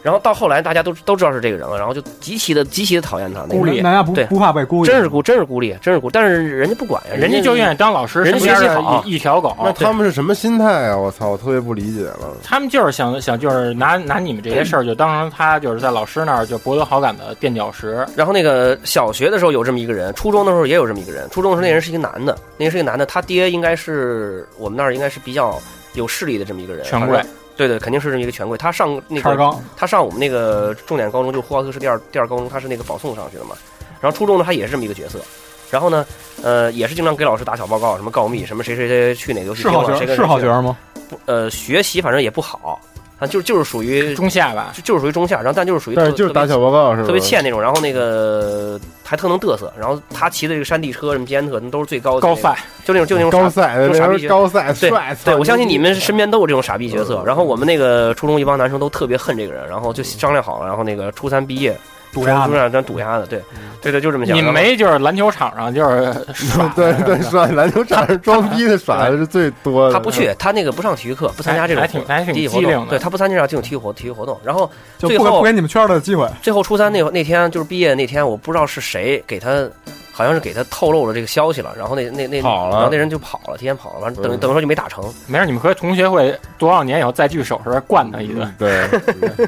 [SPEAKER 3] 然后到后来大家都都知道是这个人了，然后就极其的极其的讨厌他，那
[SPEAKER 4] 孤
[SPEAKER 3] 个
[SPEAKER 4] 立，大家不
[SPEAKER 3] 对
[SPEAKER 4] 不怕被孤立，
[SPEAKER 3] 真是孤真是孤立，真是孤，但是人家不管呀，
[SPEAKER 5] 人家就愿意当老师，
[SPEAKER 3] 人家啊
[SPEAKER 5] 身边
[SPEAKER 3] 学习
[SPEAKER 5] 的
[SPEAKER 3] 好
[SPEAKER 5] 一一条狗。
[SPEAKER 2] 那他们是什么心态啊？我操，我特别不理解了。
[SPEAKER 5] 他们就是想想，就是拿拿你们这些事儿，就当成他就是在老师那儿就博得好感的垫脚石。
[SPEAKER 3] 然后那个小学的时候有这么一个人，初中的时候也有这么一个人。初中的时候那人是一个男的，那人是一个男的，他爹应该是我们那儿应该是比较有势力的这么一个人，
[SPEAKER 5] 权
[SPEAKER 3] 呃反
[SPEAKER 5] 贵
[SPEAKER 3] 正。对对，肯定是这么一个权贵。他上那
[SPEAKER 4] 叉
[SPEAKER 3] 个
[SPEAKER 4] 钢，
[SPEAKER 3] 他上我们那个重点高中，就呼和浩特市第二第二高中，他是那个保送上去的嘛。然后初中呢，他也是这么一个角色。然后呢，呃，也是经常给老师打小报告，什么告密，什么谁谁谁去哪个游戏
[SPEAKER 4] 是
[SPEAKER 3] 厅了，
[SPEAKER 4] 好
[SPEAKER 3] 谁
[SPEAKER 4] 学
[SPEAKER 3] 跟
[SPEAKER 4] 是
[SPEAKER 3] 谁
[SPEAKER 4] 好
[SPEAKER 3] 去
[SPEAKER 4] 学
[SPEAKER 3] 了，
[SPEAKER 4] 生吗？
[SPEAKER 3] 不呃，学习反正也不好，啊，就就是属于就
[SPEAKER 5] 中下吧，
[SPEAKER 3] 就是属于中下，然后但就是属于
[SPEAKER 2] 但是
[SPEAKER 3] 特
[SPEAKER 2] 就是
[SPEAKER 3] 特别
[SPEAKER 2] 打小报告是吧？
[SPEAKER 3] 特别欠那种，然后那个还特能嘚瑟，然后他骑的这个山地车什么捷安特，那都是最高的
[SPEAKER 5] 高
[SPEAKER 3] 那个，
[SPEAKER 5] 范
[SPEAKER 3] 就那种就那种
[SPEAKER 2] 高
[SPEAKER 3] 傻。
[SPEAKER 2] 赛的，那时
[SPEAKER 3] 傻逼
[SPEAKER 2] 候
[SPEAKER 3] 学
[SPEAKER 2] 高赛
[SPEAKER 3] 对
[SPEAKER 2] 帅，操
[SPEAKER 3] 对，我相信
[SPEAKER 5] 嗯
[SPEAKER 3] 你们身边都有这种傻逼角色。
[SPEAKER 2] 嗯
[SPEAKER 3] 然后我们那个初中一帮男生都特别恨这个人，然后就商量好了，然后那个初三毕业，
[SPEAKER 4] 堵丫
[SPEAKER 3] 初
[SPEAKER 4] 的，
[SPEAKER 3] 三咱堵他的，对，对对，就这么想。
[SPEAKER 5] 嗯你
[SPEAKER 3] 然
[SPEAKER 5] 们
[SPEAKER 3] 后
[SPEAKER 5] 没就是篮球场上就是
[SPEAKER 3] *laughs*
[SPEAKER 5] 耍
[SPEAKER 2] *laughs* 对对，耍篮球场上装逼的耍的是最多的。
[SPEAKER 3] 他不去，他那个不上体育课，不参加这种
[SPEAKER 5] 还挺还挺
[SPEAKER 3] 体育活
[SPEAKER 5] 机灵
[SPEAKER 3] 动，
[SPEAKER 5] 的
[SPEAKER 3] 对他不参加这种体育活体育活动。然后
[SPEAKER 4] 就
[SPEAKER 3] 最
[SPEAKER 4] 不给
[SPEAKER 3] 后嗯
[SPEAKER 4] 不给你们圈儿的机会。
[SPEAKER 3] 最后初三那那天就是毕业那天，我不知道是谁给他，好像是给他透露了这个消息了。然后那那那
[SPEAKER 2] 跑了
[SPEAKER 3] 然后那人就跑了，提前跑了，完了等于
[SPEAKER 2] 嗯
[SPEAKER 3] 等于说就没打成。
[SPEAKER 5] 没事，你们可以同学会多少年以后再聚首时候灌他一顿，
[SPEAKER 2] 嗯对，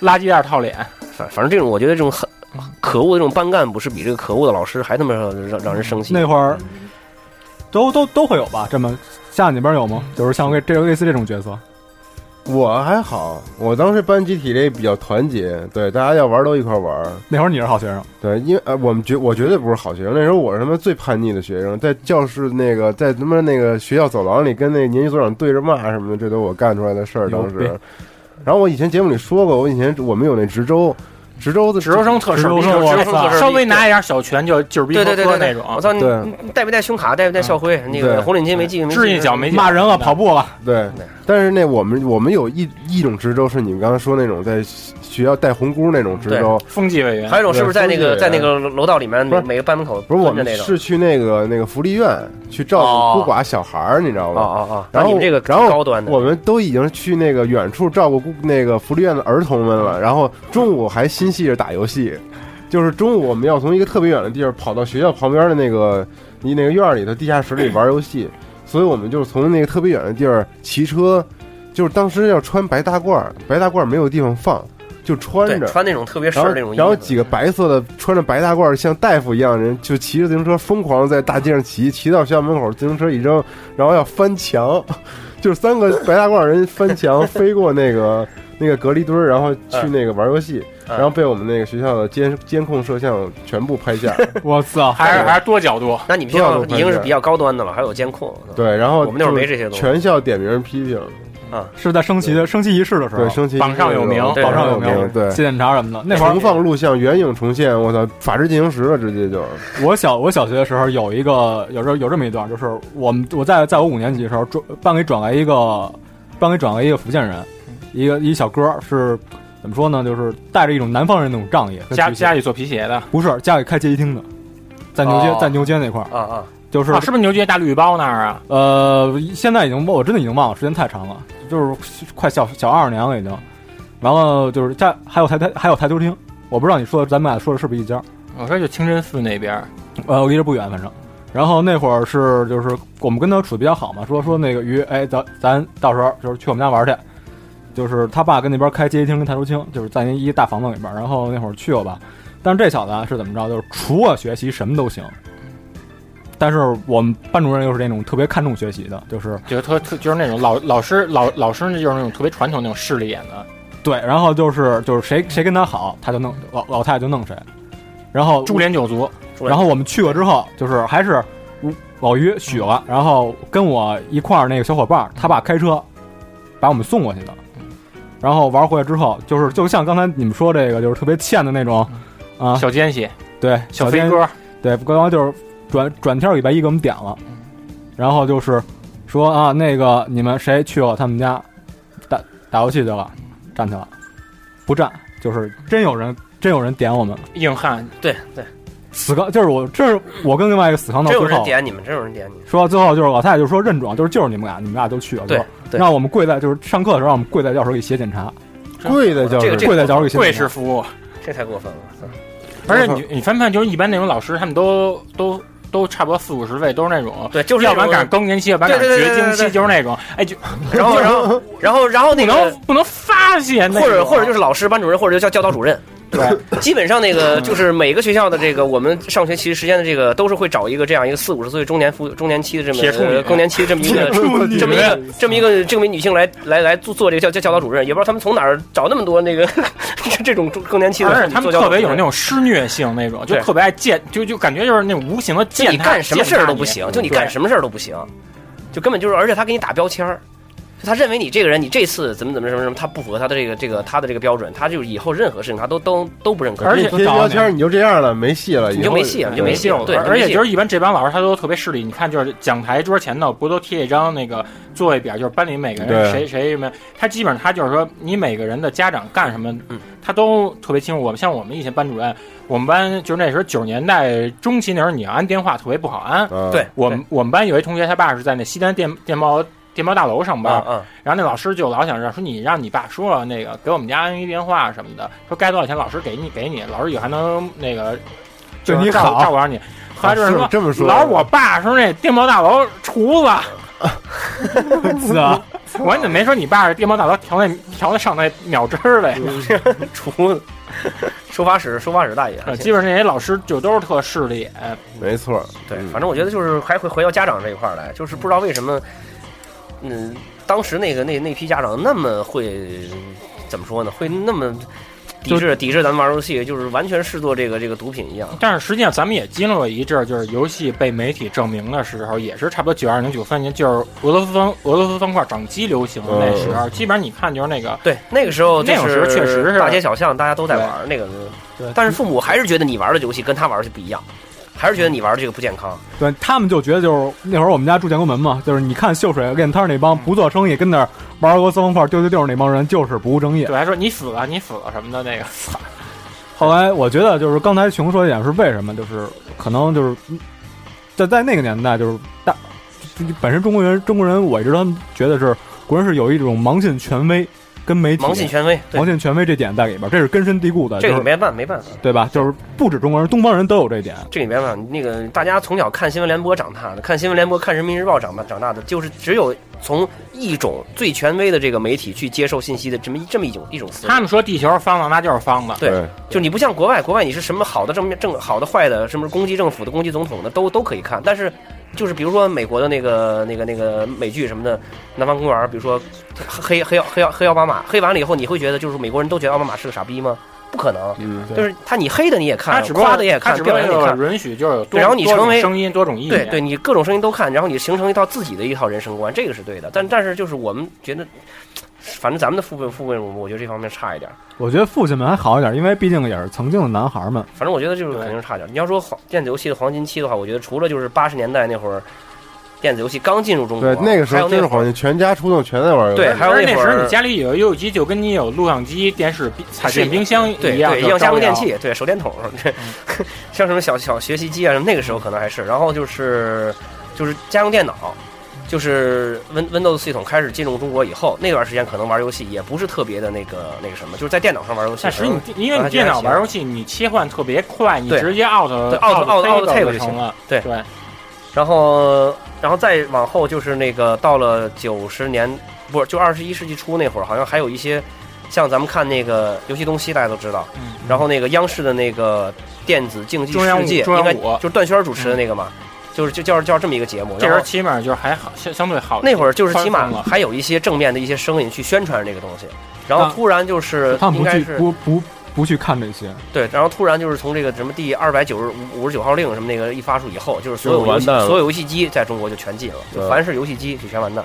[SPEAKER 5] 垃圾袋套脸。
[SPEAKER 3] 反反正这种，我觉得这种很可恶的这种班干部是比这个可恶的老师还他妈让让让人生气。
[SPEAKER 4] 那会儿都都都会有吧？这么像你那边有吗？就是像我给这类似这种角色，
[SPEAKER 2] 我还好，我当时班集体里比较团结，对，大家要玩都一块玩。
[SPEAKER 4] 那会儿你是好学生，
[SPEAKER 2] 对，因为呃，我们绝我绝对不是好学生，那时候我是他妈最叛逆的学生，在教室那个在他妈那个学校走廊里跟那年级组长对着骂什么的，这都我干出来的事儿。当
[SPEAKER 4] 牛
[SPEAKER 2] 时，然后我以前节目里说过，我以前我们有那值周，值周的
[SPEAKER 5] 直周生特
[SPEAKER 4] 直
[SPEAKER 5] 事儿
[SPEAKER 4] 周
[SPEAKER 5] 逼，
[SPEAKER 4] 生
[SPEAKER 5] 直
[SPEAKER 4] 我
[SPEAKER 5] 周
[SPEAKER 4] 操
[SPEAKER 5] 生稍微拿一点小拳就就是逼
[SPEAKER 3] 对对对
[SPEAKER 5] 呵呵
[SPEAKER 3] 对
[SPEAKER 5] 那
[SPEAKER 3] 对，
[SPEAKER 5] 种。
[SPEAKER 3] 我操你
[SPEAKER 2] 对
[SPEAKER 3] 你带没带胸卡，带没带校徽，那
[SPEAKER 2] 对
[SPEAKER 3] 个红领巾没系没系，
[SPEAKER 5] 知一脚
[SPEAKER 3] 哎
[SPEAKER 5] 没
[SPEAKER 4] 骂人了，跑步了，
[SPEAKER 2] 对，但是那我们我们有一一种值周是你们刚才说那种在学校带红箍那种值周，
[SPEAKER 5] 风纪委员
[SPEAKER 3] 还有一种是不是在那个
[SPEAKER 2] 对
[SPEAKER 3] 在那个楼道里面，
[SPEAKER 2] 不是
[SPEAKER 3] 每每个班门口
[SPEAKER 2] 不是我
[SPEAKER 3] 蹲着
[SPEAKER 2] 们
[SPEAKER 3] 那种
[SPEAKER 2] 是去那个那个福利院去照
[SPEAKER 3] 哦
[SPEAKER 2] 顾孤寡小孩儿，你知道
[SPEAKER 3] 哦
[SPEAKER 2] 吗？
[SPEAKER 3] 哦哦，
[SPEAKER 2] 然
[SPEAKER 3] 那
[SPEAKER 2] 后
[SPEAKER 3] 你们这个
[SPEAKER 2] 然后
[SPEAKER 3] 高端的
[SPEAKER 2] 我们都已经去那个远处照顾孤那个福利院的儿童们了，然后中午还心系着打游戏，就是中午我们要从一个特别远的地儿跑到学校旁边的那个你那个院儿里头地下室里玩游戏，所以我们就是从那个特别远的地儿骑车，就是当时要穿白大褂儿，白大褂儿没有地方放，就穿
[SPEAKER 3] 对
[SPEAKER 2] 着，
[SPEAKER 3] 穿那种特别实
[SPEAKER 2] 然后
[SPEAKER 3] 的那种衣服，
[SPEAKER 2] 然后几个白色的穿着白大褂儿像大夫一样的人，就骑着自行车疯狂地在大街上骑，骑到学校门口，自行车一扔，然后要翻墙， *laughs* 就是三个白大褂儿人翻墙飞过那个 *laughs* 那个隔离墩儿，然后去那个玩游戏，
[SPEAKER 3] 嗯
[SPEAKER 2] 然后被我们那个学校的监监控摄像全部
[SPEAKER 3] *laughs*
[SPEAKER 2] 拍下。
[SPEAKER 4] 我操，
[SPEAKER 5] 还是还是多角度，
[SPEAKER 3] 那你们学校
[SPEAKER 2] 多少都
[SPEAKER 3] 已经
[SPEAKER 2] 拍
[SPEAKER 3] 是
[SPEAKER 2] 着
[SPEAKER 3] 比较高端的了，还有监控。
[SPEAKER 2] 对，然
[SPEAKER 5] 哦
[SPEAKER 2] 后
[SPEAKER 3] 我们那会儿没
[SPEAKER 2] 就是
[SPEAKER 3] 这些东西
[SPEAKER 2] 全校点名批评，
[SPEAKER 4] 是在升旗的升旗仪式的时候
[SPEAKER 2] 对，，升旗
[SPEAKER 5] 榜上有名
[SPEAKER 3] 对
[SPEAKER 2] 榜
[SPEAKER 4] 榜上
[SPEAKER 2] 上
[SPEAKER 4] 有
[SPEAKER 2] 名，
[SPEAKER 4] 名，
[SPEAKER 2] 对。
[SPEAKER 4] 写检查什么的。那会儿
[SPEAKER 2] 重放录像，原影重现，我操，法制进行时了，直接就是。
[SPEAKER 4] 我小我小学的时候有一个有这有这么一段，就是我们我在在我五年级的时候转班给转为一个班给转为一个福建人，
[SPEAKER 5] 嗯
[SPEAKER 4] 一个一小哥是怎么说呢？就是带着一种南方人那种仗义，跟
[SPEAKER 5] 家
[SPEAKER 4] 脾气
[SPEAKER 5] 家里做皮鞋的
[SPEAKER 4] 不是家里开街机厅的，在牛街、
[SPEAKER 3] 哦
[SPEAKER 4] 在牛街那块儿，
[SPEAKER 3] 啊啊，
[SPEAKER 4] 就是、
[SPEAKER 5] 啊，是不是牛街大绿包那儿啊？
[SPEAKER 4] 呃，现在已经我真的已经忘了，时间太长了，就是快小小二十年了已经。完了就是家还有台台还有台球厅，我不知道你说的咱们俩说的是不是一家？
[SPEAKER 5] 我说就清真寺那边儿，
[SPEAKER 4] 呃，离着不远，反正。然后那会儿是就是我们跟他处的比较好嘛，说说那个鱼，哎，咱咱到时候就是去我们家玩去，就是他爸跟那边开街机厅跟台球厅，就是在那一大房子里边儿。然后那会儿去了吧，但是这小子啊是怎么着，就是除了学习什么都行。但是我们班主任又是那种特别看重学习的，就是
[SPEAKER 5] 就是特特就是那种老老师老老师就是那种特别传统那种势利眼的
[SPEAKER 4] 对，然后就是就是谁谁跟他好，他就弄老老太太就弄谁，然后
[SPEAKER 5] 株连九族，
[SPEAKER 4] 然后我们去了之后，就是还是老于许了，然后跟我一块儿那个小伙伴儿，他爸开车把我们送过去的。然后玩回来之后，就是就像刚才你们说这个，就是特别欠的那种啊，
[SPEAKER 5] 嗯小奸细，
[SPEAKER 4] 对，
[SPEAKER 5] 小飞
[SPEAKER 4] 天
[SPEAKER 5] 哥，
[SPEAKER 4] 对，刚刚就是转转天儿礼拜一给我们点了，然后就是说啊，那个你们谁去了他们家打打游戏去了，站去了，不站，就是真有人真有人点我们
[SPEAKER 5] 硬汉，
[SPEAKER 3] 对对，
[SPEAKER 4] 死刚，就是我这是我跟另外一个死扛到
[SPEAKER 3] 真
[SPEAKER 4] 最
[SPEAKER 3] 有人
[SPEAKER 4] 后，
[SPEAKER 3] 点你们，真有人点你们。
[SPEAKER 4] 说到最后就是老太太就说认准，就是就是你们俩，你们俩都去了，
[SPEAKER 3] 对
[SPEAKER 4] 就
[SPEAKER 3] 对
[SPEAKER 4] 让我们跪在就是上课的时候让我们跪在教室里写检查，
[SPEAKER 2] 跪在教
[SPEAKER 3] 这
[SPEAKER 2] 室
[SPEAKER 3] 个，这
[SPEAKER 4] 跪在教室里写
[SPEAKER 5] 贵
[SPEAKER 4] 检
[SPEAKER 5] 是
[SPEAKER 4] 查。
[SPEAKER 5] 服务。
[SPEAKER 3] 这太过分
[SPEAKER 5] *laughs*
[SPEAKER 3] 了。
[SPEAKER 5] 而且
[SPEAKER 2] 没
[SPEAKER 5] 你你翻翻，就是一般那种老师，他们都都都差不多四五十岁，都是那种，
[SPEAKER 3] 对，就是那
[SPEAKER 5] 要不然
[SPEAKER 3] 种
[SPEAKER 5] 赶更年期，要不然赶
[SPEAKER 3] 对对对
[SPEAKER 5] 绝经
[SPEAKER 3] 对对
[SPEAKER 5] 期，
[SPEAKER 3] 对
[SPEAKER 5] 就是那种，哎，就
[SPEAKER 3] 然后然
[SPEAKER 5] *laughs*
[SPEAKER 3] 后然后然后
[SPEAKER 5] 不
[SPEAKER 3] 那个
[SPEAKER 5] 能不能发泄那种，啊
[SPEAKER 3] 或者或者就是是老师、班主任，或者就叫教导主
[SPEAKER 5] *laughs*
[SPEAKER 3] 任。对，基本上那个就是每个学校的这个，我们上学其实时间的这个，都是会找一个这样一个四五十岁中年妇中年期的这么
[SPEAKER 5] 铁处女
[SPEAKER 3] 呃更年期这么一个这么一个这么一个这么一个女性来来来做做这个教教教导主任，也不知道他们从哪儿找那么多那个 *laughs* 这种中更年期的
[SPEAKER 5] 而且他们
[SPEAKER 3] 做教
[SPEAKER 5] 特
[SPEAKER 3] 导主
[SPEAKER 5] 别
[SPEAKER 3] 任
[SPEAKER 5] 有那种施虐性，那种就
[SPEAKER 3] 对
[SPEAKER 5] 特别爱践，就就感觉就是那种无形的
[SPEAKER 3] 就
[SPEAKER 5] 践
[SPEAKER 3] 你
[SPEAKER 5] 踏，
[SPEAKER 3] 干什么事
[SPEAKER 5] 践
[SPEAKER 3] 儿
[SPEAKER 5] 踏
[SPEAKER 3] 都不行，就你
[SPEAKER 5] 嗯对
[SPEAKER 3] 干什么事儿都不行，就根本就是，而且他给你打标签儿，就他认为你这个人，你这次怎么怎么什么什么，他不符合他的这个这个他的这个标准，他就以后任何事情他都都都不认可。
[SPEAKER 5] 而且
[SPEAKER 2] 你贴标签儿你就这样了，没戏了，
[SPEAKER 3] 你就没戏了，你
[SPEAKER 2] 以后哎
[SPEAKER 3] 就没戏了。对，
[SPEAKER 5] 而而且就是是一般这帮老师他都特别势利，你看就是讲台桌前头不都贴一张那个座位表，就是班里每个人
[SPEAKER 2] 对
[SPEAKER 5] 谁谁什么，他基本上他就是说你每个人的家长干什么
[SPEAKER 3] 嗯，
[SPEAKER 5] 他都特别清楚。我们像我们以前班主任，我们班就是那时候九十年代中期那时候，你要安电话特别不好安。
[SPEAKER 2] 啊
[SPEAKER 3] 对，
[SPEAKER 5] 我们我们班有一同学，他爸是在那西单电电报电报大楼上
[SPEAKER 3] 啊
[SPEAKER 5] 班， *laughs*
[SPEAKER 3] 啊，
[SPEAKER 5] 然后那老师就老想让说你让你爸说说那个给我们家安一电话什么的，说该多少钱老师给你给你，老师以后还能那个就
[SPEAKER 4] 对
[SPEAKER 5] 是
[SPEAKER 4] 你
[SPEAKER 5] 照
[SPEAKER 4] 好
[SPEAKER 5] 照顾上你。后来就是
[SPEAKER 2] 是
[SPEAKER 5] 说
[SPEAKER 2] 这么说的
[SPEAKER 5] 老师我爸是那电报大楼厨子，
[SPEAKER 4] *laughs* 是啊，
[SPEAKER 5] 我说你怎么没说你爸是电报大楼调那调那上那秒汁儿呗？
[SPEAKER 3] *laughs* 厨子收发室收发室大爷，啊
[SPEAKER 5] 呃基本上那些老师就都是特势利呃眼，
[SPEAKER 2] 没错儿，
[SPEAKER 3] 对，
[SPEAKER 2] 嗯
[SPEAKER 3] 反正我觉得就是还会回到家长这一块儿来，就是不知道为什么，嗯，当时那个那那批家长那么会怎么说呢？会那么抵制抵制咱们玩游戏，就是完全视作这个这个毒品一样。
[SPEAKER 5] 但是实际上咱们也经历过一阵儿，就是游戏被媒体证明的时候，也是差不多九二年九三年，就是俄罗斯方俄罗斯方块掌机流行的那时
[SPEAKER 2] 嗯
[SPEAKER 5] 候，基本上你看就是那个
[SPEAKER 3] 对，那个时候就
[SPEAKER 5] 那个时候确实是
[SPEAKER 3] 大街小巷大家都在玩那个，
[SPEAKER 4] 对
[SPEAKER 3] 但是父母还是觉得你玩的游戏跟他玩的就不一样，还是觉得你玩的这个不健康。
[SPEAKER 4] 对他们就觉得就是那会儿我们家住建国门嘛，就是你看秀水练摊儿那帮不做生意跟那儿玩俄罗斯方块丢丢丢那帮人就是不务正业。
[SPEAKER 5] 对，还说你死了，你死了什么的那个。
[SPEAKER 4] 后来我觉得就是刚才熊说一点是为什么，就是可能就是在在那个年代，就是大本身中国人中国人，我一直都觉得是国人是有一种盲信权威，跟媒体
[SPEAKER 3] 盲信权威，对
[SPEAKER 4] 盲，信权威这点在里边，这是根深蒂固的，
[SPEAKER 3] 这个
[SPEAKER 4] 就
[SPEAKER 3] 你
[SPEAKER 4] 是
[SPEAKER 3] 没办没办法，
[SPEAKER 4] 对吧？就是不止中国人，东方人都有这点。
[SPEAKER 3] 这里面吧，那个大家从小看新闻联播长大的，看新闻联播、看人民日报长大长大的，就是只有从一种最权威的这个媒体去接受信息的这么一这么一种一种思
[SPEAKER 5] 他
[SPEAKER 3] 维。
[SPEAKER 5] 们说地球是方的，那就是方的。
[SPEAKER 3] 对，就你不像国外，国外你是什么好的正面正好的坏的，什么攻击政府的、攻击总统的都都可以看，但是。就是比如说美国的那个那个那个美剧什么的，《南方公园》，比如说黑黑黑黑奥巴马，黑完了以后，你会觉得就是美国人都觉得奥巴啊马是个傻逼吗？不可能，
[SPEAKER 2] 嗯，
[SPEAKER 3] 就是他你黑的你也
[SPEAKER 5] 他
[SPEAKER 3] 看，
[SPEAKER 5] 只不
[SPEAKER 3] 夸
[SPEAKER 5] 过
[SPEAKER 3] 的也
[SPEAKER 5] 他
[SPEAKER 3] 看，
[SPEAKER 5] 只
[SPEAKER 3] 表
[SPEAKER 5] 不过
[SPEAKER 3] 扬的也看，
[SPEAKER 5] 就是允许就是多
[SPEAKER 3] 对然后你
[SPEAKER 5] 多种
[SPEAKER 3] 成为
[SPEAKER 5] 声音多种意啊见。
[SPEAKER 3] 对对，你各种声音都看，然后你形成一套自己的一套人生观，这个是对的。但但是就是我们觉得，反正咱们的父辈父辈，我觉得这方面差一点。
[SPEAKER 4] 我觉得父亲们还好一点，因为毕竟也是曾经的男孩们。
[SPEAKER 3] 反正我觉得就是肯定是差点。你要说黄电子游戏的黄金期的话，我觉得除了就是八十年代那会儿，电子游戏刚进入中国，
[SPEAKER 2] 对，那个时
[SPEAKER 3] 还
[SPEAKER 2] 候
[SPEAKER 3] 有那
[SPEAKER 2] 真是
[SPEAKER 3] 会
[SPEAKER 2] 黄
[SPEAKER 3] 儿
[SPEAKER 2] 金，全家出动全在玩游戏。
[SPEAKER 3] 对还有
[SPEAKER 5] 而
[SPEAKER 3] 那
[SPEAKER 5] 那
[SPEAKER 3] 会
[SPEAKER 5] 时
[SPEAKER 3] 儿
[SPEAKER 5] 候你家里有游戏机，就跟你有录像机、电视、彩电、冰箱
[SPEAKER 3] 对
[SPEAKER 5] 一样，
[SPEAKER 3] 对，一样家
[SPEAKER 5] 招
[SPEAKER 3] 用电
[SPEAKER 5] 摇。
[SPEAKER 3] 器，对手电筒，
[SPEAKER 5] 嗯
[SPEAKER 3] *laughs* 像什么小小学习机啊什么，那个时候可能还是。然后就是就是家用电脑，就是 Win Windows 系统开始进入中国以后，那段时间可能玩游戏也不是特别的那个那个什么，就是在电脑上玩游戏。
[SPEAKER 5] 但是你
[SPEAKER 3] 可能
[SPEAKER 5] 因为你电脑玩游戏，你切换特别快，你
[SPEAKER 3] 对
[SPEAKER 5] 直接 out
[SPEAKER 3] out- out-
[SPEAKER 5] out
[SPEAKER 3] outtake
[SPEAKER 5] 就
[SPEAKER 3] 就行
[SPEAKER 5] 成了。
[SPEAKER 3] 对
[SPEAKER 5] 对，
[SPEAKER 3] 然后，然后再往后就是那个到了九十年，不是就二十一世纪初那会儿，好像还有一些像咱们看那个游戏东西，大家都知道。
[SPEAKER 5] 嗯
[SPEAKER 3] 然后那个央视的那个电子竞技
[SPEAKER 5] 中央
[SPEAKER 3] 世界，
[SPEAKER 5] 五中央
[SPEAKER 3] 应该
[SPEAKER 5] 五
[SPEAKER 3] 就是段暄主持的那个嘛，就是就叫叫这么一个节目。
[SPEAKER 5] 这
[SPEAKER 3] 然
[SPEAKER 5] 时候
[SPEAKER 3] 后
[SPEAKER 5] 起码就是还好，相相对好。
[SPEAKER 3] 那会儿就是起
[SPEAKER 5] 宽
[SPEAKER 3] 码
[SPEAKER 5] 松了
[SPEAKER 3] 还有一些正面的一些声音去宣传这个东西。然后突然就是
[SPEAKER 4] 他们
[SPEAKER 3] 应
[SPEAKER 4] 不
[SPEAKER 3] 该
[SPEAKER 4] 去
[SPEAKER 3] 是
[SPEAKER 4] 不不不去看这些，
[SPEAKER 3] 对，然后突然就是从这个什么第二百九十五十九号令什么那个一发出以后，就是所有
[SPEAKER 2] 就
[SPEAKER 3] 游
[SPEAKER 2] 完
[SPEAKER 3] 戏
[SPEAKER 2] 蛋了
[SPEAKER 3] 所有游戏机在中国就全禁了，就
[SPEAKER 2] 嗯
[SPEAKER 3] 凡是游戏机就全完蛋。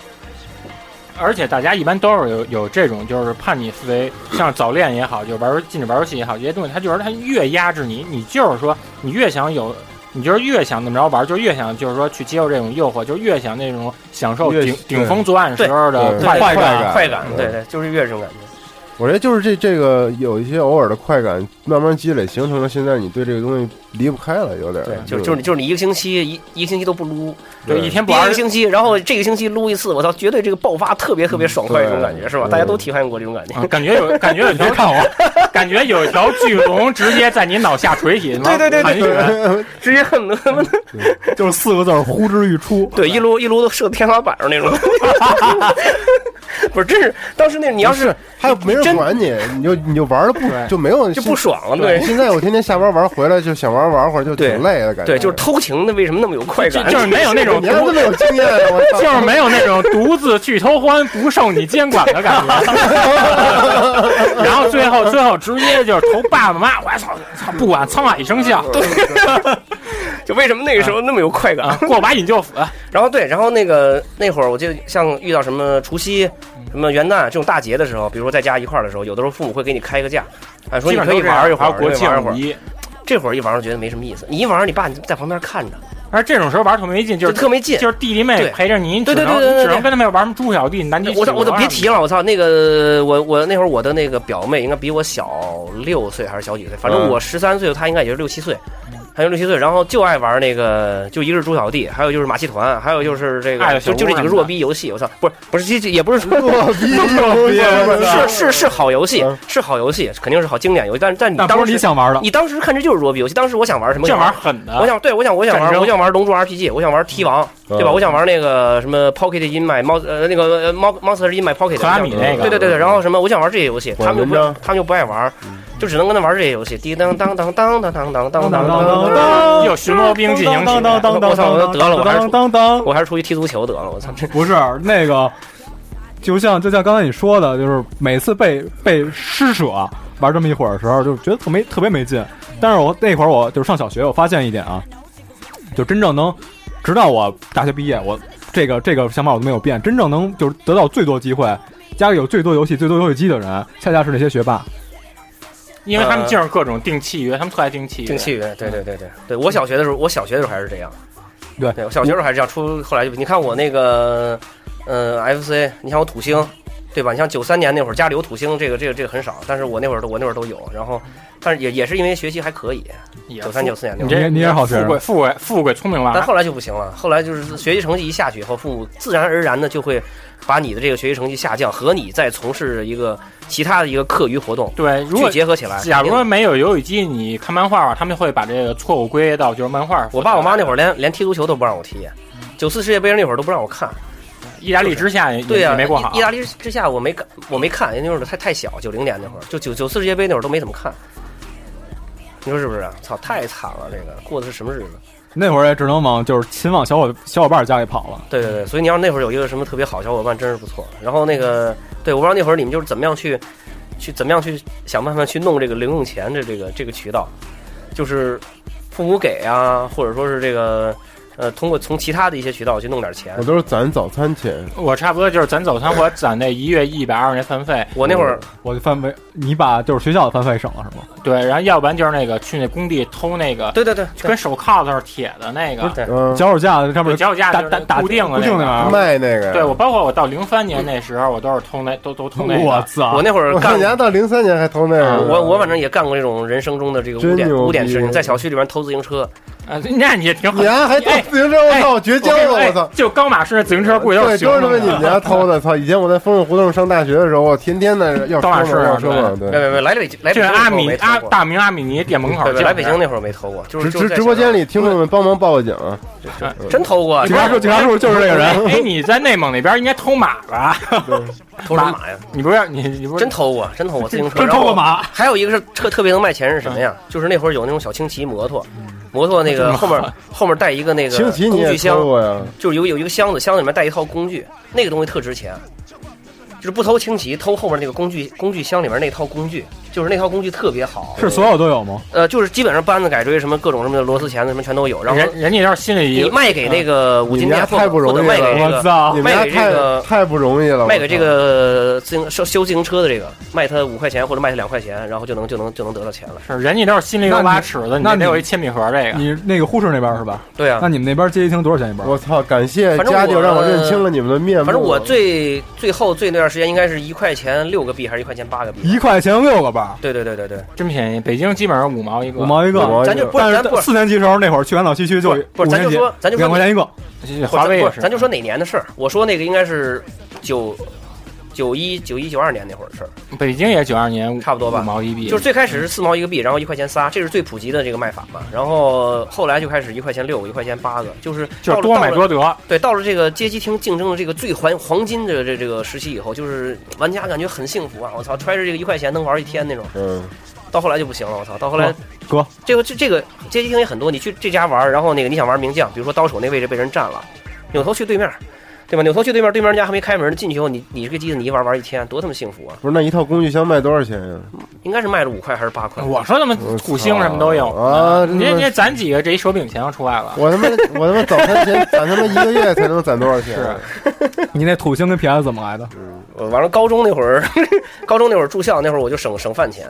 [SPEAKER 5] 而且大家一般都是有有这种就是叛逆思维，像早恋也好，就玩儿禁止玩游戏也好，这些东西，他就是他越压制你，你就是说你越想有，你就是越想怎么着玩儿，就越想就是说去接受这种诱惑，就越想那种享受
[SPEAKER 2] 越
[SPEAKER 5] 顶
[SPEAKER 2] 对
[SPEAKER 5] 顶峰作案时候的
[SPEAKER 2] 对
[SPEAKER 5] 快
[SPEAKER 2] 快
[SPEAKER 5] 感。
[SPEAKER 2] 感
[SPEAKER 3] 快感，
[SPEAKER 2] 嗯
[SPEAKER 3] 对对，就是越这种感觉。
[SPEAKER 2] 我觉得就是这这个有一些偶尔的快感，慢慢积累，形成了现在你对这个东西离不开了，有点儿。嗯
[SPEAKER 3] 对，就就是你就是你一个星期一一个星期都不撸，
[SPEAKER 5] 对，一天不
[SPEAKER 3] 第一
[SPEAKER 5] 玩
[SPEAKER 3] 个
[SPEAKER 5] 儿，
[SPEAKER 3] 星期，然后这个星期撸一次，我操，绝对这个爆发特别特别爽快
[SPEAKER 2] 对
[SPEAKER 3] 这种感觉是吧？
[SPEAKER 2] 嗯
[SPEAKER 3] 大家都体验过这种感觉。
[SPEAKER 5] 嗯感觉有感觉有一条看我，感觉有一条巨龙直接在你脑下垂体，
[SPEAKER 3] 对对对
[SPEAKER 5] 对
[SPEAKER 3] 直接恨不得
[SPEAKER 4] 就是四个字儿呼之欲出。
[SPEAKER 3] *laughs* 对一撸一撸都射天花板上那种， *laughs* 不是，真是当时那你
[SPEAKER 2] 你
[SPEAKER 3] 要是
[SPEAKER 2] 还有没人
[SPEAKER 3] 真
[SPEAKER 2] 管你，你就你就玩的不
[SPEAKER 5] 对
[SPEAKER 2] 就没有
[SPEAKER 3] 就不爽了，
[SPEAKER 2] 对，
[SPEAKER 3] 对
[SPEAKER 2] 现在我天天下班玩回来就想玩玩会儿，就挺
[SPEAKER 3] 对
[SPEAKER 2] 累的感觉。哎
[SPEAKER 3] 对，就是偷情的为什么那么有快
[SPEAKER 5] 就
[SPEAKER 3] 感？ *laughs*
[SPEAKER 5] 就是没有那种
[SPEAKER 2] 你还
[SPEAKER 5] 独
[SPEAKER 2] 这么有经验啊，我操！
[SPEAKER 5] *laughs* 就是没有那种独自去偷欢不受你监管的感
[SPEAKER 3] *laughs*
[SPEAKER 5] 觉。然后最后最后直接就是投爸爸妈，我操操，不管沧海一声笑，
[SPEAKER 3] 就为什么那个时候那么有快感
[SPEAKER 5] 啊？，过把瘾就死。
[SPEAKER 3] 然后对，然后那个那会儿，我记得像遇到什么除夕、什么元旦这种大节的时候，比如说在家一块儿的时候，有的时候父母会给你开个假，啊， *laughs* 说
[SPEAKER 5] 基
[SPEAKER 3] 你
[SPEAKER 5] 本
[SPEAKER 3] 可
[SPEAKER 5] 都
[SPEAKER 3] 以
[SPEAKER 5] 这样
[SPEAKER 3] 玩一会
[SPEAKER 5] 还有
[SPEAKER 3] 儿，
[SPEAKER 5] 国庆
[SPEAKER 3] 玩一会儿
[SPEAKER 5] 五。一，
[SPEAKER 3] 这会儿一玩儿觉得没什么意思，你一玩儿，你爸你在旁边看着，
[SPEAKER 5] 而这种时候玩特没劲，就
[SPEAKER 3] 就是特没劲。
[SPEAKER 5] 就是弟弟妹妹
[SPEAKER 3] 对
[SPEAKER 5] 陪着你，你只
[SPEAKER 3] 对对
[SPEAKER 5] 能
[SPEAKER 3] 对对对
[SPEAKER 5] 你只
[SPEAKER 3] 对
[SPEAKER 5] 能跟他们玩什么猪小弟、南极。
[SPEAKER 3] 我操，我操，别
[SPEAKER 5] 啊
[SPEAKER 3] 提了，我操，那个我我那会儿我的那个表妹应该比我小六岁还是小几岁，反正
[SPEAKER 2] 嗯
[SPEAKER 3] 我十三岁，她应该也是六七岁，还有六七岁，然后就爱玩那个，就一个是猪小弟，还有就是马戏团，还有就是这
[SPEAKER 5] 哎
[SPEAKER 3] 个，就
[SPEAKER 5] 呦小
[SPEAKER 3] 就
[SPEAKER 5] 屋
[SPEAKER 3] 这
[SPEAKER 5] 什
[SPEAKER 3] 几个
[SPEAKER 5] 么
[SPEAKER 3] 弱
[SPEAKER 5] 的
[SPEAKER 3] 逼游戏，我操，不是不是，这也不是说
[SPEAKER 2] 我 *laughs* 逼，啊
[SPEAKER 3] 是是是好游戏
[SPEAKER 2] 嗯，
[SPEAKER 3] 是好游戏，肯定是好经典游戏。但是但你
[SPEAKER 4] 但不
[SPEAKER 3] 当
[SPEAKER 4] 是
[SPEAKER 3] 时
[SPEAKER 4] 你想玩的，
[SPEAKER 3] 你当时看这就是弱逼游戏。当时我想玩什么？
[SPEAKER 5] 这玩意儿狠的，
[SPEAKER 3] 我想对我想我想
[SPEAKER 5] 战
[SPEAKER 3] 玩
[SPEAKER 5] 争
[SPEAKER 3] 我想玩龙珠 RPG，我想玩 T 王，对吧？我想玩那个什么 Pocket in my mouse 呃那个呃 Mon- Monster in my pocket，
[SPEAKER 5] 克拉米那个
[SPEAKER 3] 对对对对。然后什么我想玩这些游戏，他们就不
[SPEAKER 2] 火纹章
[SPEAKER 3] 他们就不爱玩，就只能跟他玩这些游戏。滴当当当当当当当当当当。
[SPEAKER 4] 当当
[SPEAKER 5] 又巡逻兵进行曲
[SPEAKER 4] 当当当当当当当当当。
[SPEAKER 3] 我还是出去踢足球得了，我操！
[SPEAKER 4] 不是那个，就像就像刚才你说的，就是每次被被施舍玩这么一会儿的时候，就觉得特没特别没劲。但是我那会儿我就是上小学，我发现一点啊，就真正能，直到我大学毕业，我这个这个想法我都没有变。真正能就是得到最多机会，家里有最多游戏、最多游戏机的人，恰恰是那些学霸。
[SPEAKER 5] 因为他们就是各种订契约，他们特爱订契约。
[SPEAKER 3] 定契约，对对
[SPEAKER 5] 嗯
[SPEAKER 3] 对对对，我小学的时候，我小学的时候还是这样，
[SPEAKER 4] 对
[SPEAKER 3] 我小学的时候还是这样，出后来就你看我那个，呃，FC，你像我土星，对吧？你像九三年那会儿，家里有土星，这个这个这个很少，但是我那会儿都我那会儿都有，然后，但是也也是因为学习还可以，
[SPEAKER 5] 也
[SPEAKER 3] 九三九四年那
[SPEAKER 5] 你
[SPEAKER 3] 会儿，
[SPEAKER 5] 这
[SPEAKER 4] 你也是好学生
[SPEAKER 5] 富贵富贵富贵聪明
[SPEAKER 3] 但
[SPEAKER 5] 娃，
[SPEAKER 3] 后来就不行了，后来就是学习成绩一下去以后，父母自然而然的就会把你的这个学习成绩下降和你在从事一个其他的一个课余活动
[SPEAKER 5] 对，如
[SPEAKER 3] 去
[SPEAKER 5] 果
[SPEAKER 3] 结合起来。
[SPEAKER 5] 假如
[SPEAKER 3] 哎肯
[SPEAKER 5] 说
[SPEAKER 3] 定
[SPEAKER 5] 没有游戏机，你看漫画，他们会把这个错误归到就是漫画。
[SPEAKER 3] 我爸我妈那会
[SPEAKER 5] 儿，
[SPEAKER 3] 儿连连踢足球都不让我踢，啊
[SPEAKER 5] 嗯
[SPEAKER 3] 九四世界杯那会儿都不让我看。
[SPEAKER 5] 意大利之下也
[SPEAKER 3] 对呀、啊
[SPEAKER 5] 嗯也没过好
[SPEAKER 3] 意。意大利之下我没看，我没看，因为那会儿太太小，九零年那会儿，就九九四世界杯那会儿都没怎么看。你说是不是？操，太惨了，这个过的是什么日子？
[SPEAKER 4] 那会儿也只能往就是勤往小伙小伙伴家里跑了。
[SPEAKER 3] 对对对，所以你要那会儿有一个什么特别好小伙伴，真是不错。然后那个，对我不知道那会儿你们就是怎么样去，去怎么样去想办法去弄这个零用钱的这个这个渠道，就是父母给啊，或者说是这个呃，通过从其他的一些渠道去弄点钱
[SPEAKER 2] 我。都是攒早餐钱，
[SPEAKER 5] 我差不多就是攒早餐，我攒那一月一百二十那饭费，
[SPEAKER 3] 我那会儿
[SPEAKER 4] 我就翻倍，你把就是学校的翻费省了是吗？
[SPEAKER 5] 对，然后要不然就是那个去那工地偷那个
[SPEAKER 3] 对对对，
[SPEAKER 5] 跟啊手铐子似的铁的那个，
[SPEAKER 3] 对
[SPEAKER 2] 嗯，
[SPEAKER 4] 脚手架上面
[SPEAKER 5] 脚手架
[SPEAKER 4] 打
[SPEAKER 5] 就是
[SPEAKER 4] 打打
[SPEAKER 5] 固定的
[SPEAKER 4] 固
[SPEAKER 5] 那
[SPEAKER 4] 定啊
[SPEAKER 5] 个
[SPEAKER 3] 啊
[SPEAKER 4] 那玩意儿。
[SPEAKER 2] 卖那个呀。
[SPEAKER 5] 对我包括我到零三年那时候，我都是偷
[SPEAKER 3] 嗯
[SPEAKER 5] 那都都偷那
[SPEAKER 4] 我
[SPEAKER 5] 个。
[SPEAKER 4] 操！
[SPEAKER 3] 我那会儿
[SPEAKER 2] 我
[SPEAKER 3] 干
[SPEAKER 2] 看人家到零三年还偷那
[SPEAKER 5] 啊
[SPEAKER 2] 个，
[SPEAKER 3] 我我反正也干过这种人生中的这个污
[SPEAKER 2] 真
[SPEAKER 3] 点
[SPEAKER 2] 牛逼
[SPEAKER 3] 污点事情，在小区里边偷自行车，
[SPEAKER 5] 呃那你也挺狠
[SPEAKER 2] 你。丫还偷自行车，我
[SPEAKER 5] 哎
[SPEAKER 2] 操，我绝交了，我操
[SPEAKER 5] 哎！就高马式自行车
[SPEAKER 2] 对，
[SPEAKER 5] 贵都是
[SPEAKER 2] 都是他妈你
[SPEAKER 5] 的
[SPEAKER 2] 们家偷的，操！以前我在丰润胡同上大学的时候，我天天的要
[SPEAKER 5] 到哪
[SPEAKER 2] 车嘛，要
[SPEAKER 5] 是
[SPEAKER 2] 车
[SPEAKER 5] 啊
[SPEAKER 2] 嘛，
[SPEAKER 3] 没
[SPEAKER 2] 对。
[SPEAKER 3] 没没，来北来
[SPEAKER 5] 这
[SPEAKER 3] 北京那会
[SPEAKER 5] 阿
[SPEAKER 3] 儿我
[SPEAKER 5] 米
[SPEAKER 3] 没
[SPEAKER 5] 阿
[SPEAKER 3] 偷过，
[SPEAKER 5] 大明阿米尼店门口
[SPEAKER 3] 对对，
[SPEAKER 5] 就
[SPEAKER 3] 来北京那会儿我没偷过，就是
[SPEAKER 2] 直
[SPEAKER 3] 就是
[SPEAKER 2] 直
[SPEAKER 3] 在
[SPEAKER 2] 直播
[SPEAKER 3] 小
[SPEAKER 2] 间里，听众们帮忙报个警啊！
[SPEAKER 3] 真偷过，
[SPEAKER 4] 警察叔，警察叔就是这个人。
[SPEAKER 5] 哎，你在内蒙那边应该偷马吧？
[SPEAKER 3] 偷什么马呀？
[SPEAKER 5] 你不是你你不是
[SPEAKER 3] 真偷过，真偷过自行车，
[SPEAKER 4] 真偷过。马，
[SPEAKER 3] 还有一个是特特别能卖钱是什么呀？就是那会儿有那种小轻骑摩托，
[SPEAKER 5] 嗯
[SPEAKER 3] 摩托那个后面后面带一个那个
[SPEAKER 2] 青奇你
[SPEAKER 3] 工
[SPEAKER 2] 也
[SPEAKER 3] 具箱
[SPEAKER 2] 偷，过呀？
[SPEAKER 3] 就是有有一个箱子，箱子里面带一套工具，那个东西特值钱。就是不偷轻骑，偷后面那个工具工具箱里面那套工具，就是那套工具特别好。
[SPEAKER 4] 是所有都有吗？
[SPEAKER 3] 呃，就是基本上扳子、改锥什么各种什么的螺丝钳子什么全都有。然后
[SPEAKER 5] 人人家要是心里
[SPEAKER 3] 你卖给那个五金
[SPEAKER 2] 嗯你们家
[SPEAKER 3] 店，
[SPEAKER 2] 太不容易
[SPEAKER 3] 或者卖给这
[SPEAKER 4] 我
[SPEAKER 3] 个
[SPEAKER 4] 操
[SPEAKER 2] 你！们
[SPEAKER 3] 啊卖
[SPEAKER 2] 家
[SPEAKER 3] 给这个
[SPEAKER 2] 太太不容易了，
[SPEAKER 3] 卖给这
[SPEAKER 2] 我操
[SPEAKER 3] 个自行修修自行车的这个，卖他五块钱或者卖他两块钱，然后就能就能就能得到钱了。
[SPEAKER 5] 是人家要是心里有把尺子，
[SPEAKER 4] 那
[SPEAKER 5] 你
[SPEAKER 4] 你
[SPEAKER 5] 得有一铅笔盒这
[SPEAKER 3] 哎
[SPEAKER 5] 个。
[SPEAKER 4] 你那个呼市那边是吧？
[SPEAKER 3] 对啊
[SPEAKER 4] 那，你们那边街机厅多少钱一本？
[SPEAKER 3] 嗯
[SPEAKER 2] 我操！感谢
[SPEAKER 3] 反正
[SPEAKER 2] 家
[SPEAKER 3] 我
[SPEAKER 2] 教让我认清了你们的面目。啊
[SPEAKER 3] 反正我最最后最那段时间应该是一块钱六个币还是一块钱八个币？
[SPEAKER 4] 一块钱六个吧，
[SPEAKER 3] 对对对对对，
[SPEAKER 5] 真便宜，北京基本上五毛一个，
[SPEAKER 4] 五毛一
[SPEAKER 2] 五毛
[SPEAKER 4] 个。
[SPEAKER 2] 一
[SPEAKER 3] 咱就不
[SPEAKER 4] 但
[SPEAKER 3] 是咱不
[SPEAKER 4] 是四年级时候那会儿去安老西区就
[SPEAKER 3] 不是咱就
[SPEAKER 4] 五年级
[SPEAKER 3] 说咱就说
[SPEAKER 4] 两块钱一个，
[SPEAKER 3] 不是
[SPEAKER 5] 华为
[SPEAKER 3] 不
[SPEAKER 5] 也
[SPEAKER 3] 是
[SPEAKER 5] 是。嗯
[SPEAKER 3] 咱就说哪年的事儿。我说那个应该是九九一九一九二年那会儿的事儿，
[SPEAKER 5] 嗯北京也九二年，
[SPEAKER 3] 差不多吧
[SPEAKER 5] 五毛一币。
[SPEAKER 3] 就是最开始是四毛一个币，然后一块钱仨，这是最普及的这个卖法嘛。然后后来就开始一块钱六个，一块钱八个，就是
[SPEAKER 5] 就
[SPEAKER 3] 到了
[SPEAKER 5] 是多买
[SPEAKER 3] 到了
[SPEAKER 5] 多得，
[SPEAKER 3] 对，到了这个街机厅竞争的这个最黄黄金的这这个时期以后，就是玩家感觉很幸福啊！我操，揣着这个一块钱能玩一天那种。
[SPEAKER 2] 嗯，
[SPEAKER 3] 到后来就不行了，我操！到后来
[SPEAKER 4] 哦，哥，
[SPEAKER 3] 这个这这个街机厅也很多，你去这家玩，然后那个你想玩名将，比如说刀手那位置被人占了，扭头去对面，对吧？扭头去对面，对面人家还没开门呢，进去以后，你你这个机子你一玩玩一天，多他妈幸福啊！
[SPEAKER 2] 不是那一套工具箱卖多少钱呀？
[SPEAKER 3] 应该是卖了五块还是八块？
[SPEAKER 5] 我说他们
[SPEAKER 2] 我操
[SPEAKER 5] 土星什么都有
[SPEAKER 2] 啊
[SPEAKER 5] 你这攒几个，这一手柄钱就出来了。
[SPEAKER 2] 我他妈我他妈早餐钱 *laughs* 攒他妈一个月才能攒多少钱？
[SPEAKER 3] 啊
[SPEAKER 2] 啊
[SPEAKER 5] 是
[SPEAKER 4] 你那土星跟 PS 怎么来的？
[SPEAKER 3] 我呃完了，高中那会儿， *laughs* 高中那会儿住校那会儿，我就省省饭钱。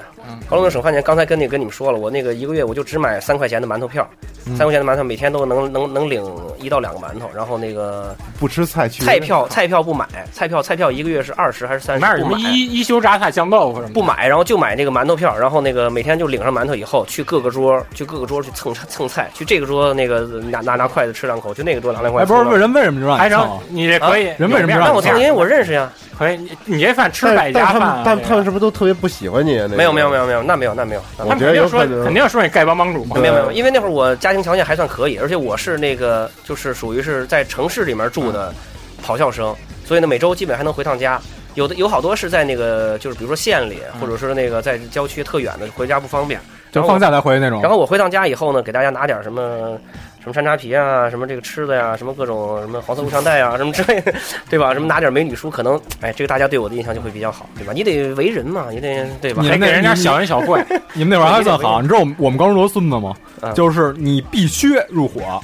[SPEAKER 3] 高中的省饭钱，刚才跟你跟你们说了，我那个一个月我就只买三块钱的馒头票，三块钱的馒头每天都能能能领一到两个馒头，然后那个
[SPEAKER 2] 不吃菜去
[SPEAKER 3] 菜票菜票不买，菜票菜票一个月是二十还是三
[SPEAKER 5] 哪
[SPEAKER 3] 十
[SPEAKER 5] 有
[SPEAKER 3] 不
[SPEAKER 5] 什么
[SPEAKER 3] 买。
[SPEAKER 5] 一一休榨菜酱豆腐什么的？
[SPEAKER 3] 不买，然后就买那个馒头票，然后那个每天就领上馒头以后，去各个桌，去各个桌去蹭蹭菜，去这个桌那个拿拿拿筷子吃两口，去那个桌拿两口。
[SPEAKER 4] 哎，不是，人为什么就让
[SPEAKER 5] 还
[SPEAKER 4] 你蹭
[SPEAKER 5] 成
[SPEAKER 4] 啊？
[SPEAKER 5] 你这可以，
[SPEAKER 4] 人为什么
[SPEAKER 5] 有面
[SPEAKER 4] 让啊
[SPEAKER 3] 那我
[SPEAKER 5] 子
[SPEAKER 3] 蹭，因为我认识呀。
[SPEAKER 5] 可以，你你这饭吃
[SPEAKER 2] 但
[SPEAKER 5] 百
[SPEAKER 2] 但
[SPEAKER 5] 家
[SPEAKER 2] 他
[SPEAKER 5] 饭
[SPEAKER 2] 们
[SPEAKER 5] 啊，
[SPEAKER 2] 但
[SPEAKER 5] 这个
[SPEAKER 2] 他们是不是都特别不喜欢你啊？那
[SPEAKER 3] 没有
[SPEAKER 2] 个
[SPEAKER 3] 没有没有没有，那没有那没有。那没有
[SPEAKER 2] 我
[SPEAKER 5] 他们
[SPEAKER 2] 觉得
[SPEAKER 5] 肯定说
[SPEAKER 2] 有可能
[SPEAKER 5] 肯定说你丐帮帮主嘛，
[SPEAKER 3] 没有没有，因为那会儿我家庭条件还算可以，而且我是那个就是属于是在城市里面住的
[SPEAKER 2] 嗯
[SPEAKER 3] 跑校生，所以呢每周基本还能回趟家。有的有好多是在那个就是比如说县里，
[SPEAKER 2] 嗯
[SPEAKER 3] 或者说那个在郊区特远的回家不方便。
[SPEAKER 4] 就放假才回去那种。
[SPEAKER 3] 然后我回趟家以后呢，给大家拿点什么。什么山楂皮啊，什么这个吃的呀、什么各种什么黄色无常带啊，什么之类的， *laughs* 对吧？什么拿点美女书，可能哎，这个大家对我的印象就会比较好，对吧？你得为人嘛，你得对吧？
[SPEAKER 4] 你
[SPEAKER 5] 还
[SPEAKER 4] 们
[SPEAKER 5] 给
[SPEAKER 4] 那
[SPEAKER 5] 人家小恩小
[SPEAKER 2] *laughs*
[SPEAKER 5] 惠，
[SPEAKER 4] 你们那会儿还算好，你知道我们我们高中多孙子吗
[SPEAKER 3] 嗯？
[SPEAKER 4] 就是你必须入伙，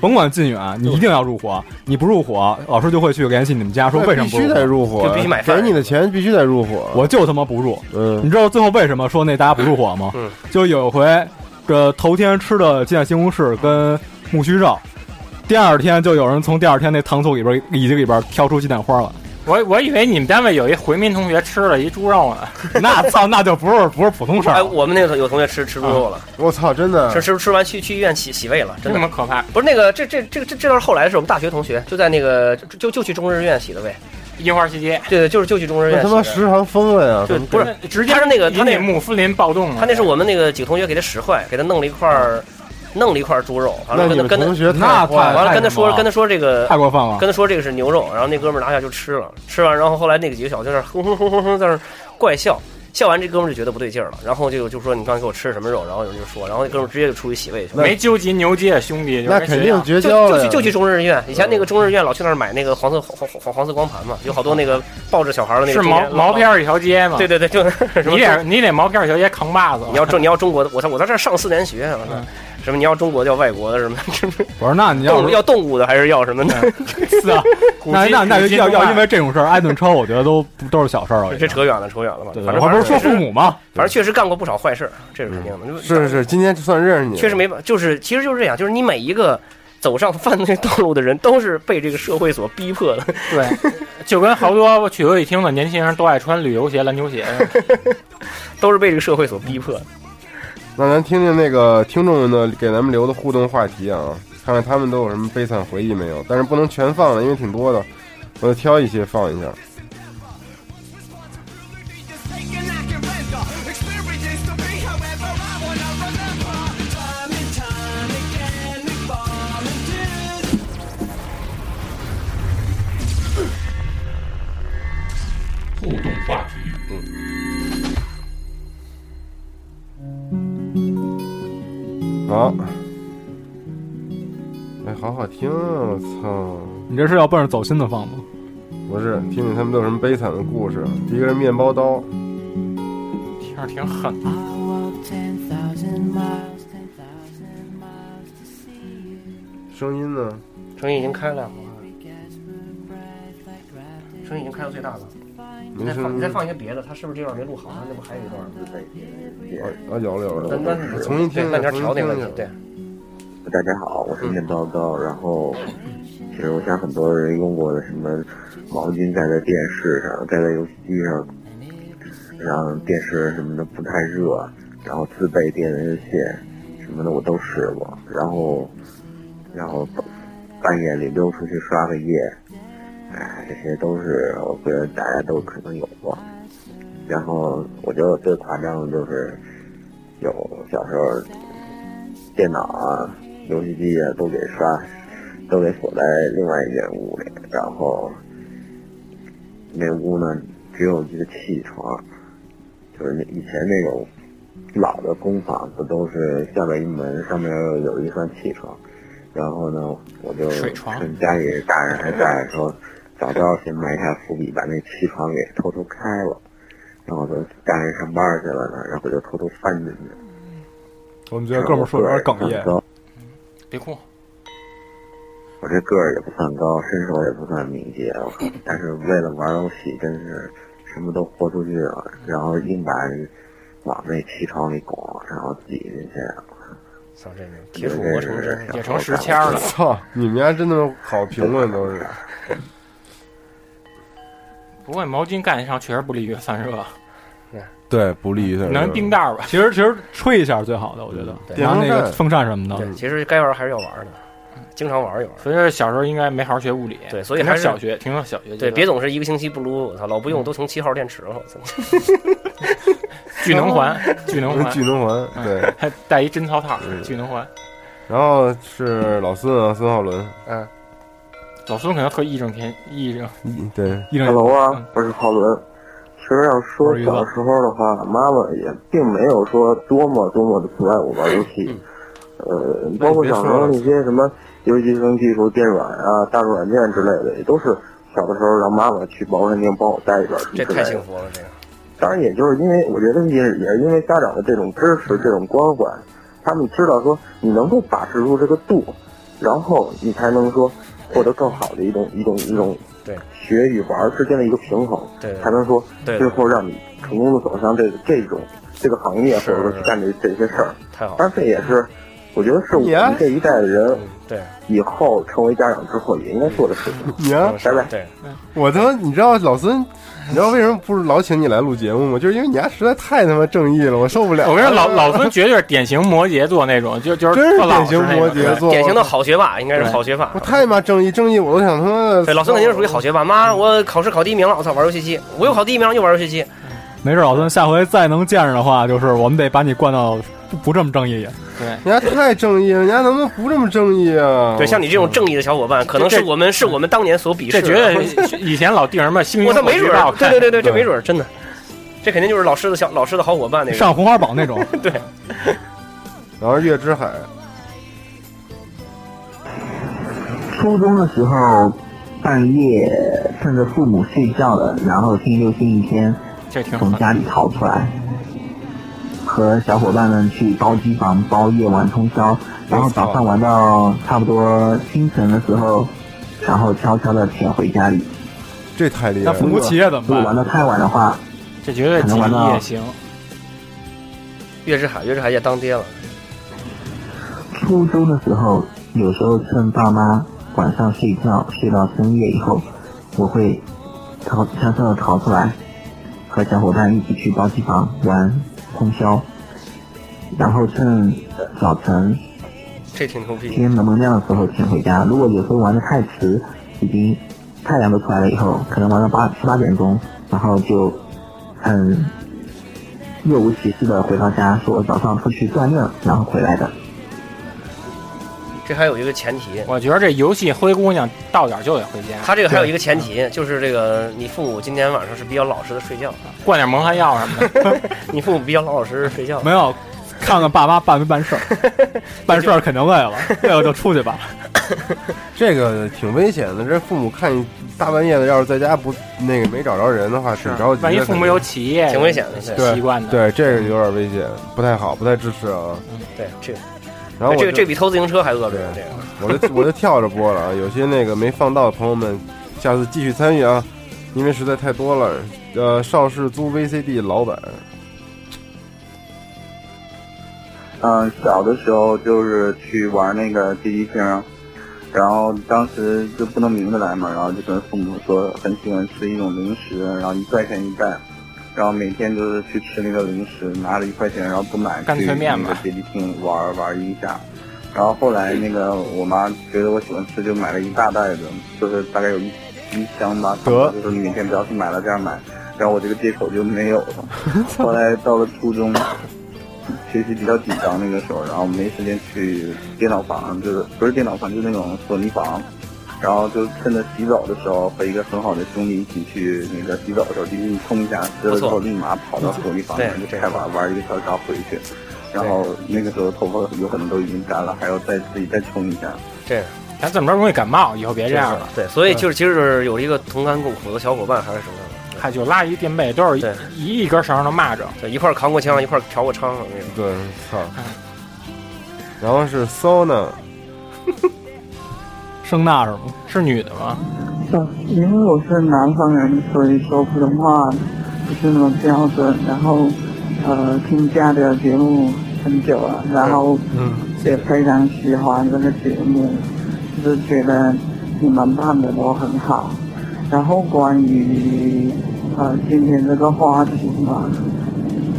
[SPEAKER 4] 甭管近远，你一定要入伙。你不入伙，老师就会去联系你们家，说为什么
[SPEAKER 2] 必
[SPEAKER 4] 不
[SPEAKER 2] 须
[SPEAKER 4] 入
[SPEAKER 2] 得
[SPEAKER 4] 伙？
[SPEAKER 2] 入伙啊，
[SPEAKER 3] 就必须买饭
[SPEAKER 2] 给你的钱必须得入伙。啊
[SPEAKER 4] 我就他妈不入。你
[SPEAKER 2] 嗯，
[SPEAKER 4] 知道最后为什么说那大家不入伙吗？
[SPEAKER 3] 嗯
[SPEAKER 4] 就有回这头天吃的鸡蛋西红柿跟木须肉，第二天就有人从第二天那糖醋里边里脊里边挑出鸡蛋花了。
[SPEAKER 5] 我我以为你们单位有一回民同学吃了一猪肉呢，
[SPEAKER 4] 那操，那就不是不是普通事
[SPEAKER 3] 哎，
[SPEAKER 4] 儿了。
[SPEAKER 3] 我们那个有同学吃吃猪肉了，
[SPEAKER 2] 我操，真的
[SPEAKER 3] 吃吃吃完去去医院洗洗胃了，真的
[SPEAKER 5] 这么可怕。
[SPEAKER 3] 不是那个，这这这这这倒是后来的事，我们大学同学就在那个就就就去中日医院洗的胃，
[SPEAKER 5] 樱花西街，
[SPEAKER 3] 对对，就是就去中日医院
[SPEAKER 2] 那他
[SPEAKER 3] 洗
[SPEAKER 2] 妈
[SPEAKER 3] 的。
[SPEAKER 2] 食堂疯了呀！
[SPEAKER 3] 就不是，
[SPEAKER 5] 直接
[SPEAKER 3] 他是那个
[SPEAKER 5] 引
[SPEAKER 3] 他那
[SPEAKER 5] 起穆斯林暴动了。
[SPEAKER 3] 他那是我们那个几个同学给他使坏，给他弄了一块儿，弄了一块儿猪肉，完
[SPEAKER 2] 那
[SPEAKER 3] 了
[SPEAKER 2] 你
[SPEAKER 3] 跟他
[SPEAKER 2] 们
[SPEAKER 3] 跟他
[SPEAKER 2] 同学
[SPEAKER 4] 那
[SPEAKER 2] 太
[SPEAKER 4] 太
[SPEAKER 2] 坏了，
[SPEAKER 3] 完了跟他
[SPEAKER 4] 太
[SPEAKER 3] 说
[SPEAKER 4] 他妈
[SPEAKER 3] 跟他说这个
[SPEAKER 4] 太过分了。
[SPEAKER 3] 跟他说这个是牛肉，然后那哥们儿拿下就吃了，吃完然后后来那个几个小就在那儿哼哼哼哼哼在那儿怪笑，笑完这哥们儿就觉得不对劲儿了，然后就就说你刚才给我吃什么肉，然后有人就说，然后那哥们儿直接就出去洗胃去了。
[SPEAKER 5] 没纠集牛街的兄弟，就
[SPEAKER 2] 那
[SPEAKER 5] 是
[SPEAKER 2] 肯
[SPEAKER 5] 谁呀
[SPEAKER 2] 定绝
[SPEAKER 3] 就
[SPEAKER 2] 交
[SPEAKER 3] 就
[SPEAKER 2] 了
[SPEAKER 3] 去
[SPEAKER 2] 呀。
[SPEAKER 3] 就去中日医院，以前那个中日医院老去那儿买那个黄色黄黄黄黄色光盘嘛，有好多那个抱着小孩儿的那个
[SPEAKER 5] 是
[SPEAKER 3] 中年
[SPEAKER 5] 毛毛，片儿一条街嘛。
[SPEAKER 3] 对对对，就是什么
[SPEAKER 5] 你得你得毛片儿一条街扛把子。
[SPEAKER 3] 你要中你要中国的，我在我在这儿上四年学，啊我操
[SPEAKER 5] 嗯
[SPEAKER 3] 什么你要中国的要外国的什么什么
[SPEAKER 4] 我说那你要
[SPEAKER 3] 动
[SPEAKER 4] 是
[SPEAKER 3] 要动物的还是要什么的，
[SPEAKER 4] 是 *laughs* 啊，
[SPEAKER 5] 古
[SPEAKER 4] 那
[SPEAKER 5] 今
[SPEAKER 4] 那那
[SPEAKER 5] 古今
[SPEAKER 4] 要
[SPEAKER 5] 中外
[SPEAKER 4] 要因为这种事儿挨顿抽，我觉得都不都是小事儿而已。
[SPEAKER 3] *laughs* 这扯远了扯远了吧
[SPEAKER 4] 对，
[SPEAKER 3] 反
[SPEAKER 4] 对，
[SPEAKER 3] 正
[SPEAKER 4] 我不是说父母吗？
[SPEAKER 3] 反正确实干过不少坏事儿，这是肯定的。嗯就是
[SPEAKER 2] 是，今天算认识你了，
[SPEAKER 3] 确实没办，就是其实就是这样，就是你每一个走上犯罪道路的人，都是被这个社会所逼迫的。 *laughs*
[SPEAKER 5] 对，就跟好多去游戏厅的年轻人都爱穿旅游鞋、篮球鞋似的。
[SPEAKER 3] 都是被这个社会所逼迫的。
[SPEAKER 2] 那咱听听那个听众们的给咱们留的互动话题啊，看看他们都有什么悲惨回忆没有？但是不能全放了，因为挺多的，我就挑一些放一下。
[SPEAKER 6] 互动话题，
[SPEAKER 2] 好，哎，好好听啊！我操，
[SPEAKER 4] 你这是要奔着走心的放吗？
[SPEAKER 2] 不是，听听他们都有什么悲惨的故事。第一个是面包刀，
[SPEAKER 5] 听着挺狠的。
[SPEAKER 7] I walk 10,000 miles, 10,000 miles to see you.
[SPEAKER 2] 声音呢？
[SPEAKER 3] 声音已经开了，
[SPEAKER 7] Every gasp of breath I grabbed it
[SPEAKER 3] 声音已经开到最大了。你
[SPEAKER 2] 没
[SPEAKER 3] 再放，
[SPEAKER 2] 声
[SPEAKER 3] 你
[SPEAKER 2] 音。
[SPEAKER 3] 再放一些别的，他是不是这段没录好？他那不还有一段吗？
[SPEAKER 2] 啊，有了有了。
[SPEAKER 3] 那那
[SPEAKER 2] 重新听，
[SPEAKER 3] 那你要调那个
[SPEAKER 2] 个
[SPEAKER 3] 问题，对。
[SPEAKER 8] 大家好，我是面包包。然后，其实我想很多人用过的什么毛巾盖在电视上，盖在游戏机上，让电视什么的不太热，然后自备电源线什么的我都试过。然后，然后半夜里溜出去刷个夜，哎，这些都是我觉得大家都可能有过。然后我觉得我最夸张的就是有小时候电脑啊、游戏机啊都给刷，都给锁在另外一间屋里。然后那屋呢只有一个气床，就是那以前那种老的工坊不都是下边一门，上面有一扇气床。然后呢，我就
[SPEAKER 5] 水床
[SPEAKER 8] 趁家里大人还在的时候，早知道先埋下伏笔，把那气床给偷偷开了。然后我就大人上班去了呢，然后我就偷偷翻进去。
[SPEAKER 4] 我们觉得哥们儿说的有点哽咽。
[SPEAKER 8] 高，
[SPEAKER 5] 别哭，
[SPEAKER 8] 我这个儿也不算高，身手也不算敏捷，我
[SPEAKER 3] *laughs*
[SPEAKER 8] 靠！但是为了玩游戏，真是什么都豁出去了，然后硬把人往那气床里拱，然后挤进去，
[SPEAKER 3] 嗯操，这个铁杵磨成针，
[SPEAKER 5] 也成石签儿了。
[SPEAKER 2] 操，你们家真的好评论都是。
[SPEAKER 5] 不过毛巾盖上确实不利于散热，
[SPEAKER 2] 对，不利于他。
[SPEAKER 5] 能冰袋儿吧？
[SPEAKER 4] 其实其实吹一下是最好的，我觉得。
[SPEAKER 3] 对
[SPEAKER 4] 拿那个风扇什么的，
[SPEAKER 3] 对，其实该玩还是要玩的，经常玩一玩。
[SPEAKER 5] 所以说小时候应该没好好学物理。
[SPEAKER 3] 对所以
[SPEAKER 5] 停到
[SPEAKER 3] 还是
[SPEAKER 5] 小学，停到小学
[SPEAKER 3] 对，
[SPEAKER 5] 阶段
[SPEAKER 3] 别总是一个星期不撸，我操，老不用都成七号电池了，我 *laughs* 操！
[SPEAKER 5] 聚能环，
[SPEAKER 3] *laughs*
[SPEAKER 5] 聚能环
[SPEAKER 2] 聚，能环，对。
[SPEAKER 5] 还带一贞操套
[SPEAKER 2] 嗯，
[SPEAKER 5] 聚能环。
[SPEAKER 2] 然后是老孙啊，孙浩伦，
[SPEAKER 5] 老孙可能特义正天
[SPEAKER 3] *laughs*
[SPEAKER 5] 义正，
[SPEAKER 2] 嗯对，
[SPEAKER 4] 一整
[SPEAKER 8] Hello 啊，我是浩伦。其实要说小时候的话，妈妈也并没有说多么多么的不爱我玩游戏，
[SPEAKER 3] 嗯
[SPEAKER 8] 呃，包括小时候那些什么游戏生技术、电软啊、大众软件之类的，也都是小的时候让妈妈去保温店帮我带一段儿
[SPEAKER 3] 这
[SPEAKER 8] 之
[SPEAKER 3] 太
[SPEAKER 8] 类
[SPEAKER 3] 幸
[SPEAKER 8] 的。
[SPEAKER 3] 福了，这个。
[SPEAKER 8] 当然，也就是因为我觉得也是也是因为家长的这种支持、这种关怀，他们知道说你能够把持住这个度，然后你才能说获得更好的一种一种一种
[SPEAKER 3] 对
[SPEAKER 8] 学与玩之间的一个平衡。
[SPEAKER 3] 对对
[SPEAKER 8] 才能说
[SPEAKER 3] 对
[SPEAKER 8] 最后让你成功的走向这个这种这个行业，或者说去干这这些事儿。
[SPEAKER 3] 太好了，嗯
[SPEAKER 8] 当然，这也是我觉得是我
[SPEAKER 2] 你啊
[SPEAKER 8] 们这一代的人
[SPEAKER 3] 对，
[SPEAKER 8] 以后成为家长之后也应该做的事情。
[SPEAKER 2] 你啊，
[SPEAKER 8] 拜拜
[SPEAKER 3] 对，
[SPEAKER 2] 我他妈，你知道老孙，你知道为什么不是老请你来录节目吗？就是因为你家实在太他妈正义了，我受不了。
[SPEAKER 5] 我跟你
[SPEAKER 3] *laughs*
[SPEAKER 5] 说，老老孙绝对是典型摩羯座那种，就就是
[SPEAKER 2] 真是
[SPEAKER 5] 特老
[SPEAKER 2] 典
[SPEAKER 5] 实那
[SPEAKER 2] 型
[SPEAKER 5] 种
[SPEAKER 2] 摩羯座，
[SPEAKER 3] 典型的好学霸，应该是
[SPEAKER 5] 对
[SPEAKER 3] 好学霸
[SPEAKER 2] 我。太妈正义，正义我都想他妈。
[SPEAKER 3] 对，老孙肯定是属于好学霸。妈，我考试考第一名了，我操，玩游戏机，我又考第一名了，又玩游戏机。
[SPEAKER 4] 没事，老孙，下回再能见着的话，就是我们得把你灌到不不这么正义。
[SPEAKER 2] 人家太正义了，人家能不能不这么正义啊？
[SPEAKER 3] 对，像你这种正义的小伙伴，可能是我们是我们当年所鄙
[SPEAKER 5] 这
[SPEAKER 3] 视
[SPEAKER 5] 绝
[SPEAKER 3] 的。
[SPEAKER 5] 对是以前老定什么
[SPEAKER 3] *laughs*
[SPEAKER 5] 星
[SPEAKER 3] 我
[SPEAKER 5] 星
[SPEAKER 3] 操，
[SPEAKER 5] 火
[SPEAKER 3] 没
[SPEAKER 5] 炬
[SPEAKER 3] 准
[SPEAKER 5] 吧，
[SPEAKER 3] 儿
[SPEAKER 5] 我，
[SPEAKER 3] 对
[SPEAKER 5] 看
[SPEAKER 3] 对对对，这
[SPEAKER 2] 对
[SPEAKER 3] 没准儿，真的，这肯定就是老师的小老师的好伙伴那种。
[SPEAKER 4] 上红花榜那种，
[SPEAKER 2] 然后月之海，
[SPEAKER 9] 初中的时候，半夜趁着父母睡觉了，然后听六星一天
[SPEAKER 5] 这挺
[SPEAKER 8] 嗯
[SPEAKER 9] 从
[SPEAKER 5] 好。
[SPEAKER 9] 家里逃出来，和小伙伴们去包机房包夜玩通宵，然后早上玩到差不多清晨的时候，然后悄悄的潜回家里。
[SPEAKER 2] 这太厉害
[SPEAKER 4] 那
[SPEAKER 2] 了
[SPEAKER 4] 父。母企业怎
[SPEAKER 9] 如果
[SPEAKER 4] 么
[SPEAKER 9] 玩
[SPEAKER 4] 办？
[SPEAKER 9] 到太晚的话，
[SPEAKER 5] 这绝对锦衣夜行，
[SPEAKER 3] 岳志海，岳志海也当爹了，
[SPEAKER 9] 初中的时候，有时候趁爸妈晚上睡觉睡到深夜以后，我会逃悄悄的逃出来，和小伙伴一起去包机房玩通宵，然后趁早晨
[SPEAKER 3] 这挺牛逼。
[SPEAKER 2] 嗯
[SPEAKER 9] 天蒙蒙亮的时候潜回家。如果有时候玩的太迟，已经太阳都出来了以后，可能玩到八七八点钟，然后就很若无其事的回到家，说我早上出去锻炼，然后回来的。
[SPEAKER 3] 这还有一个前提，
[SPEAKER 5] 我觉得这游戏灰姑娘到点儿就得回家，
[SPEAKER 3] 他这个还有一个前
[SPEAKER 2] 嗯
[SPEAKER 3] 提，就是这个你父母今天晚上是比较老实的睡觉，
[SPEAKER 5] 灌点蒙汗药什么的。
[SPEAKER 3] 你父母比较老老实实睡觉
[SPEAKER 4] 没。有，看看爸妈办没办
[SPEAKER 2] *laughs*
[SPEAKER 4] 事儿，办事儿肯定累了，累了就出去吧。
[SPEAKER 2] 这个挺危险的，这父母看你大半夜的，要是在家不那个没找着人的话，挺着急的。
[SPEAKER 5] 万一父母有企业，
[SPEAKER 3] 挺危险的
[SPEAKER 2] 对
[SPEAKER 5] 习惯的。
[SPEAKER 2] 对这个有点危险，不太好，不太支持啊。
[SPEAKER 3] 对，这个
[SPEAKER 2] 然后我
[SPEAKER 3] 这个这
[SPEAKER 2] 就
[SPEAKER 3] 比偷自行车还恶劣，这
[SPEAKER 2] 对
[SPEAKER 3] 个
[SPEAKER 2] 我就我就跳着播了啊，有些那个没放到的朋友们，下次继续参与啊，因为实在太多了。呃，邵氏租 VCD 老板，
[SPEAKER 8] 嗯，小的时候就是去玩那个积极星，然后当时就不能明着来嘛，然后就跟父母说很喜欢吃一种零食，然后一块钱一袋，然后每天就是去吃那个零食，拿着一块钱，然后不买，
[SPEAKER 5] 干
[SPEAKER 8] 去
[SPEAKER 5] 脆面
[SPEAKER 8] 那个
[SPEAKER 5] 吧
[SPEAKER 8] 街机厅玩玩一下。然后后来那个我妈觉得我喜欢吃，就买了一大袋子，就是大概有一一箱吧。
[SPEAKER 2] 得
[SPEAKER 8] 就是你每天不要去买了，这样买，然后我这个借口就没有了。后来到了初中，学习比较紧张那个时候，然后没时间去电脑房，就是不是电脑房，就是那种索尼房。然后就趁着洗澡的时候，和一个很好的兄弟一起去那个洗澡的时候，进去冲一下，湿了之后立马跑到索尼房
[SPEAKER 3] 对
[SPEAKER 8] 然后就开玩玩一个小时然后回去。然后那个时候头发有可能都已经干了，还要再自己再冲一下。
[SPEAKER 3] 这个
[SPEAKER 5] 咱怎么着容易感冒，以后别这样了。
[SPEAKER 3] 对，所以
[SPEAKER 2] 嗯
[SPEAKER 3] 就是其实就是有一个同甘共苦的小伙伴还是什么的，
[SPEAKER 5] 嗨，就拉一垫背，都是
[SPEAKER 3] 对
[SPEAKER 5] 一一根绳儿能蚂蚱。
[SPEAKER 3] 对，一块儿扛过枪，一块儿嫖过娼那种。
[SPEAKER 2] 对，操。然后是 Sona，
[SPEAKER 4] 声纳是吗？
[SPEAKER 5] 是女的吗？
[SPEAKER 9] 因为我是南方人，所以说普通话不是那么标准。然后，呃，听家的节目很久了，然后也非常喜欢这个节目，就是觉得你们办的都很好。然后关于呃今天这个话题嘛，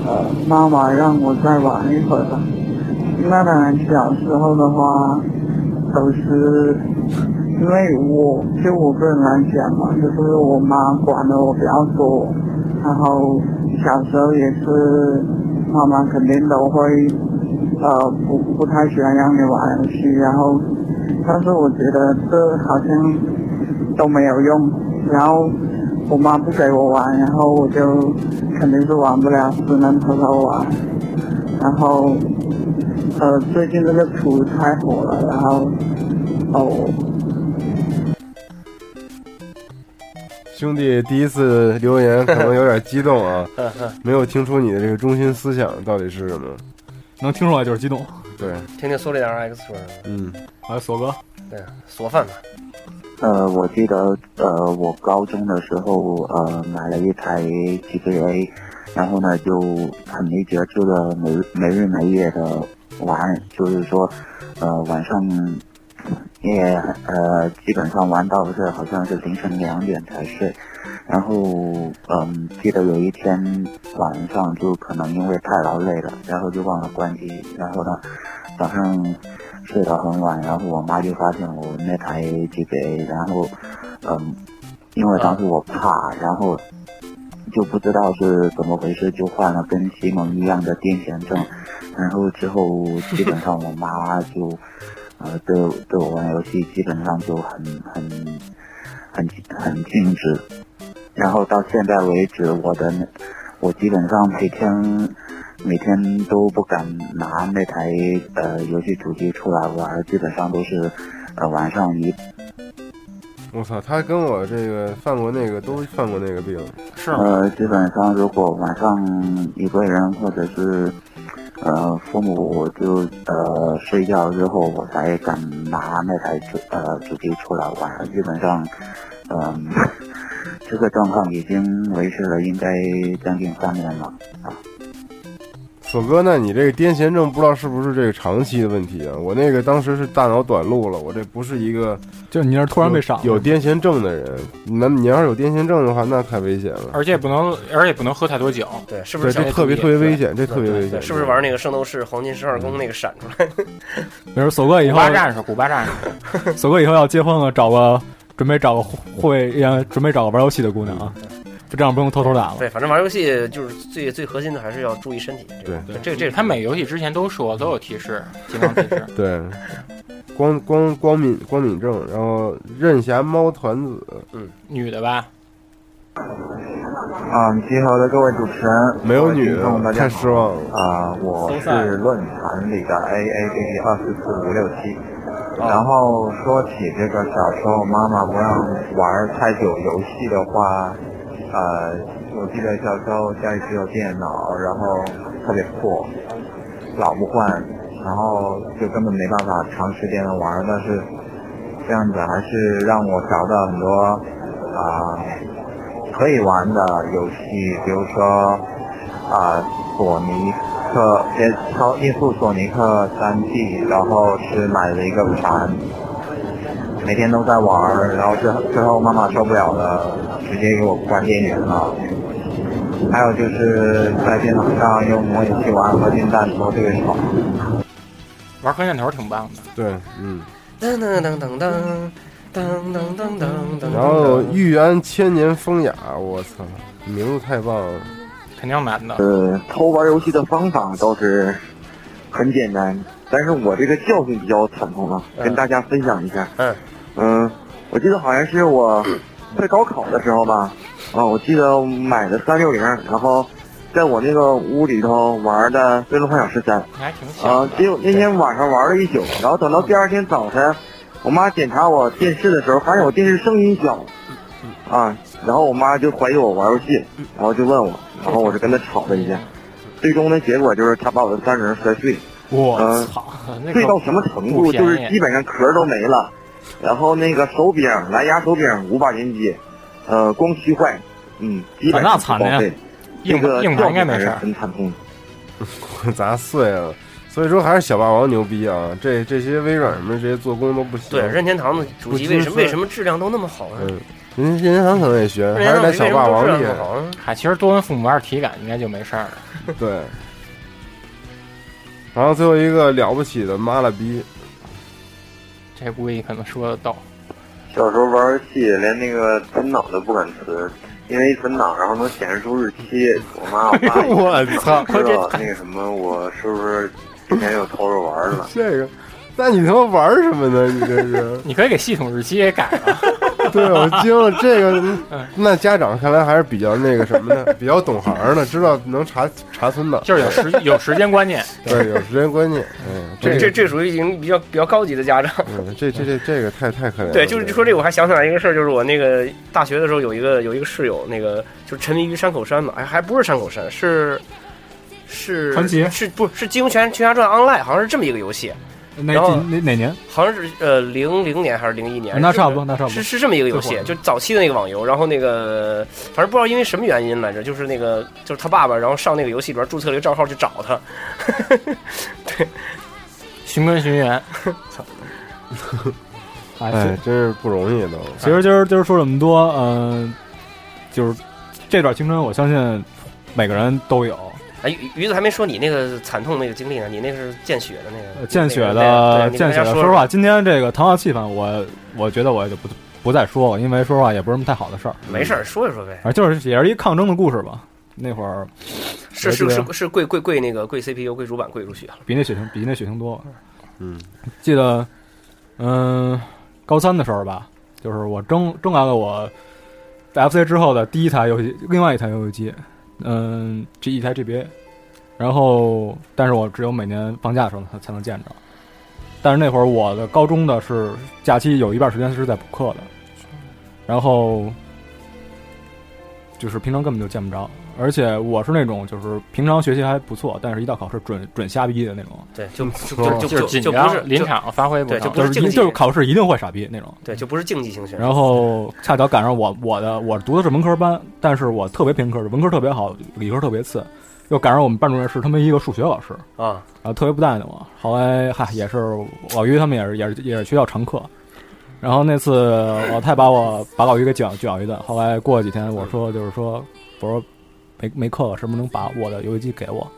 [SPEAKER 9] 呃，妈妈让我再玩一会儿吧。那当然，小时候的话都是因为我就我个人来讲嘛，就是我妈管的我比较多，然后小时候也是妈妈肯定都会呃不不太喜欢让你玩游戏，然后但是我觉得这好像都没有用，然后我妈不给我玩，然后我就肯定是玩不了，只能偷偷玩，然后呃最近这个图太火了，然后哦。
[SPEAKER 2] 兄弟第一次留言可能有点激动啊，
[SPEAKER 3] *laughs* 嗯嗯，
[SPEAKER 2] 没有听出你的这个中心思想到底是什么。
[SPEAKER 4] 能听出来就是激动。
[SPEAKER 2] 对，
[SPEAKER 3] 听听苏里南 X 说什么？
[SPEAKER 2] 嗯，
[SPEAKER 4] 来，索哥，
[SPEAKER 3] 对，索饭吧，
[SPEAKER 9] 呃，我记得呃，我高中的时候呃买了一台 GBA，然后呢就很没节制的没没日没夜的玩，就是说呃晚上
[SPEAKER 8] 因为呃，基本上玩到这好像是凌晨两点才睡，然后嗯，记得有一天晚上就可能因为太劳累了，然后就忘了关机，然后呢，早上睡到很晚，然后我妈就发现我那台 GBA，然后嗯，因为当时我怕，然后就不知道是怎么回事，就换了跟西蒙一样的癫痫症，然后之后基本上我妈就。呃，对对我玩游戏基本上就很很很很禁止。然后到现在为止，我的那我基本上每天每天都不敢拿那台呃游戏主机出来玩，基本上都是呃晚上一
[SPEAKER 2] 我操，他跟我这个犯过那个都犯过那个病，
[SPEAKER 5] 是吗？
[SPEAKER 8] 呃基本上如果晚上一个人或者是呃父母就呃睡觉之后，我才敢拿那台主呃主机出来玩，基本上嗯。 *laughs* 这个状况已经维持了应该将近三年了。
[SPEAKER 2] 索哥，那你这个癫痫症不知道是不是这个长期的问题啊？我那个当时是大脑短路了，我这不是一个
[SPEAKER 4] 就你那儿突然被闪了，
[SPEAKER 2] 有有癫痫症的人。那你要是有癫痫症的话，那太危险了。
[SPEAKER 5] 而且也不能，而且也不能喝太多酒。
[SPEAKER 3] 对，是不
[SPEAKER 2] 对，
[SPEAKER 3] 是想
[SPEAKER 2] 这
[SPEAKER 3] 那
[SPEAKER 2] 特别
[SPEAKER 3] 毒
[SPEAKER 2] 特
[SPEAKER 3] 液
[SPEAKER 2] 别危险，这特别
[SPEAKER 3] 对
[SPEAKER 2] 危
[SPEAKER 3] 对
[SPEAKER 2] 险。
[SPEAKER 3] 是不是玩那个圣斗士黄金十二宫那个闪出来？
[SPEAKER 4] 比如索哥以
[SPEAKER 5] 古
[SPEAKER 4] 后，
[SPEAKER 5] 巴战士，古巴战士，
[SPEAKER 4] 索哥以后要结婚了，找个准备找个会，也准备找个玩游戏的姑娘啊，
[SPEAKER 2] 嗯
[SPEAKER 4] 就这样不用偷偷打了。
[SPEAKER 3] 对，反正玩游戏就是最最核心的还是要注意身体。这个这个这个
[SPEAKER 5] 他每游戏之前都说都有提示，健康提
[SPEAKER 4] *laughs*
[SPEAKER 5] 示。
[SPEAKER 2] 对，光光光敏光敏症，然后任侠猫团子，
[SPEAKER 5] 女的吧，
[SPEAKER 8] 啊，集合的各位主持人，
[SPEAKER 2] 没有
[SPEAKER 8] 各位
[SPEAKER 2] 女
[SPEAKER 8] 听众大
[SPEAKER 2] 的，
[SPEAKER 8] 家
[SPEAKER 2] 太
[SPEAKER 8] 好
[SPEAKER 2] 失望了。
[SPEAKER 8] 啊、我是论坛里的 A A B B 二四四五六七。
[SPEAKER 2] 啊
[SPEAKER 8] 然后说起这个小时候妈妈不让玩太久游戏的话，呃，我记得小时候家里只有电脑，然后特别破，老不换，然后就根本没办法长时间的玩。但是这样子还是让我找到很多啊、可以玩的游戏，比如说啊、索尼克，呃，超音速索尼克三 D，然后是买了一个盘，每天都在玩儿，然后最后最后妈妈受不了了，直接给我关电源了。还有就是在电脑上用模拟器玩《合金弹头》这个爽。
[SPEAKER 5] 玩核弹头挺棒的。
[SPEAKER 2] 对，嗯。
[SPEAKER 3] 噔噔噔噔噔噔噔噔噔噔。
[SPEAKER 2] 然后玉安千年风雅，我操，名字太棒了。 *laughs*
[SPEAKER 5] 肯定难的。
[SPEAKER 8] 呃，偷玩游戏的方法倒是很简单，但是我这个教训比较惨痛啊，
[SPEAKER 3] 嗯
[SPEAKER 8] 跟大家分享一下。
[SPEAKER 3] 嗯
[SPEAKER 8] 嗯，我记得好像是我快高考的时候吧，啊，我记得我买的三六零，然后在我那个屋里头玩的《最终幻想十三》，
[SPEAKER 5] 你还挺小
[SPEAKER 8] 啊，
[SPEAKER 5] 的。
[SPEAKER 8] 结果那天晚上玩了一宿，然后等到第二天早晨，我妈检查我电视的时候，发现我电视声音小，
[SPEAKER 5] 嗯
[SPEAKER 8] 啊，然后我妈就怀疑我玩游戏，然后就问我，然后我就跟她吵了一架，最终的结果就是她把我的三轮摔碎，
[SPEAKER 4] 我
[SPEAKER 8] 嗯
[SPEAKER 4] 操，
[SPEAKER 5] 那
[SPEAKER 8] 碎
[SPEAKER 5] 个
[SPEAKER 8] 到什么程
[SPEAKER 5] 不
[SPEAKER 8] 度？
[SPEAKER 5] 便
[SPEAKER 8] 就
[SPEAKER 5] 宜
[SPEAKER 8] 是基本上壳都没了，然后那个手柄蓝牙手柄无法连接，呃，光虚坏，嗯，基本
[SPEAKER 4] 啊那
[SPEAKER 8] 上
[SPEAKER 4] 惨
[SPEAKER 8] 报
[SPEAKER 4] 了呀
[SPEAKER 8] 废。
[SPEAKER 5] 硬
[SPEAKER 8] 这个
[SPEAKER 5] 硬盘应该没事
[SPEAKER 8] 教训还
[SPEAKER 5] 儿
[SPEAKER 8] 是很惨痛的。
[SPEAKER 2] 砸碎了。所以说还是小霸王牛逼啊！这这些微软什么这些做工都不行。
[SPEAKER 3] 对，任天堂的主机
[SPEAKER 2] 不
[SPEAKER 3] 为
[SPEAKER 2] 禁
[SPEAKER 3] 什么
[SPEAKER 2] 说
[SPEAKER 3] 为什么质量都那么好啊？
[SPEAKER 2] 嗯，任天堂可能也学，
[SPEAKER 3] 任
[SPEAKER 2] 呃还
[SPEAKER 3] 天
[SPEAKER 2] 是
[SPEAKER 3] 堂
[SPEAKER 2] 在
[SPEAKER 3] 为什么
[SPEAKER 2] 小霸
[SPEAKER 3] 都
[SPEAKER 2] 王
[SPEAKER 3] 质量
[SPEAKER 2] 厉
[SPEAKER 3] 那么
[SPEAKER 2] 害。
[SPEAKER 3] 好啊？
[SPEAKER 5] 嗨，其实多跟父母玩体感应该就没事儿了。
[SPEAKER 2] 对。然后最后一个了不起的妈了逼， *laughs*
[SPEAKER 5] 这估计可能说的逗。？
[SPEAKER 8] 小时候玩游戏，连那个存档都不敢存，因为一存档，然后能显示出日期。我妈我爸也
[SPEAKER 2] 我操，
[SPEAKER 8] 不知道那个什么，我是不是之前又偷着玩了？
[SPEAKER 2] 这个，那你他妈玩什么呢？你这是 *laughs*
[SPEAKER 5] 你可以给系统日期也改了。 *laughs*
[SPEAKER 2] 对，我惊了，这个那家长看来还是比较那个什么的，比较懂行的，知道能查查存档，
[SPEAKER 5] 就是有时有时间观念，
[SPEAKER 2] 对，有时间观念。嗯，
[SPEAKER 3] 这
[SPEAKER 2] 这
[SPEAKER 3] 这这属于已经比较比较高级的家长。
[SPEAKER 2] 嗯这这这这个太太可怜了。
[SPEAKER 3] 对，就是说这个，我还想起来一个事儿，就是我那个大学的时候有一个有一个室友，那个就沉迷于山口山嘛，哎，还不是山口山，是是
[SPEAKER 4] 传奇
[SPEAKER 3] 是不是《金庸群群侠传 Online》，好像是这么一个游戏，
[SPEAKER 4] 哪
[SPEAKER 3] 然后
[SPEAKER 4] 几哪哪年？
[SPEAKER 3] 好像是呃零零年还是零一年，
[SPEAKER 4] 啊那
[SPEAKER 3] 是这么
[SPEAKER 4] 差不多，那差不多
[SPEAKER 3] 是。是这么一个游
[SPEAKER 4] 就
[SPEAKER 3] 戏
[SPEAKER 4] 火，了
[SPEAKER 3] 就早期的那个网游，然后那个反正不知道因为什么原因来着，就是那个就是他爸爸，然后上那个游戏里边注册了一个账号去找他，
[SPEAKER 5] 寻根寻源。
[SPEAKER 4] 哎，
[SPEAKER 2] 哎，真是不容易都。
[SPEAKER 4] 其实今儿今儿说这么多，嗯、就是这段青春，我相信每个人都有。
[SPEAKER 3] 哎，鱼鱼子还没说你那个惨痛那个经历呢，你那是见血的那
[SPEAKER 4] 呃
[SPEAKER 3] 个，
[SPEAKER 4] 见血
[SPEAKER 3] 那个
[SPEAKER 4] 的，
[SPEAKER 3] 对
[SPEAKER 4] 见血
[SPEAKER 3] 你跟
[SPEAKER 4] 的。
[SPEAKER 3] 大家
[SPEAKER 4] 说实话，今天这个谈话气氛，我我觉得我就不不再说了，因为说实话也不是什么太好的事儿。
[SPEAKER 3] 没事儿，说一说呗。
[SPEAKER 4] 啊，就是也是一抗争的故事吧。那会儿
[SPEAKER 3] 是
[SPEAKER 4] 我
[SPEAKER 3] 是
[SPEAKER 4] 觉得
[SPEAKER 3] 是是跪跪跪那个跪 CPU 跪主板跪出血了，
[SPEAKER 4] 比那血腥比那血腥多了。
[SPEAKER 2] 嗯，
[SPEAKER 4] 记得，嗯、高三的时候吧，就是我争争来了我 FC 之后的第一台游戏，另外一台游戏机，嗯、这一台 GBA，然后但是我只有每年放假的时候才才能见着。但是那会儿我的高中的是假期有一半时间是在补课的，然后就是平常根本就见不着，而且我是那种就是平常学习还不错，但是一到考试准准瞎逼的那种，
[SPEAKER 3] 对，就就
[SPEAKER 4] 说
[SPEAKER 3] 就
[SPEAKER 5] 就是
[SPEAKER 3] 就
[SPEAKER 5] 紧
[SPEAKER 3] 就不是
[SPEAKER 5] 张，临
[SPEAKER 3] 就
[SPEAKER 5] 场发挥不
[SPEAKER 3] 对
[SPEAKER 5] 上
[SPEAKER 3] 就不
[SPEAKER 4] 就是是
[SPEAKER 3] 竞
[SPEAKER 4] 一
[SPEAKER 3] 技
[SPEAKER 4] 就是考试一定会傻逼那种。
[SPEAKER 3] 对就不是竞技型选手。
[SPEAKER 4] 然后恰巧赶上我我的我读的是文科班，但是我特别偏科，文科特别好，理科特别次，又赶上我们班主任是他们一个数学老师，
[SPEAKER 3] 啊，
[SPEAKER 4] 然后特别不待见我。后来嗨，也是老于他们也是也是也是学校常客。然后那次老太把我把老于给卷卷一顿，后来过了几天我说就是说我说没没课了，什么能把我的游戏机给我？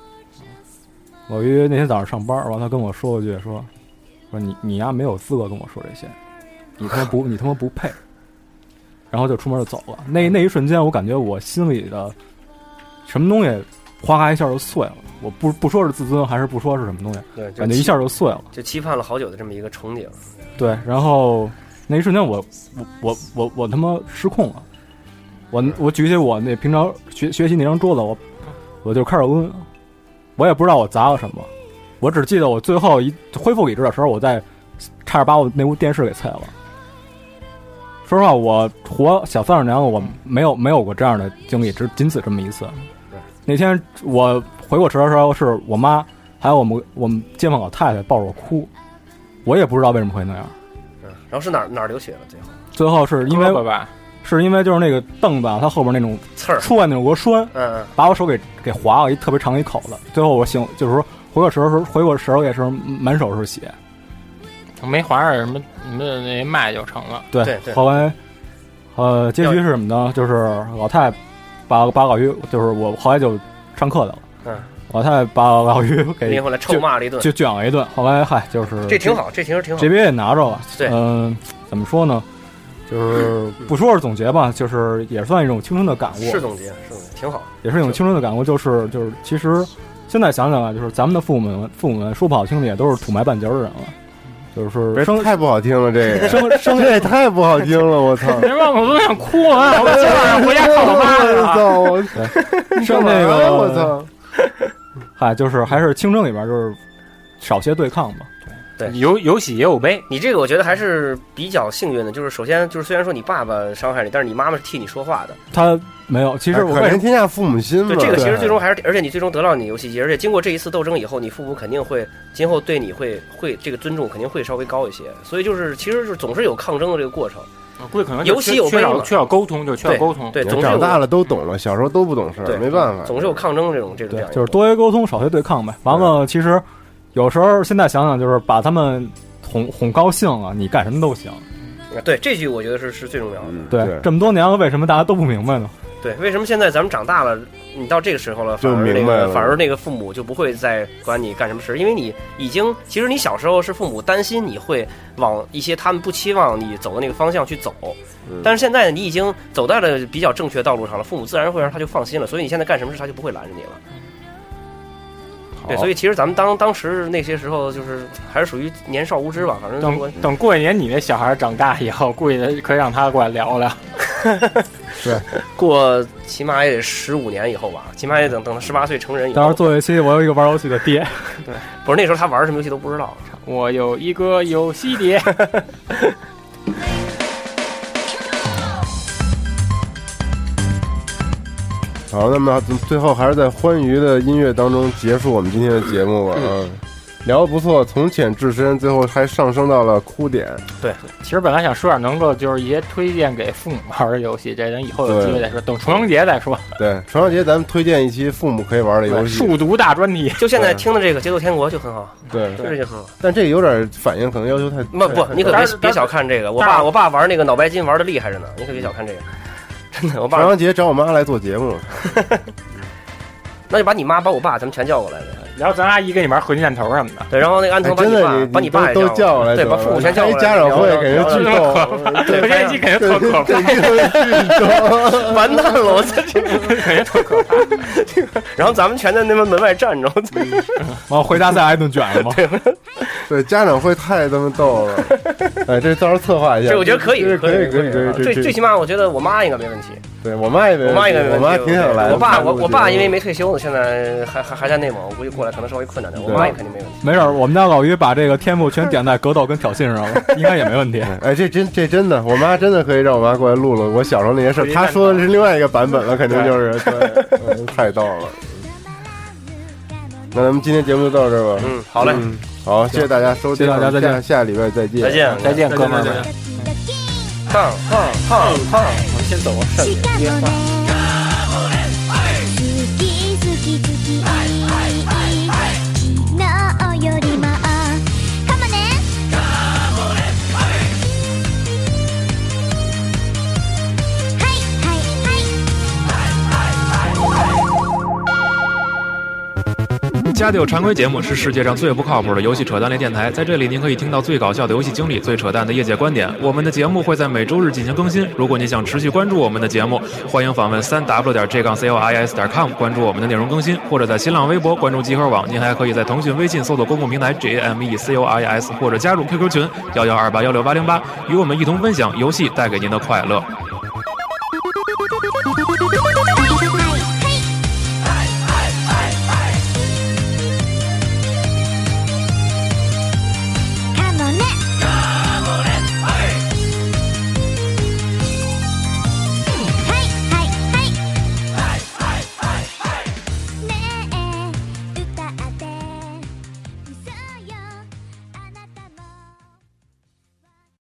[SPEAKER 4] 老于那天早上上班，然后他跟我说了句说说你你丫没有资格跟我说这些，你他妈不你他妈不配。然后就出门就走了。那那一瞬间，我感觉我心里的什么东西哗啦一下就碎了。我不不说是自尊，还是不说是什么东西，
[SPEAKER 3] 对，就
[SPEAKER 4] 感觉一下就碎了。
[SPEAKER 3] 就期盼了好久的这么一个憧憬。
[SPEAKER 4] 对，然后那一瞬间我，我我我我他妈失控了。我我举起我那平常学学习那张桌子，我我就开始抡，我也不知道我砸了什么，我只记得我最后一恢复理智的时候，我在差点把我那屋电视给踩了。说实话，我活小三十年了，我没有没有过这样的经历，只仅此这么一次。那天我回过神儿的时候，是我妈还有我们我们街坊老太太抱着我哭，我也不知道为什么会那样。
[SPEAKER 3] 嗯，然后是哪儿哪儿流血了？最后
[SPEAKER 4] 最后是因
[SPEAKER 5] 胳膊
[SPEAKER 4] 为
[SPEAKER 5] 吧，
[SPEAKER 4] 是因为就是那个凳子啊，它后边那种
[SPEAKER 3] 刺儿，
[SPEAKER 4] 出来那种螺栓，
[SPEAKER 3] 嗯，嗯
[SPEAKER 4] 把我手给给划了一特别长一口子。最后我醒，就是说回过神儿的时候，回过神儿也是满手是血。
[SPEAKER 5] 没划着什么什么那脉就成了。
[SPEAKER 4] 对
[SPEAKER 3] 对对
[SPEAKER 4] 后来呃，结局是什么呢？就是老太把把老于，就是我后来就上课去了，
[SPEAKER 3] 嗯，
[SPEAKER 4] 老太把老于
[SPEAKER 3] 那
[SPEAKER 4] 给
[SPEAKER 3] 后来臭骂了一顿，
[SPEAKER 4] 哎就卷了一顿。后来嗨，就是
[SPEAKER 3] 这挺好，这其实挺好。
[SPEAKER 4] ，GBA 也拿着了。
[SPEAKER 3] 对
[SPEAKER 4] 嗯、怎么说呢？就是不说是总结吧，就是也算一种青春的感悟。
[SPEAKER 3] 是总结，是总结，挺好。
[SPEAKER 4] 也是一种青春的感悟，就是就是，其实现在想想啊，就是咱们的父母们，父母们说不好听的也都是土埋半截儿的人了，就是生
[SPEAKER 2] 这太不好听了，这个
[SPEAKER 4] 生生
[SPEAKER 2] 这也太不好听了，
[SPEAKER 3] *laughs*
[SPEAKER 2] 我操！
[SPEAKER 5] 人让我都想哭啊！我今晚上回家看我妈去
[SPEAKER 2] 我
[SPEAKER 5] 了。
[SPEAKER 2] 操！我
[SPEAKER 4] 生那
[SPEAKER 2] 哎我
[SPEAKER 4] 个，
[SPEAKER 2] 操！
[SPEAKER 4] 嗨，就是还是青春里边就是少些对抗吧，
[SPEAKER 5] 有有喜也有悲，
[SPEAKER 3] 你这个我觉得还是比较幸运的，就是首先就是虽然说你爸爸伤害你，但是你妈妈是替你说话的。
[SPEAKER 4] 他没有，其实我
[SPEAKER 2] 哎可
[SPEAKER 4] 为什
[SPEAKER 2] 怜
[SPEAKER 4] 么
[SPEAKER 2] 天下父母心嘛。
[SPEAKER 3] 对，这个其实最终
[SPEAKER 2] 还
[SPEAKER 3] 还是，而且你最终得到你游戏机，而且经过这一次斗争以后，你父母肯定会今后对你会会这个尊重肯定会稍微高一些。所以就是其实就是总是有抗争的这个过程，
[SPEAKER 5] 贵可能
[SPEAKER 3] 有喜有悲
[SPEAKER 5] 缺少
[SPEAKER 3] 嘛
[SPEAKER 5] 缺少沟通，就缺少沟通。
[SPEAKER 3] 对，总是有
[SPEAKER 2] 嗯长大了都懂了，小时候都不懂事
[SPEAKER 3] 对
[SPEAKER 2] 儿，没办法。
[SPEAKER 3] 总是有抗争这种这种这
[SPEAKER 4] 对
[SPEAKER 3] 样，一
[SPEAKER 4] 就是
[SPEAKER 3] 种
[SPEAKER 4] 多些沟通，少些对抗呗。完了，其实有时候现在想想，就是把他们哄哄高兴了，你干什么都行。
[SPEAKER 3] 对这句我觉得是是最重要的。
[SPEAKER 2] 嗯
[SPEAKER 4] 对，
[SPEAKER 2] 对，
[SPEAKER 4] 这么多年了，为什么大家都不明白呢？
[SPEAKER 3] 对，为什么现在咱们长大了，你到这个时候了，反
[SPEAKER 2] 就
[SPEAKER 3] 而那
[SPEAKER 2] 明白
[SPEAKER 3] 个
[SPEAKER 2] 了
[SPEAKER 3] 反而那个父母就不会再管你干什么事，因为你已经其实你小时候是父母担心你会往一些他们不期望你走的那个方向去走，
[SPEAKER 2] 嗯
[SPEAKER 3] 但是现在你已经走在了比较正确的道路上了，父母自然会让他就放心了，所以你现在干什么事他就不会拦着你了。对，所以其实咱们当当时那些时候就是还是属于年少无知吧，反正如果
[SPEAKER 5] 等等过一年，你那小孩长大以后，估计可以让他过来聊聊。
[SPEAKER 3] 过起码也得十五年以后吧，起码也等等他十八岁成人以
[SPEAKER 4] 到时
[SPEAKER 3] 后
[SPEAKER 4] 候，做一期我有一个玩游戏的爹， *laughs*
[SPEAKER 3] 不是那时候他玩什么游戏都不知道。
[SPEAKER 5] 我有一个游戏碟， *laughs*
[SPEAKER 3] 嗯
[SPEAKER 2] 好，那么最后还是在欢愉的音乐当中结束我们今天的节目吧。啊，聊得不错，从浅至深，最后还上升到了哭点。
[SPEAKER 5] 其实本来想说点能够就是一些推荐给父母玩的游戏，这咱以后有机会再说，等重阳节再说。
[SPEAKER 2] *laughs* 对，传上节咱们推荐一期父母可以玩的游戏。
[SPEAKER 5] 数独大专题，
[SPEAKER 3] 就现在听的这个《节奏天国》就很好，
[SPEAKER 2] 对，
[SPEAKER 3] 就这就很好。
[SPEAKER 2] *laughs* 但这个有点反应，可能要求太
[SPEAKER 3] 不不，你可
[SPEAKER 5] 但
[SPEAKER 3] 别
[SPEAKER 5] 是
[SPEAKER 3] 别小看这个，我
[SPEAKER 5] 但
[SPEAKER 3] 爸
[SPEAKER 5] 是
[SPEAKER 3] 我爸玩那个脑白金玩的厉害着呢，你可别小看这个， *laughs* 真的，我
[SPEAKER 2] 重
[SPEAKER 3] 爸
[SPEAKER 2] 阳节找我妈来做节
[SPEAKER 3] *laughs*
[SPEAKER 2] 目，
[SPEAKER 3] 那就把你妈把我爸咱们全叫过来呗。
[SPEAKER 5] 然后咱阿姨跟你玩合金弹头什么的，
[SPEAKER 3] 对，然后那个安
[SPEAKER 2] 哎
[SPEAKER 3] 藤把
[SPEAKER 2] 真
[SPEAKER 3] 你
[SPEAKER 2] 的
[SPEAKER 3] 爸
[SPEAKER 2] 你
[SPEAKER 3] 把
[SPEAKER 2] 你
[SPEAKER 3] 爸也
[SPEAKER 2] 都都
[SPEAKER 3] 叫
[SPEAKER 2] 叫
[SPEAKER 3] 过
[SPEAKER 2] 过
[SPEAKER 3] 来，
[SPEAKER 2] 来，
[SPEAKER 3] 对，把
[SPEAKER 2] 得
[SPEAKER 3] 父母
[SPEAKER 2] 了
[SPEAKER 3] 全叫过来。
[SPEAKER 2] 开家长会
[SPEAKER 3] 聊聊
[SPEAKER 2] 感觉
[SPEAKER 3] 聊
[SPEAKER 2] 巨
[SPEAKER 3] 聊 *laughs*
[SPEAKER 2] 逗，
[SPEAKER 5] 我
[SPEAKER 2] 对，
[SPEAKER 5] 这一期感觉特可怕。
[SPEAKER 2] *laughs*
[SPEAKER 3] 完蛋了，我在这个感觉特可怕。这个然后咱们全在那边门外站着，我操
[SPEAKER 4] 然后回家再挨顿卷了嘛。
[SPEAKER 2] 对家长会太他妈
[SPEAKER 3] *laughs*
[SPEAKER 2] 逗了。哎，这到时候策划一下，
[SPEAKER 3] 这我觉得可以，
[SPEAKER 2] 这可以，可以，可以
[SPEAKER 3] 啊，
[SPEAKER 2] 这
[SPEAKER 3] 最
[SPEAKER 2] 这
[SPEAKER 3] 最起码我觉得我妈应该没问题，
[SPEAKER 2] 对我妈也没问
[SPEAKER 3] 我
[SPEAKER 2] 题，
[SPEAKER 3] 妈应该没
[SPEAKER 2] 我
[SPEAKER 3] 问题。
[SPEAKER 2] 妈挺想来的。
[SPEAKER 3] 我爸我我爸因为
[SPEAKER 2] 没
[SPEAKER 3] 没退休呢，现在还还还在内蒙，我估计过来可能稍微困难点。我
[SPEAKER 2] 对
[SPEAKER 3] 妈也肯定没问题。
[SPEAKER 4] 没事儿，我们家老于把这个天赋全点在格斗跟挑衅上了，应该也没问题。
[SPEAKER 2] 哎，这真这真的，我妈真的可以让我妈过来录了我小时候那些事儿。她说的是另外一个版本了，肯定就是对，嗯太逗了。那咱们今天节目就到这儿吧。
[SPEAKER 3] 嗯，好嘞，
[SPEAKER 2] 嗯，好，谢谢大家收听，
[SPEAKER 4] 谢谢大家再见
[SPEAKER 2] 下下礼拜再见，
[SPEAKER 3] 再见，
[SPEAKER 5] 再见，哥们儿们。
[SPEAKER 3] 胖胖胖胖，我们先走啊。
[SPEAKER 10] しかもね好き好き好き昨日よりもかもねはいはいはい
[SPEAKER 1] 家底常规节目是世界上最不靠谱的游戏扯淡类电台，在这里您可以听到最搞笑的游戏经历、最扯淡的业界观点。我们的节目会在每周日进行更新，如果您想持续关注我们的节目，欢迎访问三 w 点 j 杠 c o i s 点 com 关注我们的内容更新，或者在新浪微博关注集合网。您还可以在腾讯微信搜索公共平台 j m e c o i s，或者加入 QQ 群幺幺二八幺六八零八，与我们一同分享游戏带给您的快乐。